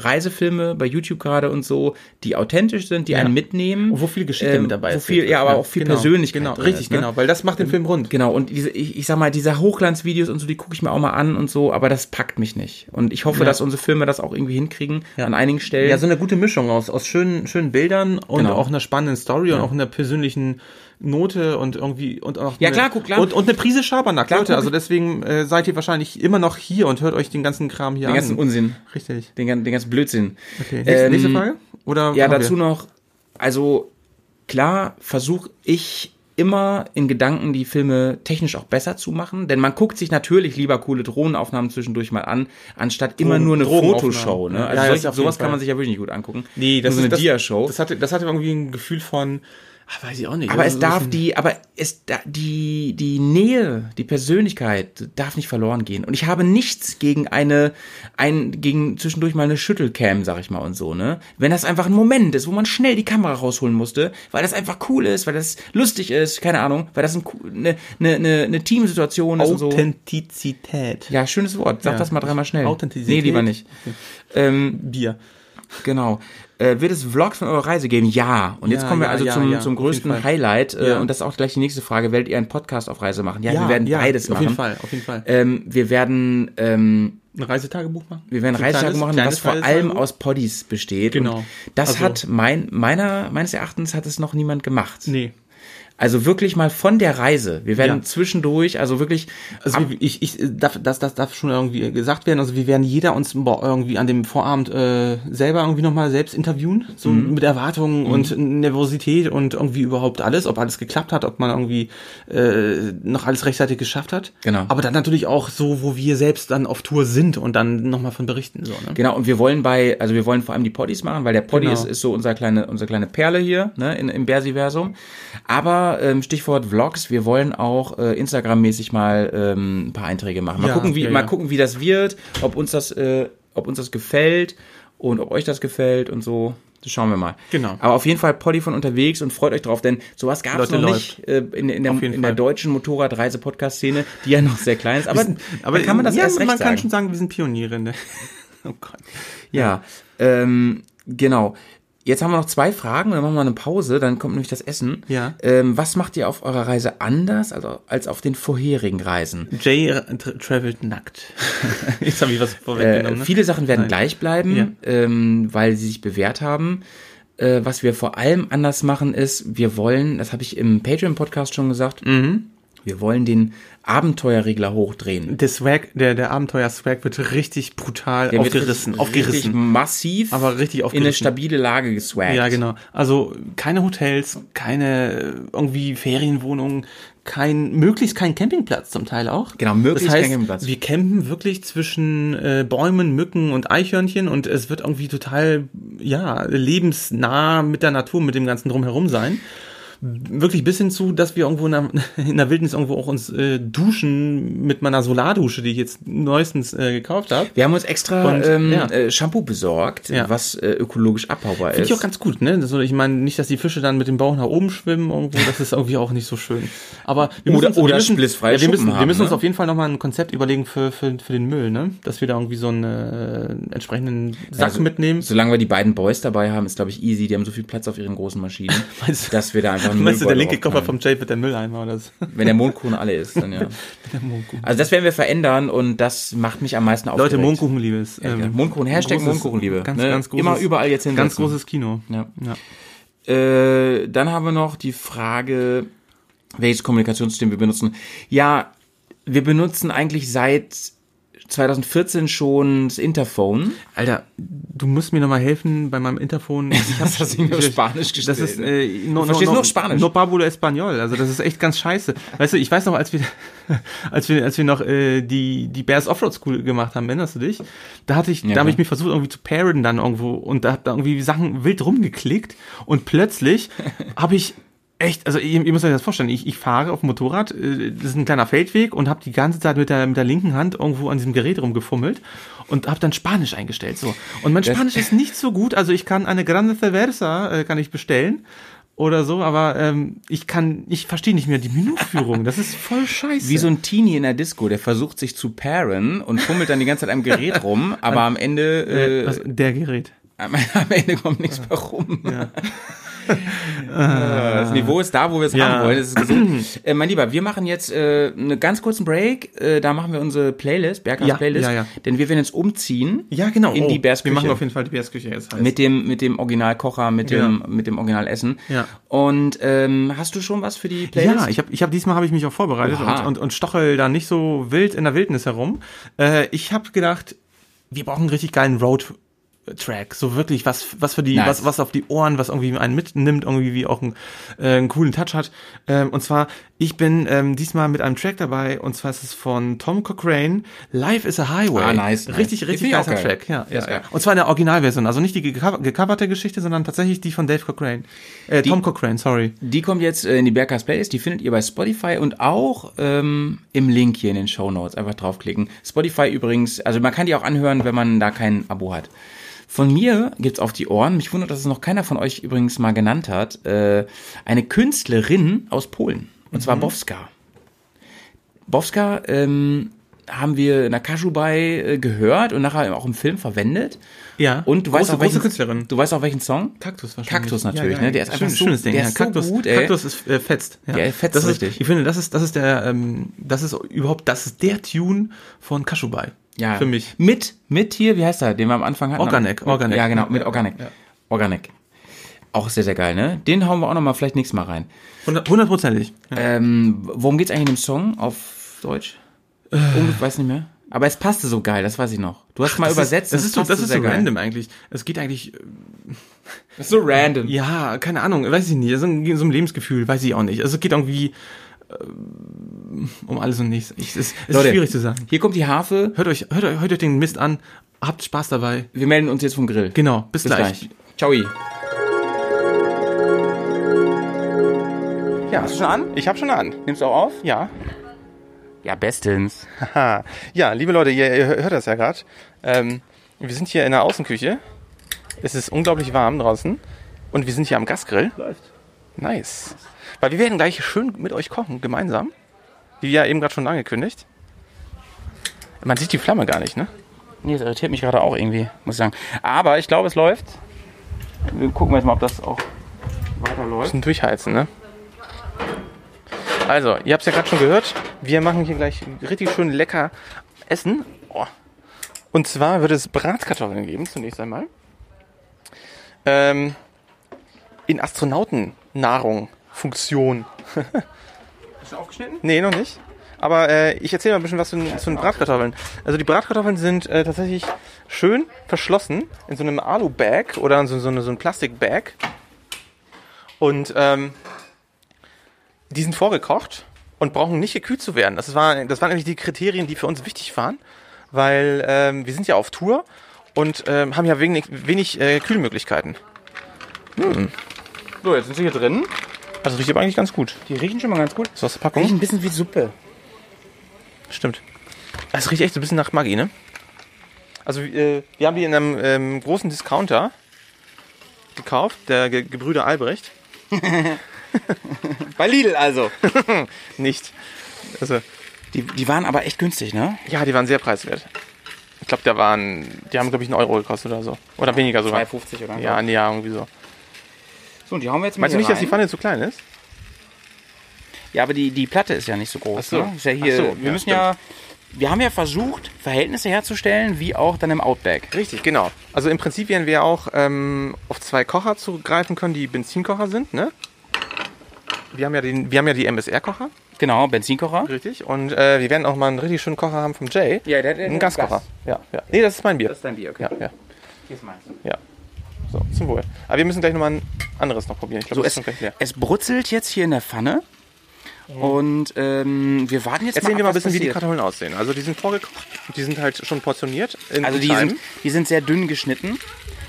S1: Reisefilme bei YouTube gerade und so, die authentisch sind, die einen mitnehmen. Ähm,
S2: Und wo viel Geschichte mit dabei
S1: wo
S2: ist.
S1: viel, ja, aber auch viel
S2: genau,
S1: Persönlichkeit.
S2: Genau,
S1: drin
S2: richtig,
S1: ist, ne?
S2: genau. Weil das macht den Film rund.
S1: Genau, und diese, ich, ich sag mal, diese Hochglanzvideos und so, die gucke ich mir auch mal an und so, aber das packt mich nicht. Und ich hoffe, dass unsere Filme das auch irgendwie hinkriegen, an einigen Stellen.
S2: Ja, so eine gute Mischung aus, aus schönen, schönen Bildern und
S1: Genau.
S2: auch einer spannenden Story und auch einer persönlichen Note und irgendwie und auch
S1: Ja,
S2: eine,
S1: klar, guck, klar.
S2: Und, und eine Prise Schabernack,
S1: Klar,
S2: Leute.
S1: guck.
S2: Also deswegen äh, seid ihr wahrscheinlich immer noch hier und hört euch den ganzen Kram hier
S1: den
S2: an.
S1: ganzen Unsinn,
S2: Richtig.
S1: Ähm, den, gan- den ganzen Blödsinn.
S2: Okay. Nächste,
S1: Ähm,
S2: nächste Frage? Oder
S1: Ja,
S2: haben wir?
S1: dazu noch, also klar versuche ich immer in Gedanken die Filme technisch auch besser zu machen, denn man guckt sich natürlich lieber coole Drohnenaufnahmen zwischendurch mal an, anstatt immer
S2: Drohnen-
S1: nur eine
S2: Drohnenaufnahmen.
S1: Fotoshow. Ne?
S2: Ja,
S1: Also
S2: das
S1: solch,
S2: auf jeden
S1: sowas
S2: Fall.
S1: kann man sich ja wirklich nicht gut angucken.
S2: Nee, das
S1: nur so eine
S2: ist das,
S1: Dia-Show.
S2: Das hatte, das hatte irgendwie ein Gefühl von, ah, weiß ich auch nicht.
S1: aber
S2: Also
S1: es
S2: so ein
S1: darf
S2: bisschen-
S1: die, aber es da, die die Nähe, die Persönlichkeit darf nicht verloren gehen. Und ich habe nichts gegen eine ein gegen zwischendurch mal eine Schüttelcam, sag ich mal und so ne. Wenn das einfach ein Moment ist, wo man schnell die Kamera rausholen musste, weil das einfach cool ist, weil das lustig ist, keine Ahnung, weil das ein, ne, coo- eine eine eine, eine Teamsituation ist und so.
S2: Authentizität.
S1: Ja, schönes Wort. Sag
S2: Ja.
S1: das mal dreimal schnell.
S2: Authentizität.
S1: Nee, lieber nicht. Ähm,
S2: Bier.
S1: Genau. Äh, wird es Vlogs von eurer Reise geben? Ja. Und jetzt
S2: Ja,
S1: kommen wir
S2: ja,
S1: also
S2: ja,
S1: zum, zum
S2: ja, auf jeden
S1: größten
S2: Fall.
S1: Highlight. Äh,
S2: Ja.
S1: Und das ist auch gleich die nächste Frage. Werdet ihr einen Podcast auf Reise machen? Ja, wir werden
S2: ja,
S1: beides
S2: auf
S1: machen.
S2: jeden Fall, auf jeden Fall.
S1: Ähm, wir werden, ähm,
S2: Ein Reisetagebuch machen?
S1: wir werden
S2: So ein
S1: Reisetage
S2: kleines-
S1: machen,
S2: kleines
S1: was vor allem
S2: Reisetagebuch?
S1: aus Poddies besteht.
S2: Genau.
S1: Und das
S2: Also-
S1: hat mein, meiner, meines Erachtens hat es noch niemand gemacht.
S2: Nee.
S1: Also wirklich mal von der Reise. Wir werden
S2: Ja.
S1: zwischendurch, also wirklich,
S2: Also wir- ich, ich äh, darf, das, das darf schon irgendwie gesagt werden. Also wir werden jeder uns bo- irgendwie an dem Vorabend äh, selber irgendwie nochmal selbst interviewen, so mit Erwartungen und Nervosität und irgendwie überhaupt alles, ob alles geklappt hat, ob man irgendwie äh, noch alles rechtzeitig geschafft hat.
S1: Genau.
S2: Aber dann natürlich auch so, wo wir selbst dann auf Tour sind und dann nochmal von berichten. So, ne?
S1: Genau, und wir wollen bei, also wir wollen vor allem die Poddies machen, weil der Poddy
S2: Genau.
S1: ist, ist so unser kleine, unsere kleine Perle hier, ne, in, im Bersiversum. Aber ähm, Stichwort Vlogs, wir wollen auch äh, Instagram-mäßig mal ähm, ein paar Einträge machen. Mal
S2: Ja,
S1: gucken, wie,
S2: ja,
S1: mal
S2: ja.
S1: gucken, wie das wird, ob uns das, äh, ob uns das gefällt und ob euch das gefällt und so. Das schauen wir mal.
S2: Genau.
S1: Aber auf jeden Fall Poddy von unterwegs und freut euch drauf, denn sowas gab es
S2: Leute,
S1: noch nicht äh, in, in, der,
S2: jeden
S1: in der
S2: Fall.
S1: deutschen Motorradreise-Podcast-Szene, die ja noch sehr klein ist. Aber, da kann man das
S2: ja,
S1: erst recht
S2: man
S1: sagen.
S2: kann schon sagen, wir sind Pioniere. Ne? oh Gott.
S1: Ja, ähm, genau. Jetzt haben wir noch zwei Fragen, dann machen wir eine Pause, dann kommt nämlich das Essen.
S2: Ja.
S1: Ähm, was macht ihr auf eurer Reise anders als, als auf den vorherigen Reisen?
S2: Jay tra travelt nackt. Jetzt habe ich was
S1: Äh,
S2: vorweggenommen. ne?
S1: viele Sachen werden
S2: Nein.
S1: gleich bleiben,
S2: Ja.
S1: ähm, weil sie sich bewährt haben. Äh, was wir vor allem anders machen ist, wir wollen, das habe ich im Patreon-Podcast schon gesagt,
S2: Mhm.
S1: wir wollen den Abenteuerregler hochdrehen.
S2: Der Swag, der, der Abenteuer-Swag wird richtig brutal
S1: Der wird
S2: aufgerissen.
S1: richtig- Richtig
S2: aufgerissen.
S1: massiv
S2: Aber
S1: in
S2: richtig
S1: eine
S2: aufgerissen.
S1: stabile Lage geswaggt.
S2: Ja, genau. Also keine Hotels, keine äh, irgendwie Ferienwohnungen, kein, möglichst kein Campingplatz zum Teil auch.
S1: Genau, möglichst
S2: das heißt,
S1: kein Campingplatz.
S2: Wir campen wirklich zwischen äh, Bäumen, Mücken und Eichhörnchen und es wird irgendwie total, ja, lebensnah mit der Natur, mit dem Ganzen drumherum sein. wirklich bis hin zu, dass wir irgendwo in der, in der Wildnis irgendwo auch uns äh, duschen mit meiner Solardusche, die ich jetzt neuestens äh, gekauft habe.
S1: Wir haben uns extra
S2: Und,
S1: ähm,
S2: ja.
S1: äh, Shampoo besorgt,
S2: Ja.
S1: was äh, ökologisch abbaubar
S2: Finde
S1: ist.
S2: ich auch ganz gut, ne? Also ich meine, nicht, dass die Fische dann mit dem Bauch nach oben schwimmen irgendwo, das ist irgendwie auch nicht so schön. Aber wir
S1: Oder-
S2: müssen, uns- wir
S1: oder
S2: müssen,
S1: splissfreie
S2: ja, wir
S1: Schuppen
S2: müssen, wir
S1: haben,
S2: müssen uns
S1: ne?
S2: auf jeden Fall nochmal ein Konzept überlegen für, für, für den Müll, ne? Dass wir da irgendwie so einen äh, entsprechenden Sack
S1: Also,
S2: mitnehmen.
S1: Solange wir die beiden Boys dabei haben, ist glaube ich easy. Die haben so viel Platz auf ihren großen Maschinen,
S2: Meinst du?
S1: dass wir da einfach einfach einen
S2: Meinst du, der
S1: Müllbeutel
S2: linke Koffer
S1: draufknallen.
S2: vom Jay wird der Mülleimer oder so?
S1: Wenn der Mondkuchen alle ist, dann ja.
S2: Der Mondkuchen.
S1: Also das werden wir verändern und das macht mich am meisten aufgeregt.
S2: Leute, Mondkuchen, liebes.
S1: ja. Mondkuchen, Hashtag Mondkuchenliebe,
S2: Ganz,
S1: ne?
S2: ganz großes,
S1: Immer überall jetzt
S2: Ganz
S1: hinsetzen.
S2: großes Kino.
S1: Ja.
S2: Ja.
S1: Äh, dann haben wir noch die Frage, welches Kommunikationssystem wir benutzen. Ja, wir benutzen eigentlich seit 2014 schon das Interphone.
S2: Alter, du musst mir nochmal helfen bei meinem Interphone. Ich
S1: hast das irgendwie auf Spanisch
S2: Das
S1: gestellt,
S2: ist
S1: ne?
S2: äh, no,
S1: Du verstehst nur Spanisch.
S2: No Pabulo Español. Also das ist echt ganz scheiße. Weißt du, ich weiß noch, als wir als wir als wir noch äh, die die Bears Offroad School gemacht haben, erinnerst du dich? Da hatte ich, da habe
S1: klar.
S2: ich mich versucht irgendwie zu paren dann irgendwo und da habe da irgendwie Sachen wild rumgeklickt und plötzlich habe ich Echt, also ihr, ihr müsst euch das vorstellen, ich, ich fahre auf dem Motorrad, äh, das ist ein kleiner Feldweg und habe die ganze Zeit mit der, mit der linken Hand irgendwo an diesem Gerät rumgefummelt und habe dann Spanisch eingestellt. So. Und mein Spanisch ist nicht so gut, also ich kann eine Grande Cerveza äh, kann ich bestellen, oder so, aber ähm, ich kann, ich verstehe nicht mehr die Menüführung. Das ist voll scheiße.
S1: Wie so ein Teenie in der Disco, der versucht sich zu paren und fummelt dann die ganze Zeit am Gerät rum, aber am Ende, äh,
S2: Was, der Gerät.
S1: am, am Ende kommt nichts mehr rum. Ja, das Niveau ist da, wo wir es
S2: Ja.
S1: haben wollen. Das ist gesund. äh, mein Lieber, wir machen jetzt äh, einen ganz kurzen Break. Äh, da machen wir unsere Playlist, Berghaus
S2: Ja,
S1: Playlist.
S2: ja, ja.
S1: Denn wir werden jetzt umziehen.
S2: Ja, genau.
S1: In die Bärsküche.
S2: Wir machen auf jeden Fall die Bärsküche jetzt heiß.
S1: mit dem mit dem Originalkocher, mit dem
S2: Ja.
S1: mit dem Originalessen.
S2: Ja.
S1: Und ähm, hast du schon was für die Playlist?
S2: ja, ich habe ich hab, diesmal habe ich mich auch vorbereitet
S1: Oha.
S2: und, und, und stochel da nicht so wild in der Wildnis herum. Äh, ich habe gedacht, wir brauchen einen richtig geilen Road Track, so wirklich was was für die
S1: Nice.
S2: was was auf die Ohren, was irgendwie einen mitnimmt, irgendwie wie auch einen, äh, einen coolen Touch hat. Ähm, und zwar ich bin ähm, diesmal mit einem Track dabei und zwar ist es von Tom Cochrane Life is a Highway.
S1: Ah, nice, nice.
S2: Richtig
S1: Den
S2: richtig
S1: find ich auch
S2: geiler
S1: geil.
S2: Track. Ja,
S1: Der
S2: ja,
S1: ist
S2: ja.
S1: geil.
S2: Und zwar in der Originalversion, also nicht die geco- gecoverte Geschichte, sondern tatsächlich die von Dave Cochrane. Äh, Tom Cochrane, sorry.
S1: Die kommt jetzt äh, in die Berghaus Playlist. Die findet ihr bei Spotify und auch ähm, im Link hier in den Show Notes. Einfach draufklicken. Spotify übrigens, also man kann die auch anhören, wenn man da kein Abo hat. Von mir gibt's auf die Ohren, mich wundert, dass es noch keiner von euch übrigens mal genannt hat, äh, eine Künstlerin aus Polen. Und
S2: Mhm.
S1: zwar Bowska. Bowska ähm, haben wir in der Kashubai äh, gehört und nachher auch im Film verwendet.
S2: Ja.
S1: Und du weißt,
S2: Große-
S1: auch welchen,
S2: große Künstlerin.
S1: Du weißt auch welchen Song?
S2: Kaktus wahrscheinlich.
S1: Kaktus natürlich,
S2: Ja, ja,
S1: ne? Der
S2: ja.
S1: ist einfach
S2: Schön-
S1: so,
S2: schönes Ding.
S1: der
S2: ja.
S1: ist
S2: Kaktus,
S1: so gut, ey.
S2: Kaktus ist äh, fetzt. Ja,
S1: Der fetzt
S2: das ist,
S1: richtig.
S2: Ich finde, das ist das ist der ähm, das ist überhaupt das ist der Tune von Kashubai.
S1: Ja.
S2: Für mich.
S1: Mit, mit hier, wie heißt er, den wir am Anfang hatten?
S2: Organic, Organic.
S1: Ja, genau, mit Organic. Organic. Auch sehr, sehr geil, ne? Den hauen wir auch nochmal vielleicht nächstes Mal rein.
S2: Hundert- Hundertprozentig. Ja.
S1: Ähm, worum geht's eigentlich in dem Song auf Deutsch?
S2: Äh.
S1: Ich weiß nicht mehr. Aber es passte so geil, das weiß ich noch. Du hast mal
S2: Das
S1: übersetzt.
S2: Ist, das ist so,
S1: passte
S2: das ist
S1: sehr
S2: so
S1: geil.
S2: random eigentlich. Es geht eigentlich, äh,
S1: Das ist so random.
S2: ja, keine Ahnung, weiß ich nicht. So ein, so ein Lebensgefühl, weiß ich auch nicht. Also es geht irgendwie äh, um alles und nichts. Ich, es es ist
S1: Leute,
S2: schwierig zu sagen.
S1: Hier kommt die Harfe.
S2: Hört euch, hört euch, hört euch den Mist an. Habt Spaß dabei.
S1: Wir melden uns jetzt vom Grill.
S2: Genau. Bis,
S1: Bis
S2: gleich.
S1: gleich. Ciao. Ja, hast du schon an?
S2: Ich habe schon an.
S1: Nimmst du auch auf?
S2: Ja.
S1: Ja, bestens.
S2: Ah, ja, liebe Leute, ihr, ihr hört das ja gerade. Ähm, wir sind hier in der Außenküche. Es ist unglaublich warm draußen. Und wir sind hier am Gasgrill. Läuft. Nice. Weil wir werden gleich schön mit euch kochen, gemeinsam. Wie ja eben gerade schon angekündigt. Man sieht die Flamme gar nicht, ne?
S1: Nee, das irritiert mich gerade auch irgendwie, muss ich sagen. Aber ich glaube, es läuft. Wir gucken jetzt mal, ob das auch weiterläuft.
S2: Bisschen durchheizen, ne? Also, ihr habt es ja gerade schon gehört. Wir machen hier gleich richtig schön lecker Essen. Oh. Und zwar wird es Bratkartoffeln geben, zunächst einmal. Ähm, in Astronautennahrung. Funktion.
S1: Ist aufgeschnitten?
S2: Nee, noch nicht. Aber äh, ich erzähle mal ein bisschen was zu, den- zu den Bratkartoffeln. Also die Bratkartoffeln sind äh, tatsächlich schön verschlossen in so einem Alu-Bag oder in so, so, eine- so einem Plastik-Bag. Und ähm, die sind vorgekocht und brauchen nicht gekühlt zu werden. Das, war, das waren nämlich die Kriterien, die für uns wichtig waren, weil ähm, wir sind ja auf Tour und ähm, haben ja wenig, wenig äh, Kühlmöglichkeiten. Hm.
S1: So, jetzt sind sie hier drin.
S2: Also riecht aber eigentlich ganz gut.
S1: Die riechen schon mal ganz gut.
S2: So aus der Packung.
S1: ein bisschen wie Suppe.
S2: Stimmt. Es riecht echt so ein bisschen nach Maggi, ne? Also äh, wir haben die in einem ähm, großen Discounter gekauft, der Ge Gebrüder Albrecht.
S1: Bei Lidl also.
S2: Nicht. Also,
S1: Die, die waren aber echt günstig, ne?
S2: ja, die waren sehr preiswert. Ich glaube, da waren, die haben glaube ich einen Euro gekostet oder so. Oder weniger sogar.
S1: 2,50 oder so.
S2: Ja, nee, ja, irgendwie so.
S1: So, und die hauen wir jetzt mal
S2: Meinst
S1: hier
S2: du nicht, dass die
S1: rein.
S2: Pfanne zu klein ist?
S1: Ja, aber die, die Platte ist ja nicht so groß.
S2: Ach so.
S1: Ne? Ist ja
S2: Ach
S1: hier,
S2: so,
S1: wir
S2: ja,
S1: müssen ja, wir haben ja versucht, Verhältnisse herzustellen, wie auch dann im Outback.
S2: Richtig, genau. Also im Prinzip werden wir auch ähm, auf zwei Kocher zugreifen können, die Benzinkocher sind, ne? Wir haben ja, den, wir haben ja die MSR-Kocher,
S1: Genau, Benzinkocher.
S2: richtig? Und äh, wir werden auch mal einen richtig schönen Kocher haben vom Jay.
S1: Ja, der- der-
S2: Einen
S1: der-
S2: Gaskocher.
S1: Gas.
S2: Ja, ja. Nee, das ist mein Bier.
S1: Das ist dein Bier, okay.
S2: ja, ja,
S1: Hier ist meins.
S2: ja. So, zum Wohl. Aber wir müssen gleich nochmal ein anderes noch probieren. Ich glaube,
S1: So,
S2: das ist
S1: es,
S2: schon gleich leer.
S1: es brutzelt jetzt hier in der Pfanne. Mhm. Und ähm, wir warten jetzt
S2: Erzählen wir
S1: ab,
S2: mal ein
S1: was
S2: bisschen, wie die
S1: passiert.
S2: Kartoffeln aussehen. Also die sind vorgekocht, die sind halt schon portioniert. in
S1: Also die
S2: Scheiben.
S1: sind, die sind sehr dünn geschnitten.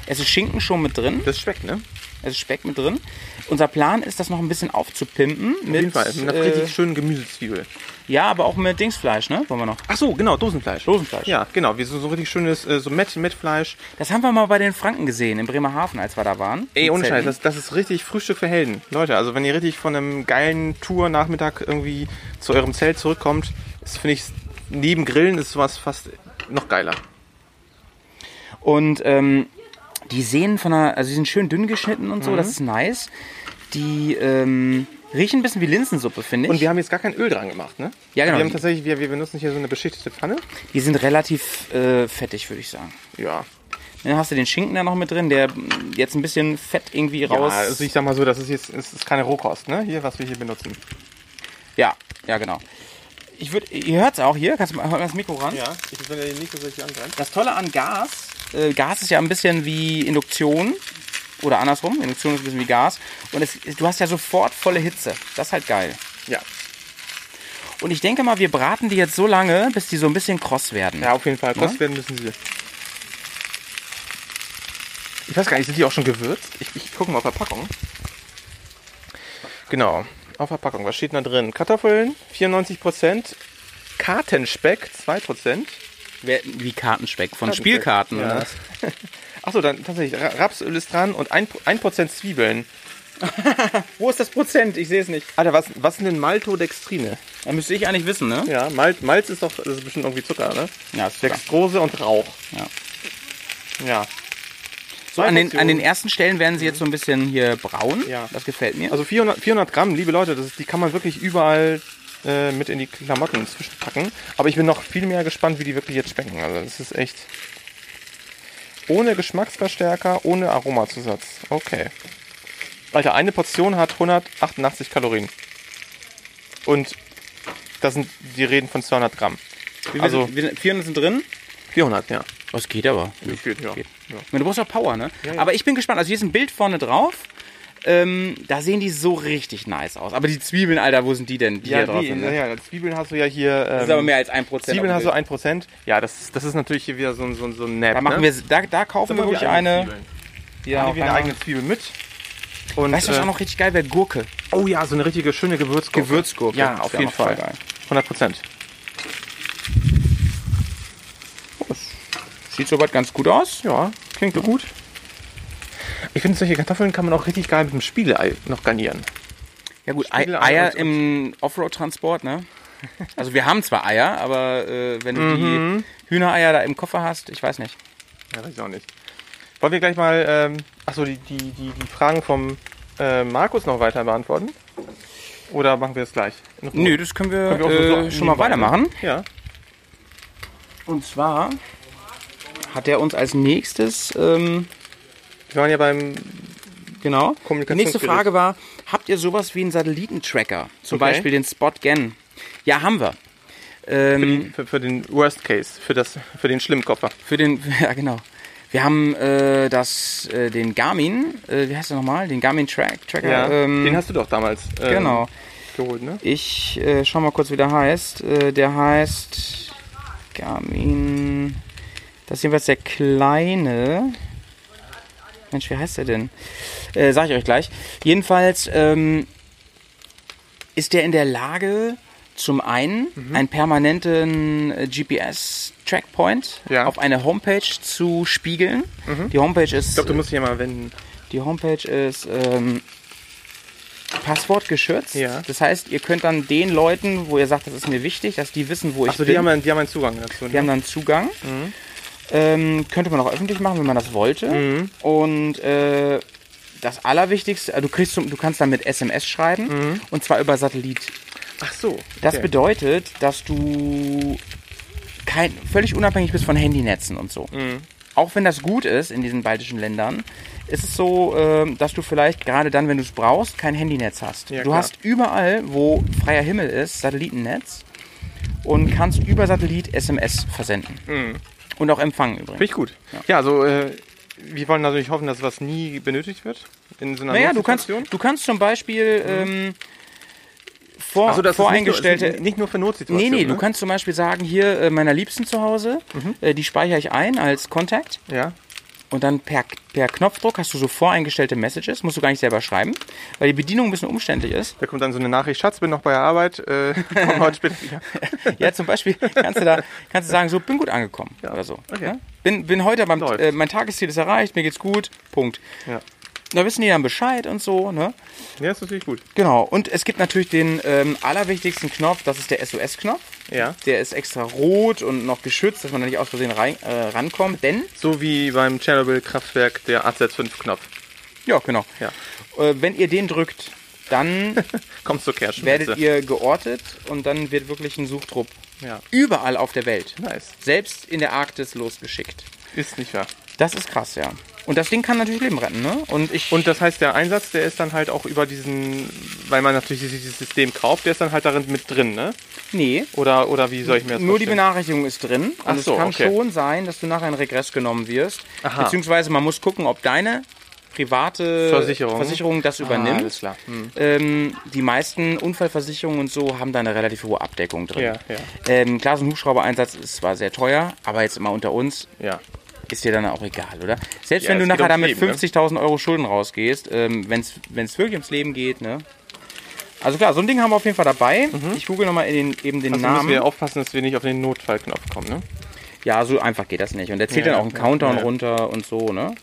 S1: Es ist Schinken schon mit drin,
S2: Das schmeckt, ne?
S1: es ist Speck mit drin. Unser Plan ist, das noch ein bisschen aufzupimpen. Mit,
S2: Auf jeden Fall. Mit einer
S1: äh,
S2: richtig schönen Gemüsezwiebel.
S1: ja, aber auch mit Dingsfleisch, ne? Wollen wir noch.
S2: Ach so, genau, Dosenfleisch.
S1: Dosenfleisch.
S2: Ja, genau. Wie so, so richtig schönes äh, so Met, Metfleisch.
S1: Das haben wir mal bei den Franken gesehen, in Bremerhaven, als wir da waren.
S2: Ey,
S1: Im
S2: ohne Scheiß,
S1: Zelten.
S2: das, das ist richtig Frühstück für Helden. Leute, also wenn ihr richtig von einem geilen Tour-Nachmittag irgendwie zu eurem Zelt zurückkommt, ist, finde ich, neben Grillen ist sowas fast noch geiler.
S1: Und ähm, die sehen von einer, also die sind schön dünn geschnitten
S2: Mhm.
S1: und so, das ist nice. Die ähm, riechen ein bisschen wie Linsensuppe, finde ich.
S2: Und wir haben jetzt gar kein Öl dran gemacht, ne?
S1: Ja, genau.
S2: Wir haben tatsächlich, wir, wir benutzen hier so eine beschichtete Pfanne.
S1: die sind relativ äh, fettig, würde ich sagen.
S2: Ja.
S1: Dann hast du den Schinken da noch mit drin, der mm, jetzt ein bisschen Fett irgendwie raus.
S2: ja also ich sag mal so, das ist jetzt das ist keine Rohkost, ne? Hier, was wir hier benutzen.
S1: ja, ja, genau. Ich würd, ihr hört es auch hier, kannst du mal hört mal das Mikro ran.
S2: Ja, ich will ja nicht so richtig angreifen.
S1: Das Tolle an Gas, äh, Gas ist ja ein bisschen wie Induktion oder andersrum, Induktion ist ein bisschen wie Gas und es, du hast ja sofort volle Hitze. Das ist halt geil.
S2: Ja.
S1: Und ich denke mal, wir braten die jetzt so lange, bis die so ein bisschen kross werden.
S2: Ja, auf jeden Fall.
S1: Ne?
S2: Kost werden müssen sie. Ich weiß gar nicht, sind die auch schon gewürzt? Ich, ich gucke mal auf Verpackung. Genau, auf Verpackung. Was steht denn da drin? Kartoffeln 94%, Kartenspeck 2%.
S1: Wer- Wie Kartenspeck von
S2: Kartenspeck,
S1: Spielkarten.
S2: ja.
S1: oder was?
S2: Achso, dann tatsächlich, Ra- Rapsöl ist dran und 1%, 1 Zwiebeln.
S1: Wo ist das Prozent? Ich sehe es nicht.
S2: Alter, was, was sind denn Maltodextrine?
S1: Da müsste ich eigentlich wissen, ne?
S2: Ja, Malz, Malz ist doch, das ist bestimmt irgendwie Zucker, ne?
S1: Ja, ist klar.
S2: Dextrose und Rauch.
S1: Ja.
S2: Ja.
S1: So, an, den, an den ersten Stellen werden sie jetzt so ein bisschen hier braun.
S2: Ja.
S1: Das gefällt mir.
S2: Also 400, 400 Gramm, liebe Leute, das ist, die kann man wirklich überall äh, mit in die Klamotten zwischenpacken. Aber ich bin noch viel mehr gespannt, wie die wirklich jetzt schmecken. Also das ist echt ohne Geschmacksverstärker, ohne Aromazusatz. Okay. Alter, eine Portion hat 188 Kalorien. Und das sind, die reden von 200 Gramm.
S1: wir,
S2: also-
S1: sind, wir sind, 400 sind drin.
S2: 400, ja.
S1: Das geht aber.
S2: Das geht, ja. Ja.
S1: Ich meine, Du brauchst auch Power, ne? Aber ich bin gespannt. Also hier ist ein Bild vorne drauf. Ähm, da sehen die so richtig nice aus. Aber die Zwiebeln, Alter, wo sind die denn? Die
S2: Ja,
S1: hier drauf
S2: die,
S1: sind, ne?
S2: ja, ja, Zwiebeln hast du ja hier. Ähm,
S1: Das ist aber mehr als 1%.
S2: Zwiebeln
S1: auf dem
S2: hast du
S1: Bild.
S2: 1%. Ja, das, ist- das ist natürlich hier wieder so ein, so ein, so ein Nap.
S1: Da, machen
S2: ne?
S1: wir, da, da kaufen wir
S2: Immer
S1: wirklich
S2: die eigenen
S1: eine.
S2: Zwiebeln.
S1: Die da
S2: Nehmen
S1: auch
S2: wir eine
S1: reinmachen.
S2: eigene Zwiebel mit. Und,
S1: Weißt du, was
S2: äh,
S1: auch noch richtig geil wäre? Gurke.
S2: Oh ja, so eine richtige schöne Gewürzgurke.
S1: Gewürzgurke.
S2: Ja,
S1: Das
S2: auf
S1: wär
S2: jeden
S1: noch voll
S2: Fall.
S1: geil.
S2: 100 Prozent.
S1: Sieht soweit ganz gut aus.
S2: Ja, klingt so gut. Ich finde, solche Kartoffeln kann man auch richtig geil mit einem Spiegelei noch garnieren.
S1: Ja gut, Ei,
S2: Spiegelei
S1: Eier
S2: und-
S1: im Offroad-Transport, ne? Also wir haben zwar Eier, aber äh, wenn du
S2: Mhm.
S1: die Hühnereier da im Koffer hast, ich weiß nicht.
S2: Ja, weiß ich auch nicht. Wollen wir gleich mal, ähm, achso, die, die, die, die Fragen vom äh, Markus noch weiter beantworten? Oder machen wir das gleich? In Ruhe.
S1: Nö, das können wir,
S2: Können wir auch so-
S1: äh, schon mal
S2: nebenbei, ne?
S1: weitermachen.
S2: Ja.
S1: Und zwar hat er uns als nächstes, ähm,
S2: Wir waren ja beim,
S1: genau, die nächste
S2: Kommunikationsgerät.
S1: Frage war, habt ihr sowas wie einen Satellitentracker? Zum
S2: Okay.
S1: Beispiel den Spot Gen. Ja, haben wir. Ähm,
S2: für, für den Worst Case, für, das, für den schlimmen Koffer.
S1: Für den, ja genau. Wir haben äh, das, äh, den Garmin, äh, wie heißt der nochmal? Den Garmin Track, Tracker. ähm,
S2: den hast du doch damals ähm,
S1: genau.
S2: geholt, ne?
S1: Ich äh, schau mal kurz, wie der heißt. Äh, der heißt Garmin. Das ist jedenfalls der kleine. Mensch, wie heißt der denn? Äh, sag ich euch gleich. Jedenfalls ähm, ist der in der Lage, zum einen
S2: Mhm.
S1: einen permanenten äh, GPS-Trackpoint
S2: Ja. Mhm.
S1: auf eine Homepage zu spiegeln. Die Homepage ist.
S2: Ich glaube, du musst dich ja mal wenden.
S1: Die Homepage ist ähm, passwortgeschützt.
S2: Ja.
S1: Das heißt, ihr könnt dann den Leuten, wo ihr sagt, das ist mir wichtig, dass die wissen, wo ich
S2: Achso,
S1: bin.
S2: die haben, Mhm. einen- die haben einen Zugang dazu. ne?
S1: die haben dann Zugang. Ähm, könnte man auch öffentlich machen, wenn man das wollte.
S2: Mhm.
S1: Und äh, also
S2: Mhm.
S1: das Allerwichtigste, äh, du, kriegst, zum- du kannst dann mit SMS schreiben und zwar über Satellit.
S6: Ach so. Okay.
S1: Das bedeutet, dass du kein, völlig unabhängig bist von Handynetzen und so.
S2: Mhm.
S1: Auch wenn das gut ist in diesen baltischen Ländern, ist es so, ähm, dass du vielleicht gerade dann, wenn du es brauchst, kein Handynetz hast.
S6: Ja,
S1: du
S6: klar.
S1: hast überall, wo freier Himmel ist, Satellitennetz und kannst über Satellit SMS versenden.
S2: Mhm.
S1: Und auch empfangen übrigens.
S2: Finde ich gut. Ja, also äh, wir wollen natürlich hoffen, dass was nie benötigt wird. In so einer
S1: Naja, du kannst,
S2: Notsituation.
S1: du kannst zum Beispiel ähm, vor,
S2: Also, Mhm. das ist
S1: voreingestellte.
S2: Nicht nur, nicht nur für
S1: Nee,
S2: Notsituationen.
S1: nee,
S2: ne? Mhm.
S1: du kannst zum Beispiel sagen, hier äh, meiner Liebsten zu Hause, äh, die speichere ich ein als Kontakt
S2: Ja.
S1: und dann per, per Knopfdruck hast du so voreingestellte Messages, musst du gar nicht selber schreiben, weil die Bedienung ein bisschen umständlich ist.
S2: Da kommt dann so eine Nachricht, Schatz, bin noch bei der Arbeit, äh, komm heute später wieder.
S1: Ja, zum Beispiel kannst du da kannst du sagen, so bin gut angekommen oder so. Ne? Bin, bin heute beim
S2: Läuft.
S1: äh, mein Tagesziel ist erreicht, mir geht's gut, Punkt.
S2: Ja.
S1: Da wissen die dann Bescheid und so, ne?
S2: Ja, ist natürlich gut.
S1: Genau. Und es gibt natürlich den ähm, allerwichtigsten Knopf, das ist der SOS-Knopf.
S2: Ja.
S1: Der ist extra rot und noch geschützt, dass man da nicht aus Versehen rein, äh, rankommt, denn
S2: So wie beim Tschernobyl-Kraftwerk der AZ-5-Knopf.
S1: Ja, genau.
S2: Ja.
S1: Äh, wenn ihr den drückt, dann
S2: Kommt zur Kehrschmelze.
S1: werdet ihr geortet und dann wird wirklich ein Suchtrupp
S2: Ja.
S1: überall auf der Welt,
S2: Nice.
S1: selbst in der Arktis, losgeschickt.
S2: Ist nicht wahr.
S1: Das ist krass, ja. Und das Ding kann natürlich Leben retten, ne? Und ich.
S2: Und das heißt, der Einsatz, der ist dann halt auch über diesen, weil man natürlich dieses System kauft, der ist dann halt darin mit drin, ne?
S1: nee.
S2: Oder, oder wie soll ich mir das
S1: Nur die
S2: vorstellen?
S1: Benachrichtigung ist drin.
S2: Ach
S1: Und es
S2: so,
S1: kann
S2: okay.
S1: schon sein, dass du nachher in Regress genommen wirst.
S2: Aha.
S1: Beziehungsweise man muss gucken, ob deine private
S2: Versicherung. Ah,
S1: Versicherung das übernimmt.
S2: alles klar. Hm.
S1: Ähm, die meisten Unfallversicherungen und so haben da eine relativ hohe Abdeckung drin.
S2: Ja, ja.
S1: Ähm, klar, so ein Hubschrauber-Einsatz ist zwar sehr teuer, aber jetzt immer unter uns
S2: Ja.
S1: ist dir dann auch egal, oder? Selbst
S2: Ja,
S1: wenn du
S2: es geht
S1: nachher
S2: ums
S1: damit
S2: Leben, ne?
S1: 50.000 Euro Schulden rausgehst, ähm, wenn es wirklich ums Leben geht, ne? Also klar, so ein Ding haben wir auf jeden Fall dabei. Ich google nochmal den, eben den
S2: Mhm. Also müssen
S1: Namen.
S2: wir aufpassen, dass wir nicht auf den Notfallknopf kommen, ne?
S1: Ja, so einfach geht das nicht. Und er zählt
S2: Ja,
S1: dann
S2: ja,
S1: auch einen
S2: ja,
S1: Countdown
S2: ja.
S1: runter und so, ne?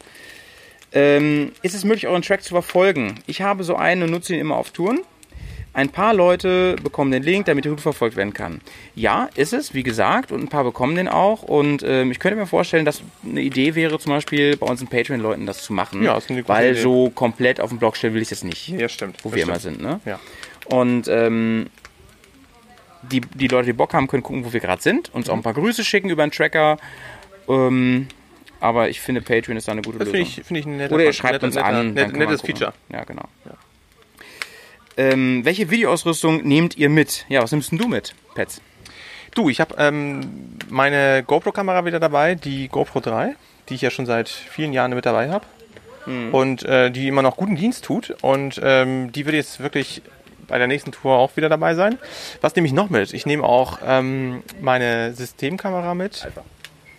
S1: Ähm, ist es möglich, euren Track zu verfolgen? Ich habe so einen und nutze ihn immer auf Touren. Ein paar Leute bekommen den Link, damit der Hut verfolgt werden kann. Ja, ist es, wie gesagt, und ein paar bekommen den auch. Und ähm, ich könnte mir vorstellen, dass eine Idee wäre, zum Beispiel bei unseren Patreon-Leuten das zu machen.
S2: Ja, ist eine gute
S1: Weil
S2: Idee.
S1: so komplett auf dem Blog stellen will ich das nicht,
S2: Ja, stimmt.
S1: wo
S2: Das
S1: wir
S2: stimmt.
S1: immer sind, ne?
S2: Ja.
S1: Und ähm, die, die Leute, die Bock haben, können gucken, wo wir gerade sind, uns auch ein paar Grüße schicken über einen Tracker. Ähm, aber ich finde, Patreon ist da eine gute
S2: Das
S1: Lösung.
S2: finde ich, finde ich ein netter
S1: Oder ihr
S2: Fun-
S1: schreibt
S2: netter-
S1: uns
S2: netter-
S1: an. dann
S2: net-
S1: kann man
S2: nettes
S1: gucken.
S2: Feature.
S1: Ja, genau. Ähm, welche Videoausrüstung nehmt ihr mit? Ja, was nimmst denn du mit, Pets?
S2: Du, ich habe ähm, meine GoPro-Kamera wieder dabei, die GoPro 3, die ich ja schon seit vielen Jahren mit dabei habe. Und äh, die immer noch guten Dienst tut. Und ähm, die wird jetzt wirklich bei der nächsten Tour auch wieder dabei sein. Was nehme ich noch mit? Ich nehme auch ähm, meine Systemkamera mit.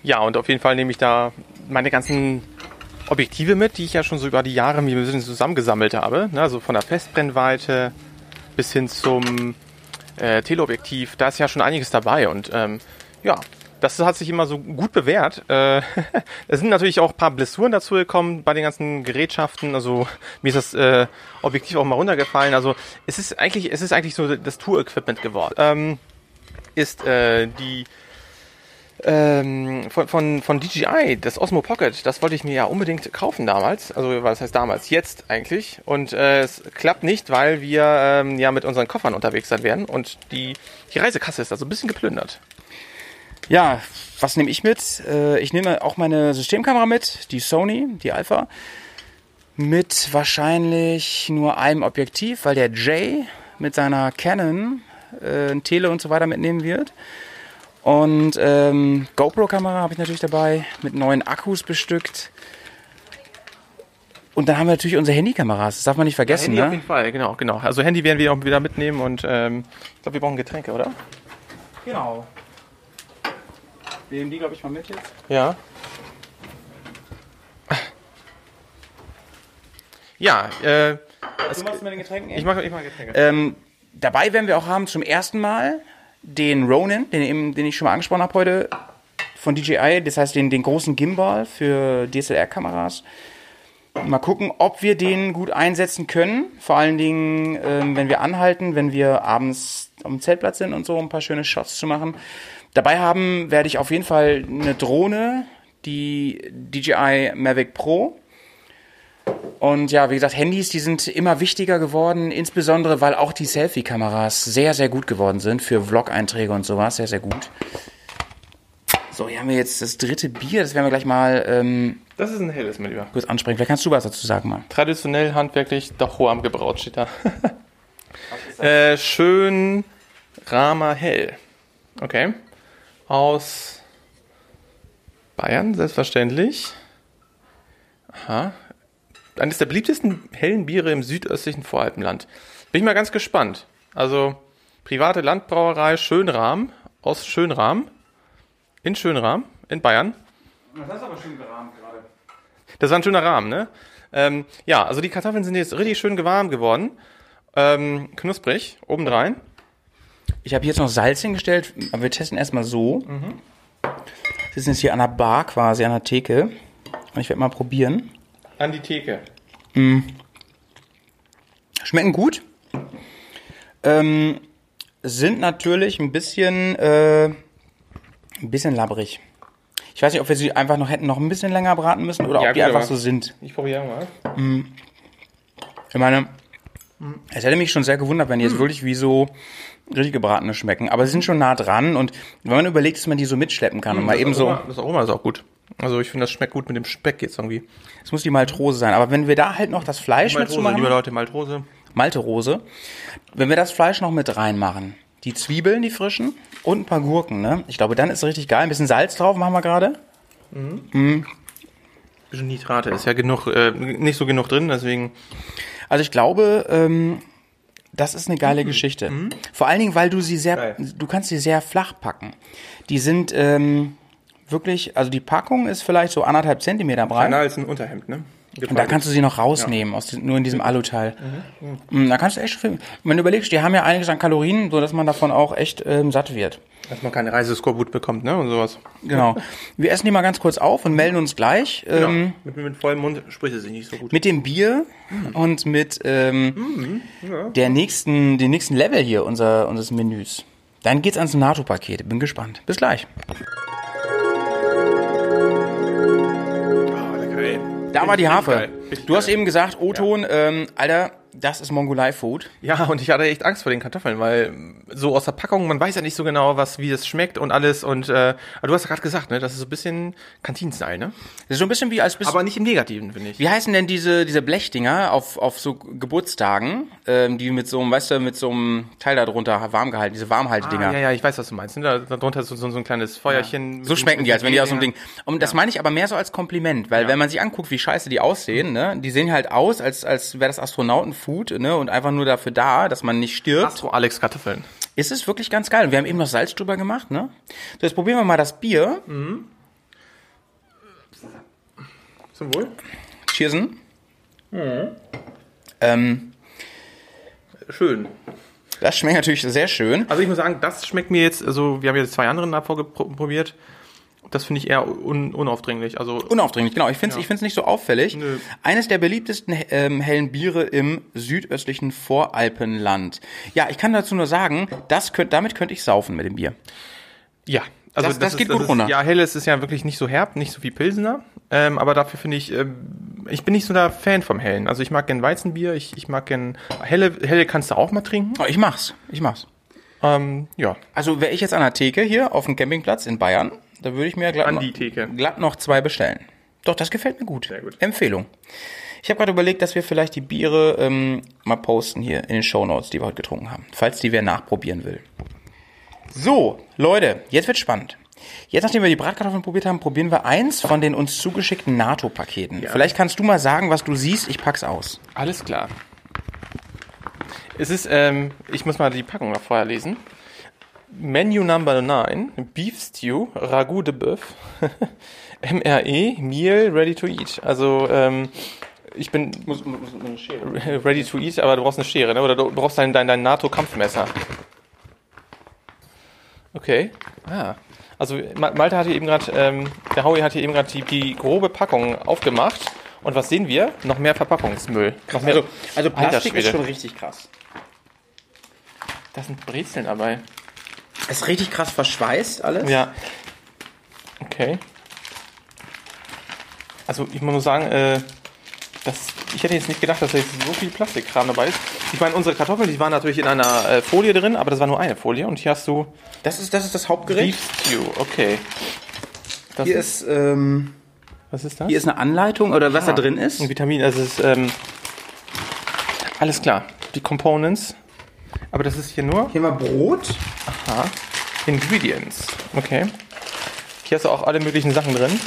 S2: Ja, und auf jeden Fall nehme ich da meine ganzen Objektive mit, die ich ja schon so über die Jahre mir ein bisschen zusammengesammelt habe. Ne? Also von der Festbrennweite bis hin zum äh, Teleobjektiv, da ist ja schon einiges dabei und ähm, ja, das hat sich immer so gut bewährt. Äh, es sind natürlich auch ein paar Blessuren dazu gekommen bei den ganzen Gerätschaften. Also mir ist das äh, Objektiv auch mal runtergefallen. Also es ist eigentlich, es ist eigentlich so das Tour-Equipment geworden. Ähm, ist äh, die ähm, von, von, von DJI, das Osmo Pocket, das wollte ich mir ja unbedingt kaufen damals. Also was heißt damals? Jetzt eigentlich. Und äh, es klappt nicht, weil wir ähm, ja mit unseren Koffern unterwegs sein werden und die, die Reisekasse ist also ein bisschen geplündert.
S1: Ja, was nehme ich mit? Äh, Ich nehme auch meine Systemkamera mit, die Sony, die Alpha. Mit wahrscheinlich nur einem Objektiv, weil der Jay mit seiner Canon, äh, ein Tele und so weiter mitnehmen wird. Und ähm, GoPro-Kamera habe ich natürlich dabei, mit neuen Akkus bestückt. Und dann haben wir natürlich unsere Handykameras, das darf man nicht vergessen.
S2: Handy auf
S1: ne?
S2: jeden Fall, genau, genau. Also Handy werden wir auch wieder mitnehmen und ähm, ich glaube, wir brauchen Getränke, oder?
S1: Genau. Wir nehmen die, glaube ich, mal mit jetzt.
S2: Ja. Ja, äh,
S1: Du machst mit den Getränken?
S2: ich mache ich mach Getränke.
S1: Ähm, dabei werden wir auch haben zum ersten Mal den Ronin, den, eben, den ich schon mal angesprochen habe heute, von DJI, das heißt den, den großen Gimbal für DSLR-Kameras. Mal gucken, ob wir den gut einsetzen können. Vor allen Dingen, ähm, wenn wir anhalten, wenn wir abends am Zeltplatz sind und so, um ein paar schöne Shots zu machen. Dabei haben werde ich auf jeden Fall eine Drohne, die DJI Mavic Pro Und ja, wie gesagt, Handys, die sind immer wichtiger geworden, insbesondere weil auch die Selfie-Kameras sehr, sehr gut geworden sind für Vlog-Einträge und sowas, sehr, sehr gut. So, hier haben wir jetzt das dritte Bier, das werden wir gleich mal ähm,
S2: Das ist ein helles, mein Lieber.
S1: kurz ansprechen. Vielleicht kannst du was dazu sagen mal.
S2: Traditionell, handwerklich, Dachuam gebraut steht da. äh, schön Rama Hell. Okay. Aus Bayern, selbstverständlich. Aha. Eines der beliebtesten hellen Biere im südöstlichen Voralpenland. Bin ich mal ganz gespannt. Also, private Landbrauerei Schönrahm aus Schönrahm. In Schönrahm, in Bayern. Das war ein schöner Rahmen, ne? Ähm, ja, also die Kartoffeln sind jetzt richtig schön warm geworden. Ähm, knusprig, obendrein.
S1: Ich habe hier jetzt noch Salz hingestellt, aber wir testen erstmal so. Wir sitzen jetzt hier an der Bar quasi, an der Theke. Und ich werde mal probieren.
S2: An die Theke.
S1: Schmecken gut. Ähm, sind natürlich ein bisschen, äh, ein bisschen labberig. Ich weiß nicht, ob wir sie einfach noch hätten noch ein bisschen länger braten müssen oder
S2: Ja,
S1: ob die
S2: gut,
S1: einfach
S2: aber-
S1: so sind.
S2: Ich probiere mal.
S1: Ich meine, es hätte mich schon sehr gewundert, wenn die jetzt wirklich wie so richtig gebratene schmecken. Aber sie sind schon nah dran und wenn man überlegt, dass man die so mitschleppen kann und
S2: Hm,
S1: mal eben so,
S2: Das Aroma ist auch gut. Also ich finde, das schmeckt gut mit dem Speck jetzt irgendwie.
S1: es muss die Maltrose sein. Aber wenn wir da halt noch das Fleisch mit zu
S2: Maltrose, liebe
S1: machen,
S2: Leute, Maltrose.
S1: Malterose, wenn wir das Fleisch noch mit reinmachen, die Zwiebeln, die frischen und ein paar Gurken, ne? Ich glaube, dann ist es richtig geil. Ein bisschen Salz drauf machen wir gerade.
S2: Bisschen Nitrate ist ja genug, äh, nicht so genug drin, deswegen.
S1: Also ich glaube, ähm, das ist eine geile Geschichte. Vor allen Dingen, weil du sie sehr,
S2: Geil.
S1: du kannst sie sehr flach packen. Die sind ähm, wirklich, also die Packung ist vielleicht so anderthalb Zentimeter breit.
S2: Einer als ein Unterhemd, ne?
S1: Und da kannst du sie noch rausnehmen, aus, diesem- nur in diesem Aluteil. Mhm. Da kannst du echt schon viel. Wenn du überlegst, die haben ja einiges an Kalorien, sodass man davon auch echt ähm, satt wird.
S2: Dass man keine Reiseskorbut bekommt, ne? Und sowas.
S1: Genau. Wir essen die mal ganz kurz auf und melden uns gleich ähm,
S2: Mit, mit vollem Mund spricht es sich nicht so gut.
S1: mit dem Bier und mit ähm,
S2: Mhm,
S1: der nächsten, dem nächsten Level hier unser, unseres Menüs. Dann geht's ans NATO-Paket. Bin gespannt. Bis gleich.
S2: Ah,
S1: Da war die Hafe. Du hast eben gesagt, Oton, ähm, Alter, das ist Mongolei-Food.
S2: Ja, und ich hatte echt Angst vor den Kartoffeln, weil ähm, so aus der Packung, man weiß ja nicht so genau, was, wie es schmeckt und alles. Und äh, aber du hast ja gerade gesagt, ne, das ist so ein bisschen Kantinenstyle, ne?
S1: Das ist so ein bisschen wie als bist
S2: Aber nicht im Negativen, finde ich.
S1: Wie heißen denn diese, diese Blechdinger auf, auf so Geburtstagen, ähm, die mit so einem, weißt du, mit so einem Teil darunter warm gehalten, diese Warmhaltdinger.
S2: Ah, ja, ja, ich weiß, was du meinst. ne? Da, darunter ist so, so so ein kleines Feuerchen.
S1: So schmecken die, als wenn die aus so einem Ding. Und das meine ich aber mehr so als Kompliment, weil wenn man sich anguckt, wie scheiße die aussehen, ne, die sehen halt aus, als, als wäre das Astronautenfood, ne, und einfach nur dafür da, dass man nicht stirbt.
S2: Astro Alex Kartoffeln.
S1: Ist es wirklich ganz geil. Und wir haben eben noch Salz drüber gemacht, ne? So, jetzt probieren wir mal das Bier.
S2: Zum Wohl.
S1: Cheersen. Ähm,
S2: Schön.
S1: das schmeckt natürlich sehr schön.
S2: Also ich muss sagen, das schmeckt mir jetzt, also wir haben jetzt zwei anderen davor gepro- probiert. Das finde ich eher un unaufdringlich. Also
S1: Unaufdringlich, genau. Ich finde es find's nicht so auffällig.
S2: Nö.
S1: Eines der beliebtesten ähm, hellen Biere im südöstlichen Voralpenland. Ja, ich kann dazu nur sagen, das könnt, damit könnte ich saufen mit dem Bier.
S2: Ja, also
S1: Das- das geht gut
S2: ist,
S1: runter.
S2: Ja, helles ist ja wirklich nicht so herb, nicht so wie Pilsener. Ähm, aber dafür finde ich, ähm, ich bin nicht so der Fan vom hellen. Also ich mag gern Weizenbier, ich, ich mag gern helle, helle kannst du auch mal trinken.
S1: Oh, ich mach's, ich mach's.
S2: Ähm, ja,
S1: Also wäre ich jetzt an der Theke hier auf dem Campingplatz in Bayern, da würde ich mir glatt,
S2: An
S1: noch-
S2: die Theke.
S1: glatt noch zwei bestellen. Doch, das gefällt mir gut.
S2: gut.
S1: Empfehlung. Ich habe gerade überlegt, dass wir vielleicht die Biere ähm, mal posten hier in den Shownotes, die wir heute getrunken haben, falls die wer nachprobieren will. So, Leute, jetzt wird spannend. Jetzt, nachdem wir die Bratkartoffeln probiert haben, probieren wir eins von den uns zugeschickten NATO-Paketen. Vielleicht kannst du mal sagen, was du siehst. Ich pack's aus.
S2: alles klar. Es ist, ähm, ich muss mal die Packung noch vorher lesen. Menu Number 9, Beef Stew, Ragout de Bœuf, MRE, Meal, Ready to Eat. Also, ähm, ich bin ready to eat, aber du brauchst eine Schere, ne? Oder du brauchst dein, dein, dein NATO-Kampfmesser. Okay. Ah. Also Ma- Malte hatte eben gerade, ähm, der Howie hatte eben gerade die, die grobe Packung aufgemacht. Und was sehen wir? Noch mehr Verpackungsmüll. Noch mehr.
S1: Also,
S2: Alter Schwede.
S1: richtig krass.
S2: Da sind Brezeln dabei.
S1: Ist richtig krass verschweißt alles.
S2: Ja. Okay. Also ich muss nur sagen, äh, Das, ich hätte jetzt nicht gedacht, dass da jetzt so viel Plastikkram dabei ist. Ich meine, unsere Kartoffeln, die waren natürlich in einer äh, Folie drin, aber das war nur eine Folie. Und hier hast du
S1: Das ist das, ist das Hauptgericht.
S2: Beef Stew. Okay. Das
S1: Hier ist, ähm,
S2: was ist das?
S1: hier ist eine Anleitung oder was da drin ist.
S2: Ein Vitamin, also es ist, ähm, alles klar. Die Components. Aber das ist hier nur
S1: Hier mal Brot.
S2: Ingredients. Okay. Hier hast du auch alle möglichen Sachen drin.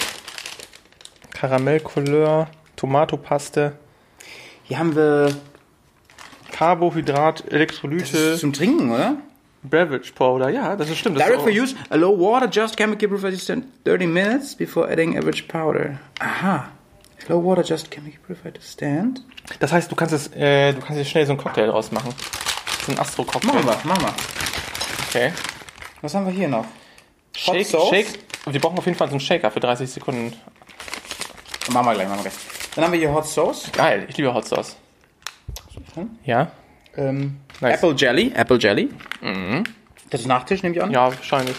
S2: Karamellcouleur, Tomatopaste,
S1: Hier haben wir
S2: Carbohydrat, Elektrolyte,
S1: zum Trinken, oder?
S2: Beverage Powder. Ja, das ist stimmt. Das
S1: Direct
S2: ist
S1: for
S2: auch-
S1: use, a low water, just chemical resistant 30 minutes before adding average powder. Aha. Low water, just chemical preferred to stand.
S2: Das heißt, du kannst es, äh, du kannst jetzt schnell so einen Cocktail draus machen. So einen Astro-Cocktail.
S1: Machen wir, machen wir.
S2: Okay.
S1: Was haben wir hier noch? Hot
S2: Shake,
S1: Sauce?
S2: Shake. Und wir brauchen auf jeden Fall so einen Shaker für 30 Sekunden.
S1: Machen wir gleich, machen wir gleich. Dann haben wir hier Hot Sauce.
S2: Geil, ich liebe Hot Sauce.
S1: Hm?
S2: Ja?
S1: Ähm,
S2: Nice.
S1: Apple Jelly. Apple Jelly. Das ist Nachtisch, nehme ich an.
S2: Ja, wahrscheinlich.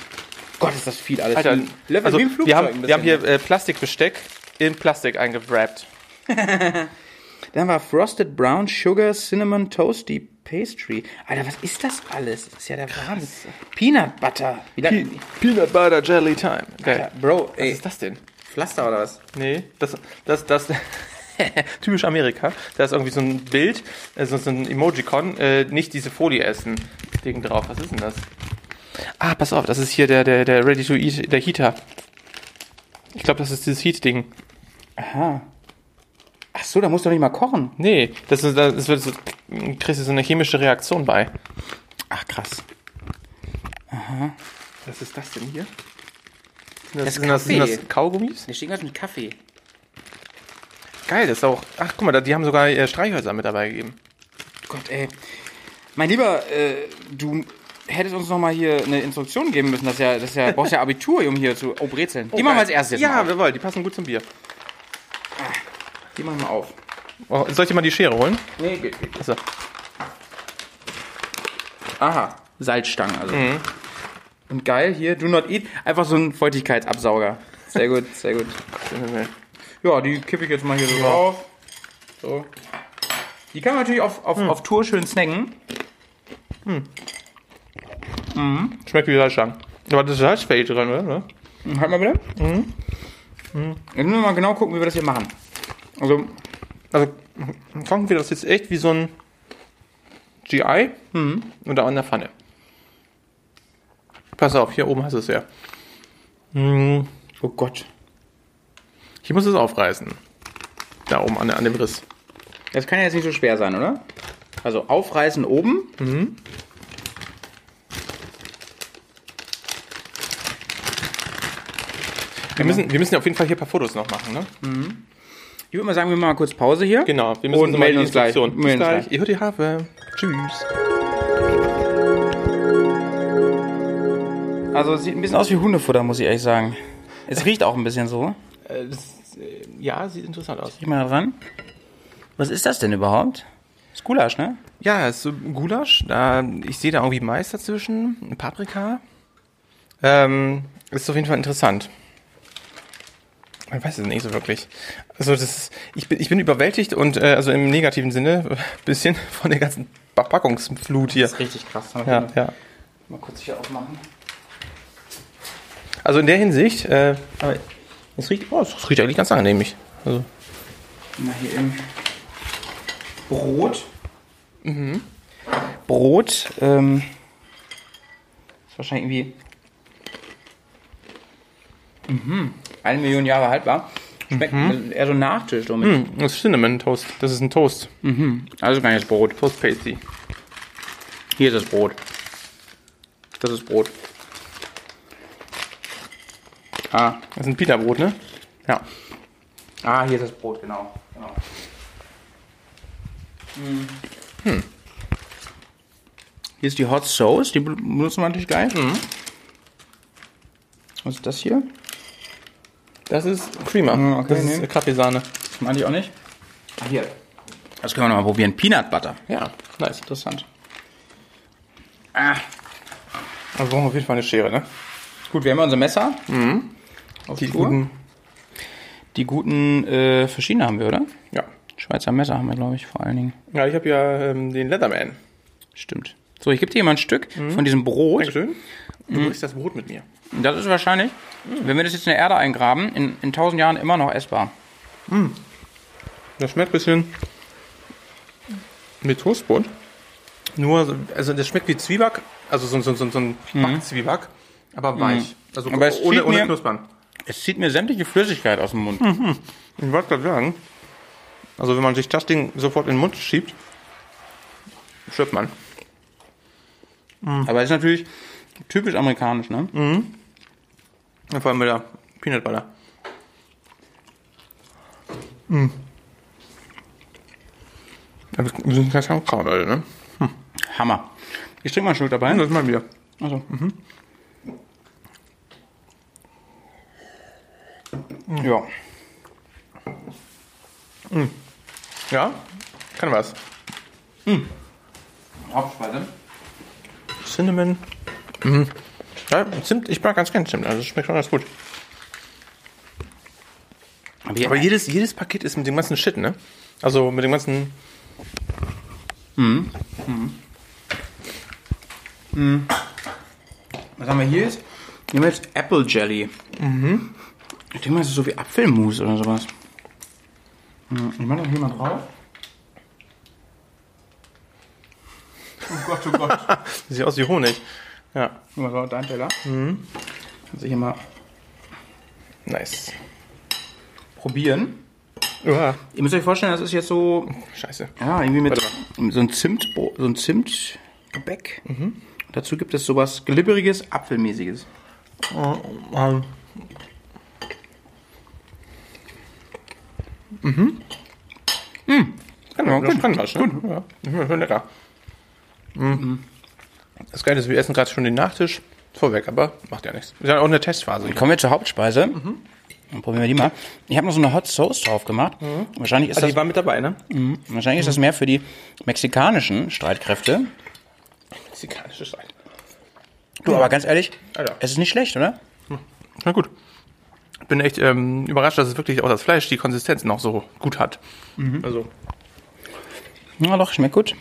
S1: Gott, ist das viel alles.
S2: Alter,
S1: Ein Level
S2: also,
S1: wie im Flugzeug
S2: wir
S1: ein
S2: haben, wir haben
S1: bisschen.
S2: hier äh, Plastikbesteck in Plastik eingewrappt.
S1: Dann haben wir Frosted Brown Sugar Cinnamon Toasty Pastry. Alter, was ist das alles? Das ist ja der Wahnsinn. Peanut Butter. Wie lange?
S2: Peanut Butter Jelly Time. Geil.
S1: Bro,
S2: Was
S1: ey,
S2: ist das denn?
S1: Pflaster oder was?
S2: Nee, das, das, das, typisch Amerika. Da ist irgendwie so ein Bild, also so ein Emojicon, äh, nicht diese Folie essen. Ding drauf, was ist denn das? Ah, pass auf, das ist hier der, der, der Ready-to-Eat, der Heater. Ich glaube, das ist dieses Heat-Ding.
S1: Aha. Ach so, da musst du doch nicht mal kochen.
S2: Nee, das ist, das wird so, kriegst du so eine chemische Reaktion bei.
S1: Ach krass.
S2: Was ist das denn hier? Sind
S1: Das
S2: das, sind das, sind
S1: Kaffee.
S2: das Kaugummis?
S1: Hier steht was mit Kaffee.
S2: Geil, das ist auch. Ach, guck mal, da- die haben sogar äh, Streichhölzer mit dabei gegeben.
S1: Gott, ey. Mein Lieber, äh, du hättest uns noch mal hier eine Instruktion geben müssen. Das ist ja, das ist ja, brauchst ja Abitur, um hier zu... Oh, Brezeln. die machen wir als erstes jetzt
S2: Ja,
S1: mal auf.
S2: jawohl, die passen gut zum Bier.
S1: Die machen wir auf.
S2: Oh, soll ich dir mal die Schere holen?
S1: Nee, geht, geht.
S2: Achso.
S1: Aha. Salzstangen also. Und geil hier, do not eat. Einfach so ein Feuchtigkeitsabsauger. Sehr gut, sehr gut. Ja, die kippe ich jetzt mal hier so drauf. So. Die kann man natürlich auf, auf, auf Tour schön snacken.
S2: Schmeckt wie Salzstangen. Aber das ist Salzfähig drin, oder? Ne?
S1: Halt mal bitte.
S2: Hm.
S1: Jetzt müssen wir mal genau gucken, wie wir das hier machen. Also,
S2: Also, kochen wir das jetzt echt wie so ein GI
S1: Mhm.
S2: und auch in der Pfanne. Pass auf, hier oben hast du es ja. Hm,
S1: oh Gott.
S2: Ich muss es aufreißen. Da oben an, der- an dem Riss.
S1: Das kann ja jetzt nicht so schwer sein, oder? Also aufreißen oben.
S2: Wir
S1: Genau.
S2: müssen, wir müssen ja auf jeden Fall hier ein paar Fotos noch machen, ne?
S1: Mhm. Ich würde mal sagen, wir machen mal kurz Pause hier.
S2: Genau, wir müssen
S1: Und
S2: so
S1: melden uns gleich.
S2: Instruktion. Bis
S1: Melden uns
S2: gleich.
S1: gleich.
S2: Ihr hört die Harfe. Tschüss.
S1: Also es sieht ein bisschen aus wie Hundefutter, muss ich ehrlich sagen. Es riecht auch ein bisschen so. äh,
S2: Ja, sieht interessant aus.
S1: Riech mal ran. Was ist das denn überhaupt? Ist Gulasch, ne?
S2: Ja, es ist so Gulasch. Da, ich sehe da irgendwie Mais dazwischen, Paprika. Ähm, ist auf jeden Fall interessant. Ich weiß es nicht so wirklich. Also das ist, ich bin, ich bin überwältigt und äh, also im negativen Sinne ein bisschen von der ganzen Verpackungsflut hier.
S1: richtig krass. ne? Genau.
S2: Ja, ja.
S1: Mal kurz hier aufmachen.
S2: Also in der Hinsicht, äh, aber es riecht, oh, es riecht eigentlich ganz angenehmig. Also,
S1: Mal hier im Brot. Mhm. Brot. Ähm, ist wahrscheinlich irgendwie. Mhm. Eine Million Jahre haltbar. Schmeckt eher so ein Nachtisch damit.
S2: hm, das ist Cinnamon Toast. Das ist ein Toast.
S1: Also kann ich das Brot.
S2: Toast Pasty.
S1: Hier ist das Brot. Das ist Brot. Ah,
S2: Das ist ein Pita-Brot, ne? Ja.
S1: ah hier ist das Brot, genau. genau. Hm. Hier ist die Hot Sauce, die be- benutzen wir natürlich gleich. Was ist das hier?
S2: Das ist Creamer.
S1: Ah, okay,
S2: das
S1: nee.
S2: ist Kaffeesahne.
S1: Das meine ich auch nicht. Ah, hier. Das können wir nochmal probieren. Peanut Butter.
S2: Ja, nice.
S1: Interessant. Ah,
S2: Aber wir brauchen auf jeden Fall eine Schere, ne?
S1: gut, wir haben ja unser Messer. Auf
S2: Die
S1: Tour.
S2: guten.
S1: Die guten äh, verschiedene haben wir, oder?
S2: Ja.
S1: Schweizer Schweizer Messer haben wir, glaube ich, vor allen Dingen.
S2: Ja, ich habe ja ähm, den Leatherman.
S1: Stimmt. So, ich gebe dir hier mal ein Stück von diesem Brot.
S2: Dankeschön. Du isst das Brot mit mir.
S1: Das ist wahrscheinlich, wenn wir das jetzt in der Erde eingraben, in, in tausend Jahren immer noch essbar.
S2: Das schmeckt ein bisschen wie Toastbrot. Nur, so- also das schmeckt wie Zwieback, also so, so, so, so ein Backzwieback, aber weich. Also
S1: Aber es
S2: ohne,
S1: fehlt mir-
S2: ohne Knuspern.
S1: Es zieht mir sämtliche Flüssigkeit aus dem Mund.
S2: Ich wollte gerade sagen, also wenn man sich das Ding sofort in den Mund schiebt, schöpft man.
S1: Aber es ist natürlich typisch amerikanisch, ne?
S2: Vor allem mit der Peanut Butter. Mm. Ja, Wir sind ganz am Kraut, Alter, ne?
S1: Hammer. Ich trinke mal einen Schluck dabei.
S2: Das mal wieder.
S1: Also. Ja.
S2: Ja, kann was.
S1: Hauptspeise.
S2: Cinnamon. Mhm. Ja, Zimt, ich mag ganz gern Zimt, also es schmeckt schon ganz gut.
S1: Aber hier,
S2: Aber jedes, jedes Paket ist mit dem ganzen Shit, ne? Also mit dem ganzen.
S1: was haben wir hier jetzt? Hier haben wir jetzt Apple Jelly. Ich denke mal, es ist so wie Apfelmus oder sowas. Hm, Ich mache noch jemand drauf. Oh
S2: Das sieht aus wie Honig. Ja,
S1: Guck mal, war dein Teller. Kannst du hier mal
S2: nice.
S1: probieren.
S2: Uah,
S1: Ihr müsst euch vorstellen, das ist jetzt so
S2: scheiße.
S1: Ja, irgendwie mit
S2: Warte
S1: so ein Zimt, so ein Zimtgebäck. Dazu gibt es sowas glibberiges, apfelmäßiges.
S2: Ähm,
S1: Kann man
S2: Mhm. das kann was, ne? Mhm. Gut. Ja, das ist schon lecker. Mhm. Das Geile ist, wir essen gerade schon den Nachtisch vorweg, aber macht ja nichts. Ist ja auch eine Testphase.
S1: Kommen wir zur Hauptspeise.
S2: Mhm.
S1: Dann probieren wir die mal. Ich habe noch so eine Hot Sauce drauf gemacht.
S2: Mhm.
S1: Wahrscheinlich, ist das,
S2: war mit dabei, ne?
S1: wahrscheinlich ist das mehr für die mexikanischen Streitkräfte.
S2: Mexikanische Seite.
S1: Du, aber ganz ehrlich,
S2: Alter.
S1: es ist nicht schlecht, oder?
S2: Na gut. Ich bin echt ähm, überrascht, dass es wirklich auch das Fleisch die Konsistenz noch so gut hat. Also.
S1: Na doch, schmeckt gut.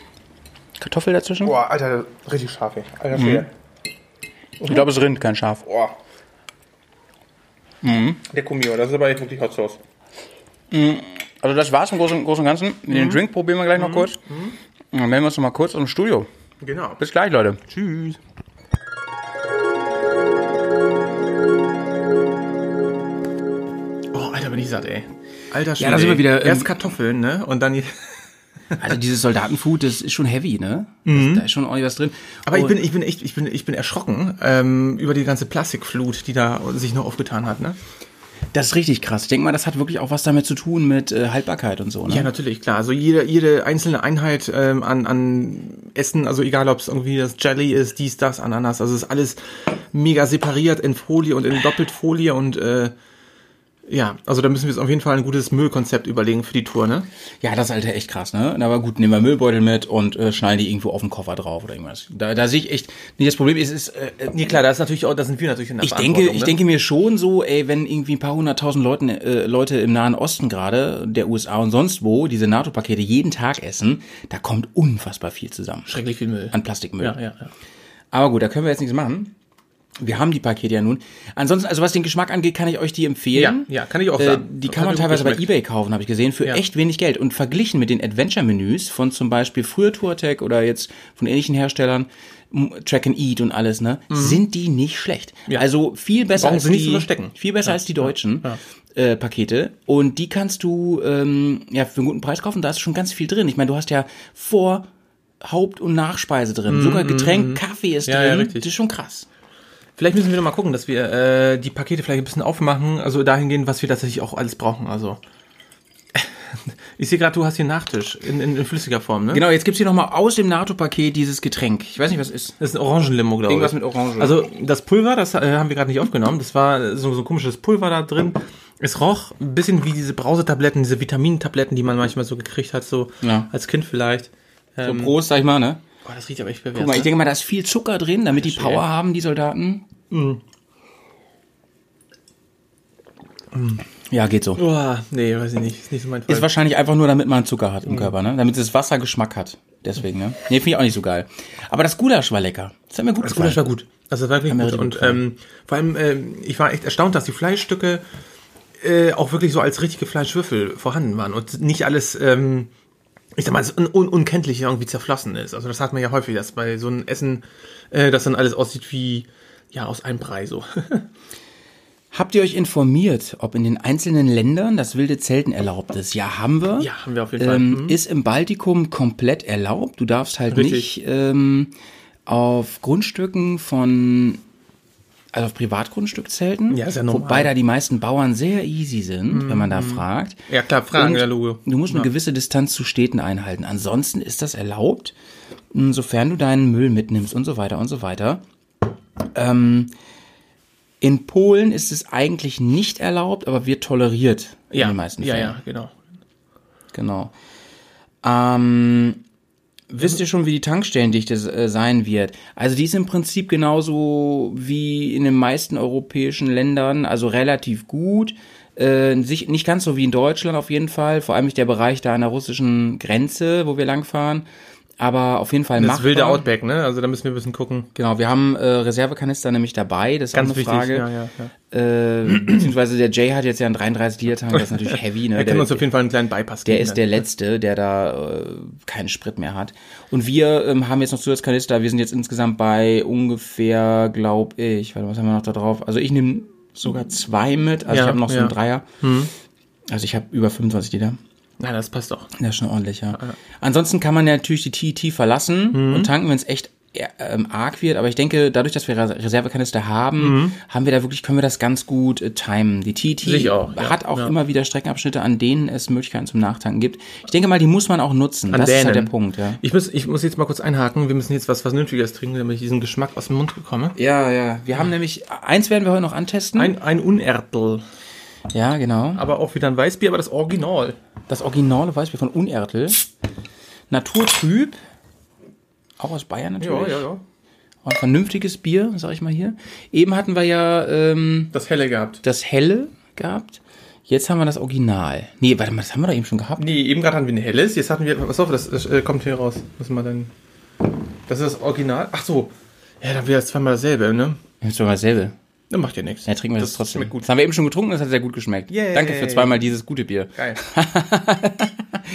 S1: Kartoffel dazwischen.
S2: Boah, Alter, richtig scharf, ey. Alter, Schwede.
S1: Ich glaube, es rinnt kein Schaf.
S2: Boah. Der Kumio, das ist aber jetzt wirklich Hot Sauce.
S1: Also das war's im Großen im Großen und Ganzen. Den
S2: Mhm.
S1: Drink probieren wir gleich noch kurz. Und Dann melden wir uns noch mal kurz im Studio.
S2: Genau.
S1: Bis gleich, Leute.
S2: Tschüss. Oh, Alter, bin ich satt, ey. Alter Schwede.
S1: da sind wir
S2: ey.
S1: wieder, ähm,
S2: Erst Kartoffeln, ne? Und dann. die-
S1: Also dieses Soldatenfood, das ist schon heavy, ne? Das, da ist schon ordentlich was drin.
S2: Mhm.
S1: Oh,
S2: Aber ich
S1: Und-
S2: bin, ich bin echt, ich bin, ich bin erschrocken ähm, über die ganze Plastikflut, die da sich noch aufgetan hat, ne?
S1: das ist richtig krass. Ich denke mal, das hat wirklich auch was damit zu tun mit äh, Haltbarkeit und so, ne?
S2: Ja, natürlich, klar. Also jede, jede einzelne Einheit ähm, an, an Essen, also egal ob es irgendwie das Jelly ist, dies, das, Ananas, also es ist alles mega separiert in Folie und in Doppeltfolie und äh, ja, also da müssen wir uns auf jeden Fall ein gutes Müllkonzept überlegen für die Tour, ne?
S1: Ja, das ist halt echt krass, ne? Na, Aber gut, nehmen wir Müllbeutel mit und äh, schneiden die irgendwo auf den Koffer drauf oder irgendwas. Da, da sehe ich echt, nee, das Problem ist, ist äh, äh,
S2: Nee, klar, das ist natürlich auch, das sind wir natürlich in der ne?
S1: ich denke, ich denke mir schon so, ey, wenn irgendwie ein paar hunderttausend Leuten, äh, Leute im Nahen Osten gerade, der USA und sonst wo, diese NATO-Pakete jeden Tag essen, da kommt unfassbar viel zusammen.
S2: schrecklich viel Müll.
S1: An Plastikmüll.
S2: Ja, ja, ja.
S1: Aber gut, da können wir jetzt nichts machen. Wir haben die Pakete ja nun. Ansonsten, also was den Geschmack angeht, kann ich euch die empfehlen.
S2: Ja, ja, kann ich auch sagen.
S1: Äh, Die
S2: Hat
S1: kann man
S2: mir gut
S1: teilweise bei
S2: geschmeckt.
S1: eBay kaufen, habe ich gesehen, für
S2: Ja.
S1: echt wenig Geld. Und verglichen mit den Adventure-Menüs von zum Beispiel früher Tourtech oder jetzt von ähnlichen Herstellern, m- Track and Eat und alles, ne, sind die nicht schlecht. Also viel besser
S2: Mhm. Brauchen
S1: als
S2: sie nicht
S1: die,
S2: zu verstecken.
S1: viel besser als die deutschen Äh, Pakete. Und die kannst du ähm, ja für einen guten Preis kaufen. Da ist schon ganz viel drin. Ich meine, du hast ja vor Haupt- und Nachspeise drin, sogar Getränk, Kaffee ist
S2: Mhm, Ja,
S1: drin.
S2: ja, richtig.
S1: Das ist schon krass.
S2: Vielleicht müssen wir noch mal gucken, dass wir äh, die Pakete vielleicht ein bisschen aufmachen, also dahingehend, was wir tatsächlich auch alles brauchen. Also ich sehe gerade, du hast hier einen Nachtisch in, in, in flüssiger Form, ne?
S1: Genau, jetzt gibt's hier nochmal aus dem NATO-Paket dieses Getränk. Ich weiß nicht, was ist.
S2: Das ist ein Orangenlimo, glaube ich.
S1: Irgendwas mit Orange.
S2: Also das Pulver, das äh, haben wir gerade nicht aufgenommen. Das war so, so ein komisches Pulver da drin. Es roch ein bisschen wie diese Brausetabletten, diese Vitamintabletten, die man manchmal so gekriegt hat, so
S1: Ja.
S2: als Kind vielleicht.
S1: So Prost, sag ich mal, ne?
S2: Oh, das riecht aber echt pervers.
S1: Guck mal, ich
S2: ne?
S1: denke mal, da ist viel Zucker drin, damit die Power
S2: Mm.
S1: haben, die Soldaten. Ja, geht so.
S2: Boah, nee, weiß ich nicht. Ist nicht so mein Fall.
S1: Ist wahrscheinlich einfach nur, damit man Zucker hat im Körper, ne? Damit das Wasser Geschmack hat. Deswegen, ne? Nee, finde ich auch nicht so geil. Aber das Gulasch war lecker. Das hat mir gut
S2: Das
S1: gefallen.
S2: Gulasch war gut. Also das war wirklich gut.
S1: richtig
S2: Und
S1: gut
S2: ähm, vor allem, ähm, ich war echt erstaunt, dass die Fleischstücke äh, auch wirklich so als richtige Fleischwürfel vorhanden waren und nicht alles, ähm, ich sag mal, so un un unkenntlich irgendwie zerflossen ist. Also das hat man ja häufig, dass bei so einem Essen, äh, das dann alles aussieht wie, ja, aus einem Brei so.
S1: Habt ihr euch informiert, ob in den einzelnen Ländern das wilde Zelten erlaubt ist? Ja, haben wir.
S2: Ja, haben wir auf jeden Fall.
S1: Ähm,
S2: Mhm.
S1: Ist im Baltikum komplett erlaubt. Du darfst halt
S2: Richtig.
S1: nicht ähm, auf Grundstücken von, also auf Privatgrundstück zelten.
S2: Ja, ist ja normal. Mhm.
S1: Wobei da die meisten Bauern sehr easy sind, wenn man da fragt.
S2: Ja, klar, Fragen,
S1: Und
S2: ja, Logo.
S1: Du musst eine
S2: Ja.
S1: gewisse Distanz zu Städten einhalten. Ansonsten ist das erlaubt, sofern du deinen Müll mitnimmst und so weiter und so weiter. Ähm, in Polen ist es eigentlich nicht erlaubt, aber wird toleriert in den meisten
S2: ja,
S1: Fällen.
S2: ja, genau.
S1: Genau. Ähm, wisst ihr schon, wie die Tankstellendichte äh, sein wird? Also die ist im Prinzip genauso wie in den meisten europäischen Ländern, also relativ gut. Äh, sich, nicht ganz so wie in Deutschland auf jeden Fall, vor allem nicht der Bereich da an der russischen Grenze, wo wir langfahren, aber auf jeden Fall
S2: Das
S1: machbar.
S2: wilde Outback, ne? Also da müssen wir ein bisschen gucken.
S1: Genau, wir haben äh, Reservekanister nämlich dabei, das ist
S2: Ganz
S1: auch eine
S2: wichtig.
S1: Frage.
S2: Ja, ja, ja.
S1: Äh, beziehungsweise der Jay hat jetzt ja einen 33-Liter-Tank, das ist natürlich heavy. Ne?
S2: Er kann
S1: Der-
S2: uns auf jeden Fall einen kleinen Bypass
S1: der
S2: geben
S1: ist
S2: dann.
S1: der Letzte, der da äh, keinen Sprit mehr hat. Und wir ähm, haben jetzt noch Zusatzkanister. Wir sind jetzt insgesamt bei ungefähr, glaube ich, warte, was haben wir noch da drauf? Also ich nehme sogar zwei mit. Also
S2: Ja,
S1: ich habe noch so einen
S2: ja. Hm.
S1: Dreier. Also ich habe über 25 Liter.
S2: Nein, das passt doch.
S1: Das ist schon ordentlich, ja. Mhm. Ansonsten kann man ja natürlich die TET verlassen und tanken, wenn es echt äh, ähm, arg wird. Aber ich denke, dadurch, dass wir Res- Reservekanister haben, haben wir da wirklich, können wir das ganz gut äh, timen. Die TET
S2: Sicher auch, ja,
S1: hat auch
S2: ja.
S1: immer wieder Streckenabschnitte, an denen es Möglichkeiten zum Nachtanken gibt. Ich denke mal, die muss man auch nutzen. das ist halt der
S2: Dänen.
S1: Punkt, ja.
S2: Ich muss, ich muss jetzt mal kurz einhaken. Wir müssen jetzt was Vernünftiges trinken, damit ich diesen Geschmack aus dem Mund bekomme.
S1: Ja, ja. Wir haben nämlich, eins werden wir heute noch antesten.
S2: Ein, ein Unertel.
S1: ja, genau.
S2: Aber auch wieder ein Weißbier, aber das Original.
S1: Das originale Weißbier von Unertel. Naturtrüb. Auch aus Bayern natürlich.
S2: ja.
S1: Auch ein vernünftiges Bier, sag ich mal hier. Eben hatten wir ja ähm,
S2: Das helle gehabt.
S1: das helle gehabt. Jetzt haben wir das Original. Nee, warte mal, das haben wir doch eben schon gehabt.
S2: Nee, eben gerade hatten wir ein helles. Jetzt hatten wir. Pass auf, das, das äh, kommt hier raus. Müssen wir dann. Das ist das Original. Ach so. Ja, dann wäre das zweimal dasselbe, ne?
S1: Jetzt haben wir dasselbe.
S2: Dann macht ja nichts.
S1: Ja, trinken wir das, trotzdem.
S2: schmeckt gut.
S1: Das haben wir eben schon getrunken, das hat sehr gut geschmeckt.
S2: Yay.
S1: Danke für zweimal dieses gute Bier.
S2: Geil.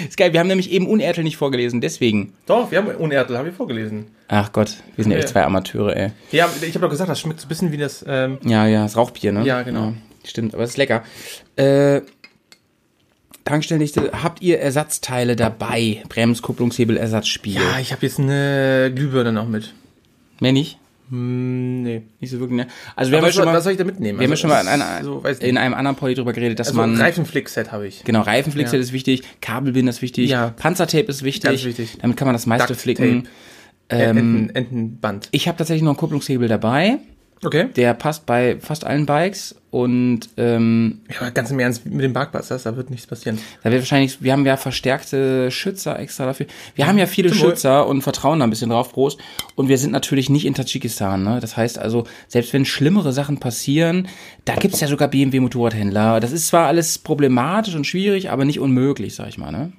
S1: Ist geil, wir haben nämlich eben Unertel nicht vorgelesen, deswegen.
S2: Doch, wir haben Unertel, habe ich vorgelesen.
S1: Ach Gott, wir sind ja echt
S2: Ja.
S1: zwei Amateure, ey.
S2: Ja, ich habe doch gesagt, das schmeckt so ein bisschen wie das. Ähm,
S1: Ja, ja, das Rauchbier, ne?
S2: Ja, genau.
S1: stimmt, aber es ist lecker. Äh, Tankstellendichte, habt ihr Ersatzteile dabei? Bremskupplungshebel, Ersatzspiegel.
S2: ja, ich habe jetzt eine Glühbirne noch mit.
S1: Mehr nicht?
S2: Mm, nee.
S1: Nicht so wirklich, ne? Also wir haben
S2: Aber
S1: ja schon
S2: was-
S1: mal,
S2: was soll ich da mitnehmen?
S1: Wir haben ja
S2: Also,
S1: schon mal in,
S2: das ist
S1: einer,
S2: so, weiß nicht.
S1: in einem anderen Podi drüber geredet, dass
S2: Also
S1: man...
S2: Reifenflickset habe ich.
S1: Genau, Reifenflickset
S2: Ja.
S1: ist wichtig, Kabelbinder ist wichtig,
S2: Ja.
S1: Panzertape ist wichtig.
S2: Ganz wichtig.
S1: Damit kann man das meiste
S2: Duct
S1: flicken.
S2: Tape. Ähm, Enten, Entenband.
S1: Ich habe tatsächlich noch einen Kupplungshebel dabei.
S2: Okay.
S1: Der passt bei fast allen Bikes und ähm,
S2: Ja, aber ganz im Ernst, mit dem Barkbusters, da wird nichts passieren.
S1: da wird wahrscheinlich, wir haben ja verstärkte Schützer extra dafür. Wir haben ja viele
S2: Zum Wohl.
S1: Schützer und vertrauen da ein bisschen drauf, Prost. Und wir sind natürlich nicht in Tadschikistan. Ne? Das heißt also, selbst wenn schlimmere Sachen passieren, da gibt's ja sogar BMW-Motorradhändler. Das ist zwar alles problematisch und schwierig, aber nicht unmöglich, sag ich mal. Ne?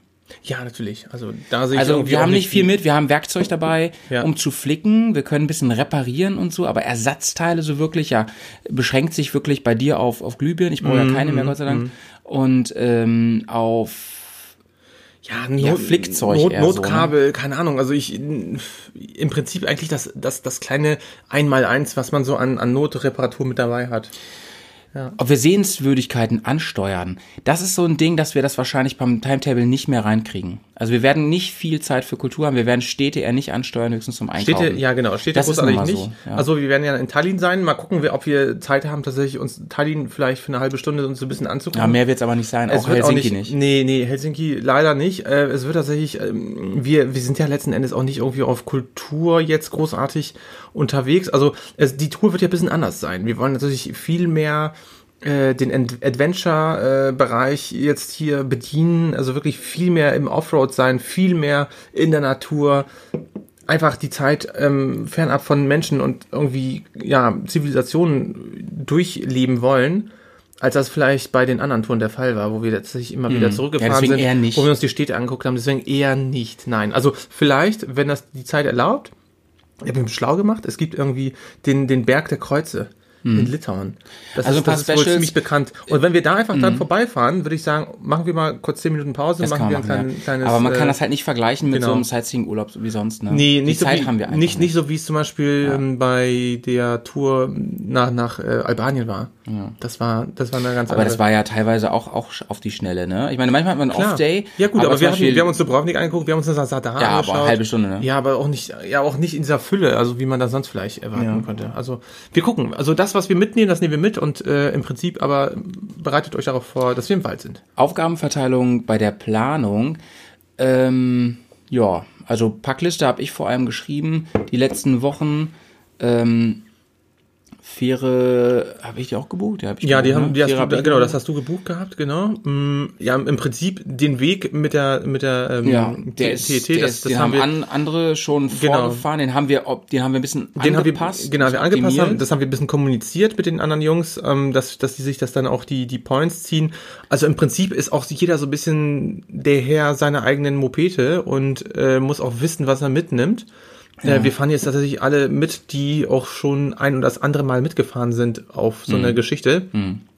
S2: Ja, natürlich. Also da sehe ich
S1: Also
S2: irgendwie
S1: wir
S2: auch
S1: haben nicht viel mit, wir haben Werkzeug dabei,
S2: Ja.
S1: um zu flicken, wir können ein bisschen reparieren und so, aber Ersatzteile so wirklich, ja, beschränkt sich wirklich bei dir auf, auf Glühbirnen, ich brauche
S2: Mhm,
S1: ja keine mehr, Gott sei Dank, und ähm, auf,
S2: Ja,
S1: Ja,
S2: Not,
S1: Flickzeug
S2: Not,
S1: eher so, ne?
S2: Notkabel, keine Ahnung. Also ich im Prinzip eigentlich das, das, das kleine Einmaleins, was man so an, an Notreparatur mit dabei hat.
S1: ob wir Sehenswürdigkeiten ansteuern, das ist so ein Ding, dass wir das wahrscheinlich beim Timetable nicht mehr reinkriegen. Also wir werden nicht viel Zeit für Kultur haben, wir werden Städte eher nicht ansteuern, höchstens zum
S2: Steht
S1: Einkaufen.
S2: hier, ja genau, steht hier
S1: Das ist
S2: großartig
S1: nun
S2: nicht.
S1: mal so, ja.
S2: Also wir werden ja in Tallinn sein. Mal gucken, wir, ob wir Zeit haben, tatsächlich uns Tallinn vielleicht für eine halbe Stunde uns so ein bisschen anzugucken.
S1: ja, mehr wird's aber nicht sein,
S2: genau. Es
S1: auch
S2: wird
S1: Helsinki
S2: auch
S1: nicht.
S2: nicht, Nee, nee, Helsinki leider nicht. Äh, es wird tatsächlich, ähm, wir, wir sind ja letzten Endes auch nicht irgendwie auf Kultur jetzt großartig unterwegs. Also es, die Tour wird ja ein bisschen anders sein. Wir wollen natürlich viel mehr äh, den Ad- Adventure-Bereich jetzt hier bedienen. Also wirklich viel mehr im Offroad sein, viel mehr in der Natur. Einfach die Zeit ähm, fernab von Menschen und irgendwie ja Zivilisationen durchleben wollen als das vielleicht bei den anderen Touren der Fall war, wo wir tatsächlich immer wieder zurückgefahren
S1: Mhm. Ja, deswegen
S2: sind,
S1: eher nicht.
S2: wo wir uns die Städte angeguckt haben. Deswegen eher nicht, nein. Also vielleicht, wenn das die Zeit erlaubt, ich habe mich schlau gemacht, es gibt irgendwie den, den Berg der Kreuze in Litauen. Das
S1: Mhm. Also ein
S2: ist,
S1: paar
S2: das ist wohl
S1: Specials. Mhm.
S2: ziemlich bekannt. Und wenn wir da einfach dran vorbeifahren, würde ich sagen, machen wir mal kurz 10 Minuten Pause,
S1: Das
S2: machen
S1: kann
S2: wir
S1: man
S2: ein
S1: machen,
S2: klein,
S1: ja.
S2: kleines...
S1: Aber man kann
S2: äh,
S1: das halt nicht vergleichen mit
S2: genau.
S1: so einem Sightseeing-Urlaub wie sonst. Ne?
S2: Nee, nicht
S1: Die
S2: so
S1: Zeit
S2: wie,
S1: haben wir einfach
S2: nicht, nicht so wie es zum Beispiel ähm, bei der Tour nach, nach äh, Albanien war. Das war das war eine ganz
S1: Aber das war ja teilweise auch, auch sch- auf die Schnelle, ne? Ich meine, manchmal hat man einen
S2: Klar.
S1: Off-Day.
S2: Ja gut, aber,
S1: zum
S2: wir,
S1: Beispiel-
S2: hatten, wir haben uns Dubrovnik angeguckt, wir haben uns das Sadar
S1: Ja, aber
S2: angeschaut.
S1: halbe Stunde, ne?
S2: Ja, aber auch nicht, ja, auch nicht in dieser Fülle, also wie man das sonst vielleicht erwarten könnte. Also wir gucken. Also das, was wir mitnehmen, das nehmen wir mit und äh, im Prinzip aber bereitet euch darauf vor, dass wir im Wald sind.
S1: Aufgabenverteilung bei der Planung. Ähm, ja, also Packliste habe ich vor allem geschrieben. Die letzten Wochen. Ähm, Fähre, habe ich die auch gebucht? Ja, hab ich
S2: Ja, die
S1: gebucht,
S2: Mhm. haben,
S1: ne?
S2: die hast
S1: Fähre
S2: du,
S1: hab ich
S2: genau, das
S1: gebucht.
S2: hast du gebucht gehabt, genau. Mm, Ja, im Prinzip den Weg mit der mit der ähm,
S1: Ja, der ist,
S2: TT,
S1: der
S2: das,
S1: ist,
S2: das
S1: den
S2: haben
S1: haben,
S2: wir
S1: an, andere schon
S2: Genau.
S1: vorgefahren. Den haben wir, ob- den haben wir ein bisschen
S2: den haben wir
S1: angepasst.
S2: genau wir angepasst
S1: optimiert.
S2: haben, das haben wir ein bisschen kommuniziert mit den anderen Jungs, ähm, dass dass die sich das dann auch die die Points ziehen. Also im Prinzip ist auch jeder so ein bisschen der Herr seiner eigenen Mopete und äh, muss auch wissen, was er mitnimmt. Äh, wir fahren jetzt tatsächlich alle mit, die auch schon ein oder das andere Mal mitgefahren sind auf so eine Geschichte.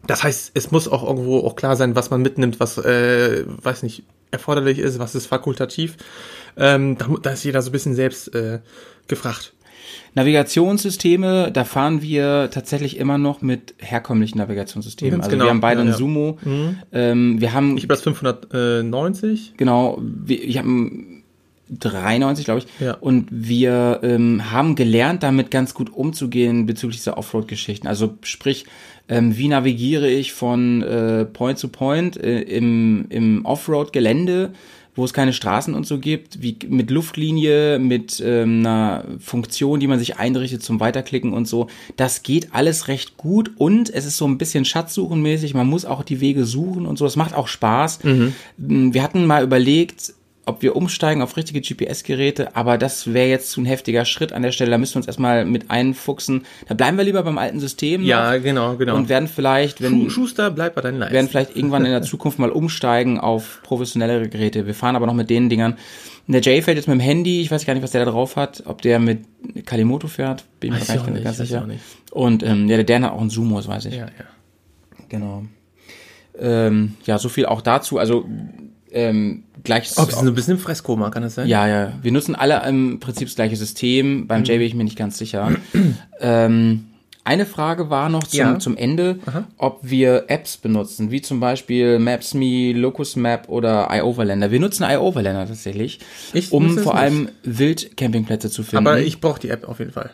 S2: Das heißt, es muss auch irgendwo auch klar sein, was man mitnimmt, was äh, weiß nicht erforderlich ist, was ist fakultativ. Ähm, da, mu- da ist jeder so ein bisschen selbst äh, gefragt.
S1: Navigationssysteme, da fahren wir tatsächlich immer noch mit herkömmlichen Navigationssystemen.
S2: Ganz
S1: also
S2: genau,
S1: wir haben beide einen
S2: ja, ja. Mhm.
S1: Sumo. Ähm, wir haben,
S2: Ich habe das 590.
S1: genau, wir, ich habe einen 93, glaube ich.
S2: Ja.
S1: Und wir ähm, haben gelernt, damit ganz gut umzugehen bezüglich dieser Offroad-Geschichten. Also sprich, ähm, wie navigiere ich von äh, Point zu Point äh, im, im Offroad-Gelände, wo es keine Straßen und so gibt, wie mit Luftlinie, mit ähm, einer Funktion, die man sich einrichtet zum Weiterklicken und so. Das geht alles recht gut und es ist so ein bisschen Schatzsuchenmäßig. Man muss auch die Wege suchen und so. Das macht auch Spaß. Ähm, Wir hatten mal überlegt, ob wir umsteigen auf richtige GPS-Geräte, aber das wäre jetzt zu ein heftiger Schritt an der Stelle. Da müssen wir uns erstmal mit einfuchsen. Da bleiben wir lieber beim alten System
S2: Ja,
S1: noch
S2: genau, genau.
S1: und werden vielleicht, wenn,
S2: Schu- Schuster, bleib bei deinen Leisten.
S1: werden vielleicht irgendwann in der Zukunft mal umsteigen auf professionellere Geräte. Wir fahren aber noch mit den Dingern. Der Jay fährt jetzt mit dem Handy. Ich weiß gar nicht, was der da drauf hat. Ob der mit Kalimoto fährt, bin ich
S2: Weiß
S1: mir
S2: ich
S1: gar
S2: auch
S1: nicht
S2: nicht,
S1: ganz
S2: weiß ich
S1: sicher.
S2: auch nicht.
S1: Und ähm, ja, der Dan hat auch einen Sumo, das weiß ich.
S2: ja, ja.
S1: Genau. Ähm, ja, so viel auch dazu. Also ähm, gleich.
S2: Oh, wir sind so ein bisschen im Fresskoma, kann das sein?
S1: Ja, ja. Wir nutzen alle im Prinzip das gleiche System. Beim Jay bin ich mir nicht ganz sicher. ähm, eine Frage war noch zum,
S2: Ja.
S1: zum Ende, ob wir Apps benutzen, wie zum Beispiel Maps.me, LocusMap oder iOverlander. Wir nutzen iOverlander tatsächlich,
S2: Ich
S1: um
S2: nutze es
S1: vor
S2: nicht.
S1: allem Wildcampingplätze zu finden.
S2: Aber ich brauche die App auf jeden Fall.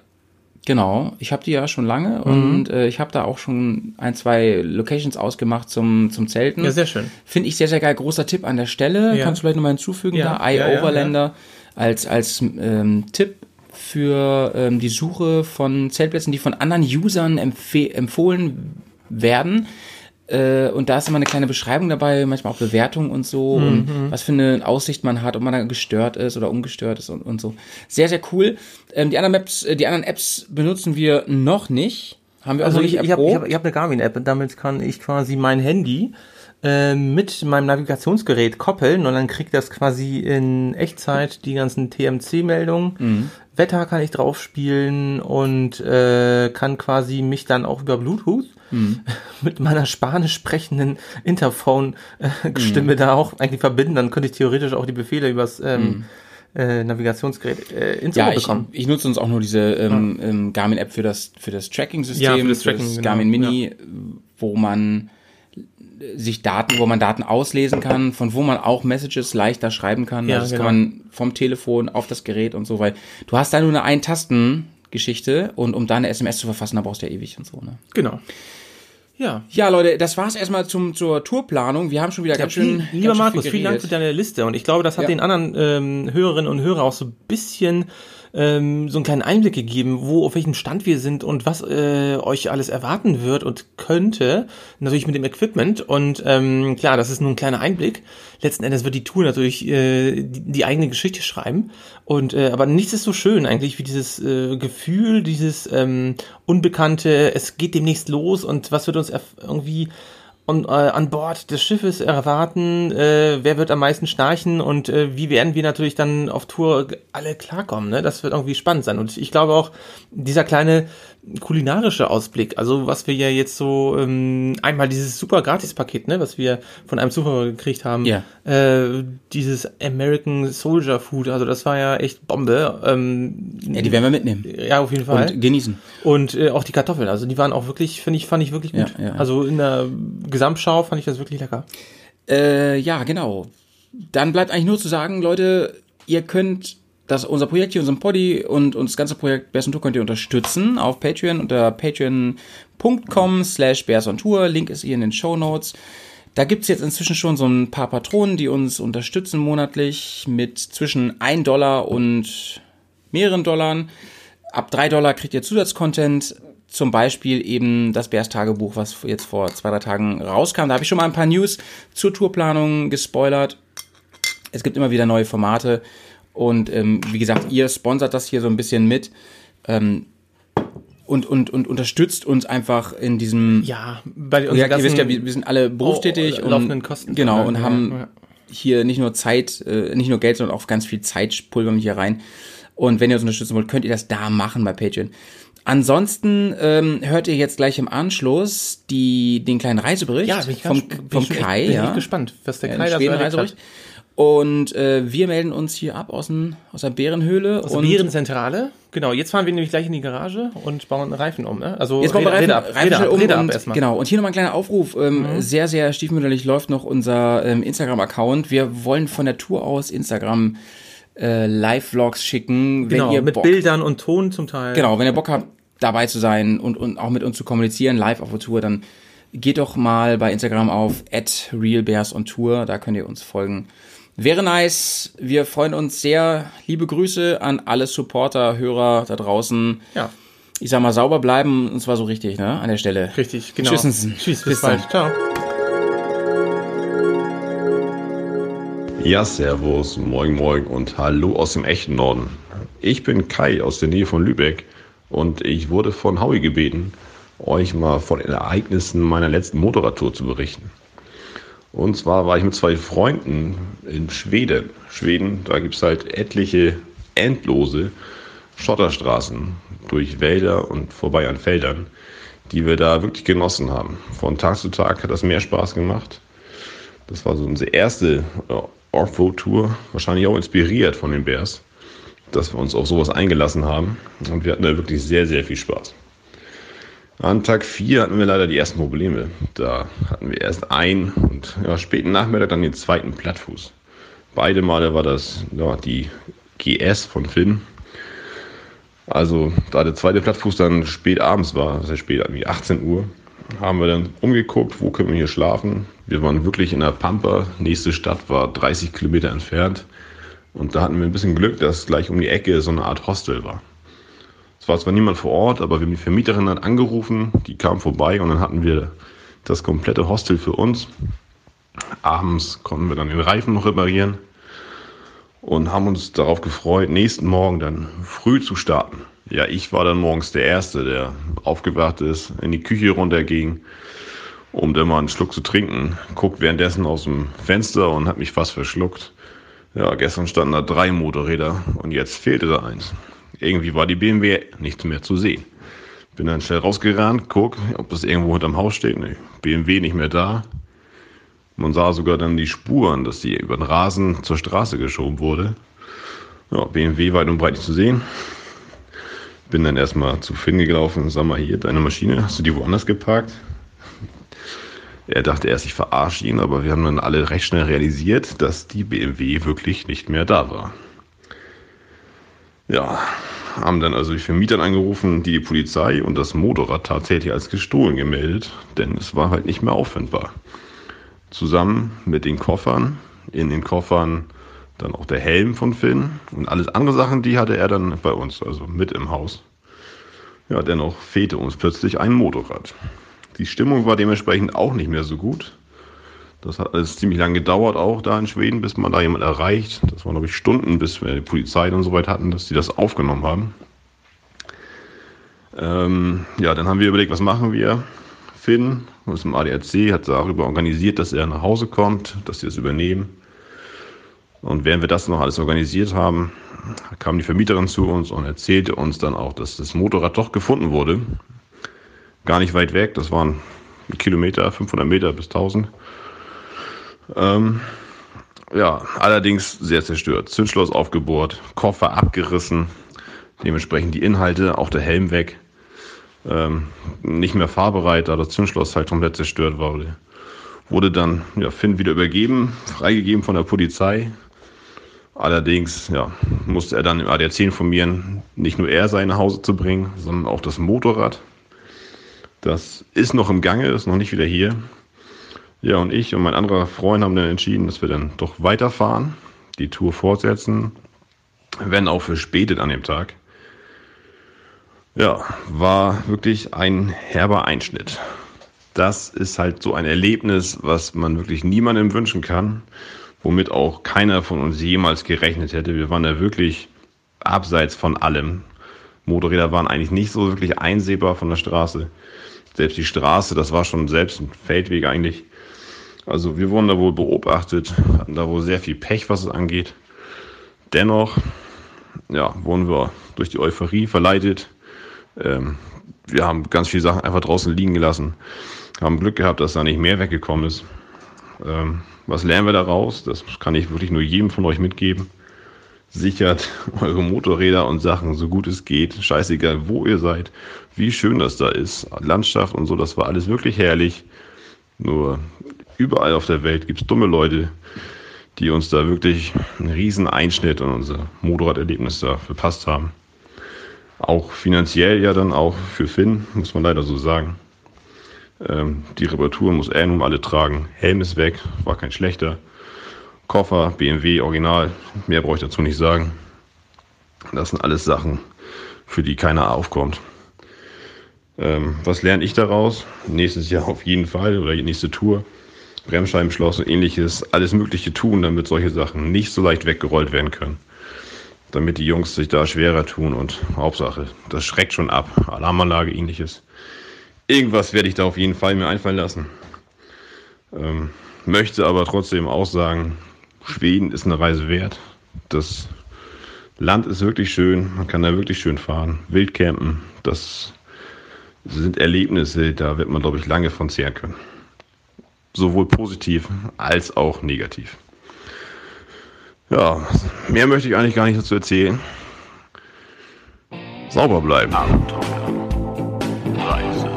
S1: Genau, ich habe die ja schon lange
S2: Mhm.
S1: und äh, ich habe da auch schon ein, zwei Locations ausgemacht zum, zum Zelten.
S2: Ja, sehr schön.
S1: Finde ich sehr, sehr geil. Großer Tipp an der Stelle.
S2: Ja.
S1: Kannst du vielleicht nochmal hinzufügen,
S2: Ja,
S1: da
S2: ja, ja,
S1: iOverlander als, als ähm, Tipp für ähm, die Suche von Zeltplätzen, die von anderen Usern empfe empfohlen werden. Äh, und da ist immer eine kleine Beschreibung dabei, manchmal auch Bewertungen und so
S2: Mhm.
S1: und was für eine Aussicht man hat, ob man da gestört ist oder ungestört ist und, und so. Sehr, sehr cool. Ähm, die, anderen Maps, äh, die anderen Apps benutzen wir noch nicht. Haben wir also auch noch nicht
S2: ich habe
S1: erprobt.
S2: ich hab, ich hab eine Garmin-App und damit kann ich quasi mein Handy äh, mit meinem Navigationsgerät koppeln und dann kriegt das quasi in Echtzeit die ganzen TMC-Meldungen. Wetter kann ich drauf spielen und äh, kann quasi mich dann auch über Bluetooth mit meiner spanisch sprechenden Interphone-Stimme da auch eigentlich verbinden. Dann könnte ich theoretisch auch die Befehle übers ähm, äh, Navigationsgerät äh, ins
S1: Ja,
S2: Ohr
S1: ich,
S2: bekommen.
S1: ich nutze uns auch nur diese ähm, ähm, Garmin-App für das, für das Tracking-System,
S2: Ja,
S1: für
S2: für
S1: das,
S2: das Tracking, genau,
S1: Garmin Mini, wo man sich Daten, wo man Daten auslesen kann, von wo man auch Messages leichter schreiben kann.
S2: Ja,
S1: also das
S2: genau.
S1: kann man vom Telefon auf das Gerät und so, weil du hast da nur eine Ein-Tasten-Geschichte und um da eine SMS zu verfassen, da brauchst du ja ewig und so. Ne?
S2: Genau. Ja.
S1: Ja, Leute, das war's erstmal zum, zur Tourplanung. Wir haben schon wieder ganz schön.
S2: Vielen- Hm, Lieber
S1: ganz schön
S2: Markus,
S1: viel
S2: vielen Dank
S1: geredet.
S2: für deine Liste und ich glaube, das hat
S1: Ja.
S2: den anderen ähm, Hörerinnen und Hörern auch so ein bisschen ähm, so einen kleinen Einblick gegeben, wo, auf welchem Stand wir sind und was äh, euch alles erwarten wird und könnte. Natürlich mit dem Equipment. Und ähm, klar, das ist nur ein kleiner Einblick. Letzten Endes wird die Tour natürlich äh, die, die eigene Geschichte schreiben. Und äh, aber nichts ist so schön eigentlich wie dieses äh, Gefühl, dieses ähm, Unbekannte, es geht demnächst los und was wird uns erf- irgendwie und, äh, an Bord des Schiffes erwarten, äh, wer wird am meisten schnarchen und äh, wie werden wir natürlich dann auf Tour g- alle klarkommen. Ne? Das wird irgendwie spannend sein. Und ich glaube auch, dieser kleine kulinarische Ausblick, also was wir ja jetzt so ähm, einmal dieses super Gratis-Paket, ne, was wir von einem Zuhörer gekriegt haben,
S1: Ja.
S2: äh, dieses American Soldier Food, also das war ja echt Bombe. Ähm,
S1: Ja, die werden wir mitnehmen
S2: ja, auf jeden Fall.
S1: und genießen.
S2: Und äh, auch die Kartoffeln, also die waren auch wirklich, finde ich, fand ich wirklich gut.
S1: Ja, ja, ja.
S2: Also in der Gesamtschau fand ich das wirklich lecker.
S1: Äh, ja, genau. Dann bleibt eigentlich nur zu sagen, Leute, ihr könnt das, unser Projekt hier, unseren Poddy und uns das ganze Projekt Bears on Tour könnt ihr unterstützen auf Patreon unter patreon.com slash Bears on Tour. Link ist hier in den Show Notes. Da gibt's jetzt inzwischen schon so ein paar Patronen, die uns unterstützen monatlich mit zwischen 1 Dollar und mehreren Dollar. Ab 3 Dollar kriegt ihr Zusatzcontent. Zum Beispiel eben das Bärs Tagebuch, was jetzt vor zwei, drei Tagen rauskam. Da habe ich schon mal ein paar News zur Tourplanung gespoilert. Es gibt immer wieder neue Formate. Und ähm, wie gesagt, ihr sponsert das hier so ein bisschen mit. Ähm, und, und, und unterstützt uns einfach in diesem
S2: Ja, bei
S1: und ja, ihr wisst ja, wir, wir sind alle berufstätig
S2: oh,
S1: und
S2: laufenden Kosten.
S1: Genau, und
S2: Ja,
S1: haben
S2: ja.
S1: hier nicht nur Zeit, äh, nicht nur Geld, sondern auch ganz viel Zeit pulvern wir hier rein. Und wenn ihr uns unterstützen wollt, könnt ihr das da machen bei Patreon. Ansonsten ähm, hört ihr jetzt gleich im Anschluss die, den kleinen Reisebericht
S2: Ja, bin ich
S1: vom,
S2: ganz, bin
S1: vom
S2: ich schon
S1: Kai.
S2: echt, bin
S1: ja.
S2: ich gespannt, was der
S1: Ja,
S2: Kai
S1: einen
S2: da so
S1: schweren
S2: erlebt
S1: Reisebericht.
S2: hat.
S1: Und äh, wir melden uns hier ab aus, dem, aus der Bärenhöhle.
S2: Aus der
S1: und
S2: Bärenzentrale. Genau, jetzt fahren wir nämlich gleich in die Garage und bauen einen Reifen um. Ne? Also
S1: Jetzt machen wir
S2: Räder-
S1: Reifen,
S2: Räder
S1: Reifen
S2: Räder
S1: schnell
S2: ab,
S1: um
S2: Räder ab
S1: und,
S2: erstmal. Mhm.
S1: Genau, und hier nochmal ein kleiner Aufruf. Ähm, Sehr, sehr stiefmütterlich läuft noch unser ähm, Instagram-Account. Wir wollen von der Tour aus Instagram äh, Live-Vlogs schicken.
S2: Genau,
S1: wenn ihr
S2: mit
S1: Bock,
S2: Bildern und Ton zum Teil.
S1: Genau, wenn ihr Bock habt, dabei zu sein und, und auch mit uns zu kommunizieren, live auf der Tour, dann geht doch mal bei Instagram auf @realbearsontour, da könnt ihr uns folgen. Wäre nice. Wir freuen uns sehr. Liebe Grüße an alle Supporter, Hörer da draußen
S2: Ja,
S1: ich sag mal, sauber bleiben, und zwar so richtig, ne? An der Stelle.
S2: richtig, genau.
S1: Tschüss.
S2: Tschüss, bis
S1: Bis dann.
S2: bald. Ciao.
S7: Ja, servus, moin moin und hallo aus dem echten Norden. Ich bin Kai aus der Nähe von Lübeck und ich wurde von Howie gebeten, euch mal von den Ereignissen meiner letzten Motorradtour zu berichten. Und zwar war ich mit zwei Freunden in Schweden. Schweden, da gibt es halt etliche endlose Schotterstraßen durch Wälder und vorbei an Feldern, die wir da wirklich genossen haben. Von Tag zu Tag hat das mehr Spaß gemacht. Das war so unsere erste äh, Offroad-Tour, wahrscheinlich auch inspiriert von den Bears, dass wir uns auf sowas eingelassen haben. Und wir hatten da wirklich sehr, sehr viel Spaß. An Tag 4 hatten wir leider die ersten Probleme. Da hatten wir erst einen und ja, späten Nachmittag dann den zweiten Plattfuß. Beide Male war das ja, die GS von Finn. Also, da der zweite Plattfuß dann spät abends war, sehr spät, irgendwie 18 Uhr, haben wir dann umgeguckt, wo können wir hier schlafen. Wir waren wirklich in der Pampa. Nächste Stadt war 30 Kilometer entfernt. Und da hatten wir ein bisschen Glück, dass gleich um die Ecke so eine Art Hostel war. Es war zwar niemand vor Ort, aber wir haben die Vermieterin dann angerufen, die kam vorbei und dann hatten wir das komplette Hostel für uns. Abends konnten wir dann den Reifen noch reparieren und haben uns darauf gefreut, nächsten Morgen dann früh zu starten. Ja, ich war dann morgens der Erste, der aufgewacht ist, in die Küche runterging, um dann mal einen Schluck zu trinken. Guckt währenddessen aus dem Fenster und hat mich fast verschluckt. Ja, gestern standen da drei Motorräder und jetzt fehlte da eins. Irgendwie war die BMW nichts mehr zu sehen. Bin dann schnell rausgerannt, guck, ob das irgendwo hinterm Haus steht. Nee, BMW nicht mehr da. Man sah sogar dann die Spuren, dass die über den Rasen zur Straße geschoben wurde. Ja, BMW weit und breit nicht zu sehen. Bin dann erstmal zu Finn gelaufen, sag mal hier, deine Maschine, hast du die woanders geparkt? Er dachte erst, ich verarsche ihn, aber wir haben dann alle recht schnell realisiert, dass die BMW wirklich nicht mehr da war. Ja, haben dann also die Vermieter angerufen, die die Polizei und das Motorrad tatsächlich als gestohlen gemeldet, denn es war halt nicht mehr auffindbar zusammen mit den Koffern. In den Koffern Dann auch der Helm von Finn und alles andere Sachen, die hatte er dann bei uns, also mit im Haus. Ja, dennoch fehlte uns plötzlich ein Motorrad. Die Stimmung war dementsprechend auch nicht mehr so gut. Das hat alles ziemlich lange gedauert, auch da in Schweden, bis man da jemand erreicht. Das waren, glaube ich, Stunden, bis wir die Polizei dann so weit hatten, dass die das aufgenommen haben. Ähm, ja, dann haben wir überlegt, was machen wir? Finn aus dem ADAC hat darüber organisiert, dass er nach Hause kommt, dass sie das übernehmen. Und während wir das noch alles organisiert haben, kam die Vermieterin zu uns und erzählte uns dann auch, dass das Motorrad doch gefunden wurde. Gar nicht weit weg, das waren Kilometer, 500 Meter bis 1000. Ähm, ja, allerdings sehr zerstört. Zündschloss aufgebohrt, Koffer abgerissen, dementsprechend die Inhalte, auch der Helm weg. Ähm, nicht mehr fahrbereit, da das Zündschloss halt komplett zerstört wurde. Wurde dann ja, Finn wieder übergeben, freigegeben von der Polizei. Allerdings ja, musste er dann im ADAC informieren, nicht nur er sei nach Hause zu bringen, sondern auch das Motorrad. Das ist noch im Gange, ist noch nicht wieder hier. Ja, und ich und mein anderer Freund haben dann entschieden, dass wir dann doch weiterfahren, die Tour fortsetzen, wenn auch verspätet an dem Tag. Ja, war wirklich ein herber Einschnitt. Das ist halt so ein Erlebnis, was man wirklich niemandem wünschen kann, womit auch keiner von uns jemals gerechnet hätte. Wir waren da wirklich abseits von allem. Motorräder waren eigentlich nicht so wirklich einsehbar von der Straße. Selbst die Straße, das war schon selbst ein Feldweg eigentlich. Also wir wurden da wohl beobachtet, hatten da wohl sehr viel Pech, was es angeht. Dennoch, ja, wurden wir durch die Euphorie verleitet, ähm, wir haben ganz viele Sachen einfach draußen liegen gelassen. Haben Glück gehabt, dass da nicht mehr weggekommen ist. Ähm, was lernen wir daraus? Das kann ich wirklich nur jedem von euch mitgeben. Sichert eure Motorräder und Sachen so gut es geht. Scheißegal, wo ihr seid, wie schön das da ist. Landschaft und so, das war alles wirklich herrlich. Nur überall auf der Welt gibt es dumme Leute, die uns da wirklich einen riesen Einschnitt in unser Motorraderlebnis da verpasst haben auch finanziell ja dann auch für Finn, muss man leider so sagen. Ähm, die Reparatur muss er nun alle tragen. Helm ist weg, war kein schlechter. Koffer, BMW, Original, mehr brauche ich dazu nicht sagen. Das sind alles Sachen, für die keiner aufkommt. Ähm, was lerne ich daraus? Nächstes Jahr auf jeden Fall oder die nächste Tour. Bremsscheibenschloss und ähnliches, alles Mögliche tun, damit solche Sachen nicht so leicht weggerollt werden können damit die Jungs sich da schwerer tun und Hauptsache, das schreckt schon ab. Alarmanlage, ähnliches. Irgendwas werde ich da auf jeden Fall mir einfallen lassen. Ähm, möchte aber trotzdem auch sagen, Schweden ist eine Reise wert. Das Land ist wirklich schön, man kann da wirklich schön fahren, wild campen. Das sind Erlebnisse, da wird man, glaube ich, lange von zehren können. Sowohl positiv als auch negativ. Ja, mehr möchte ich eigentlich gar nicht dazu erzählen. Sauber bleiben.
S3: Abenteuer, Reise,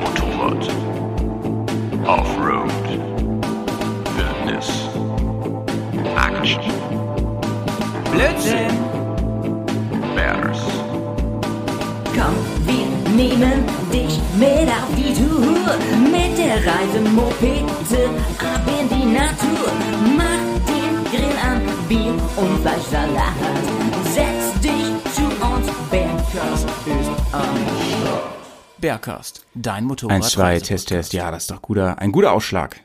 S3: Motorrad, Offroad, Wildnis, Action,
S4: Blödsinn!
S3: Bears,
S4: Komm, wir nehmen dich mit auf die Tour. Mit der Reisemopete ab in die Natur. Mach den Grill an, Bier und Fleischsalat. Setz dich zu uns, Bergkast ist am
S8: Bergcast, dein Motorrad.
S1: Eins, zwei, Test, Test. Ja, das ist doch guter, ein guter Ausschlag.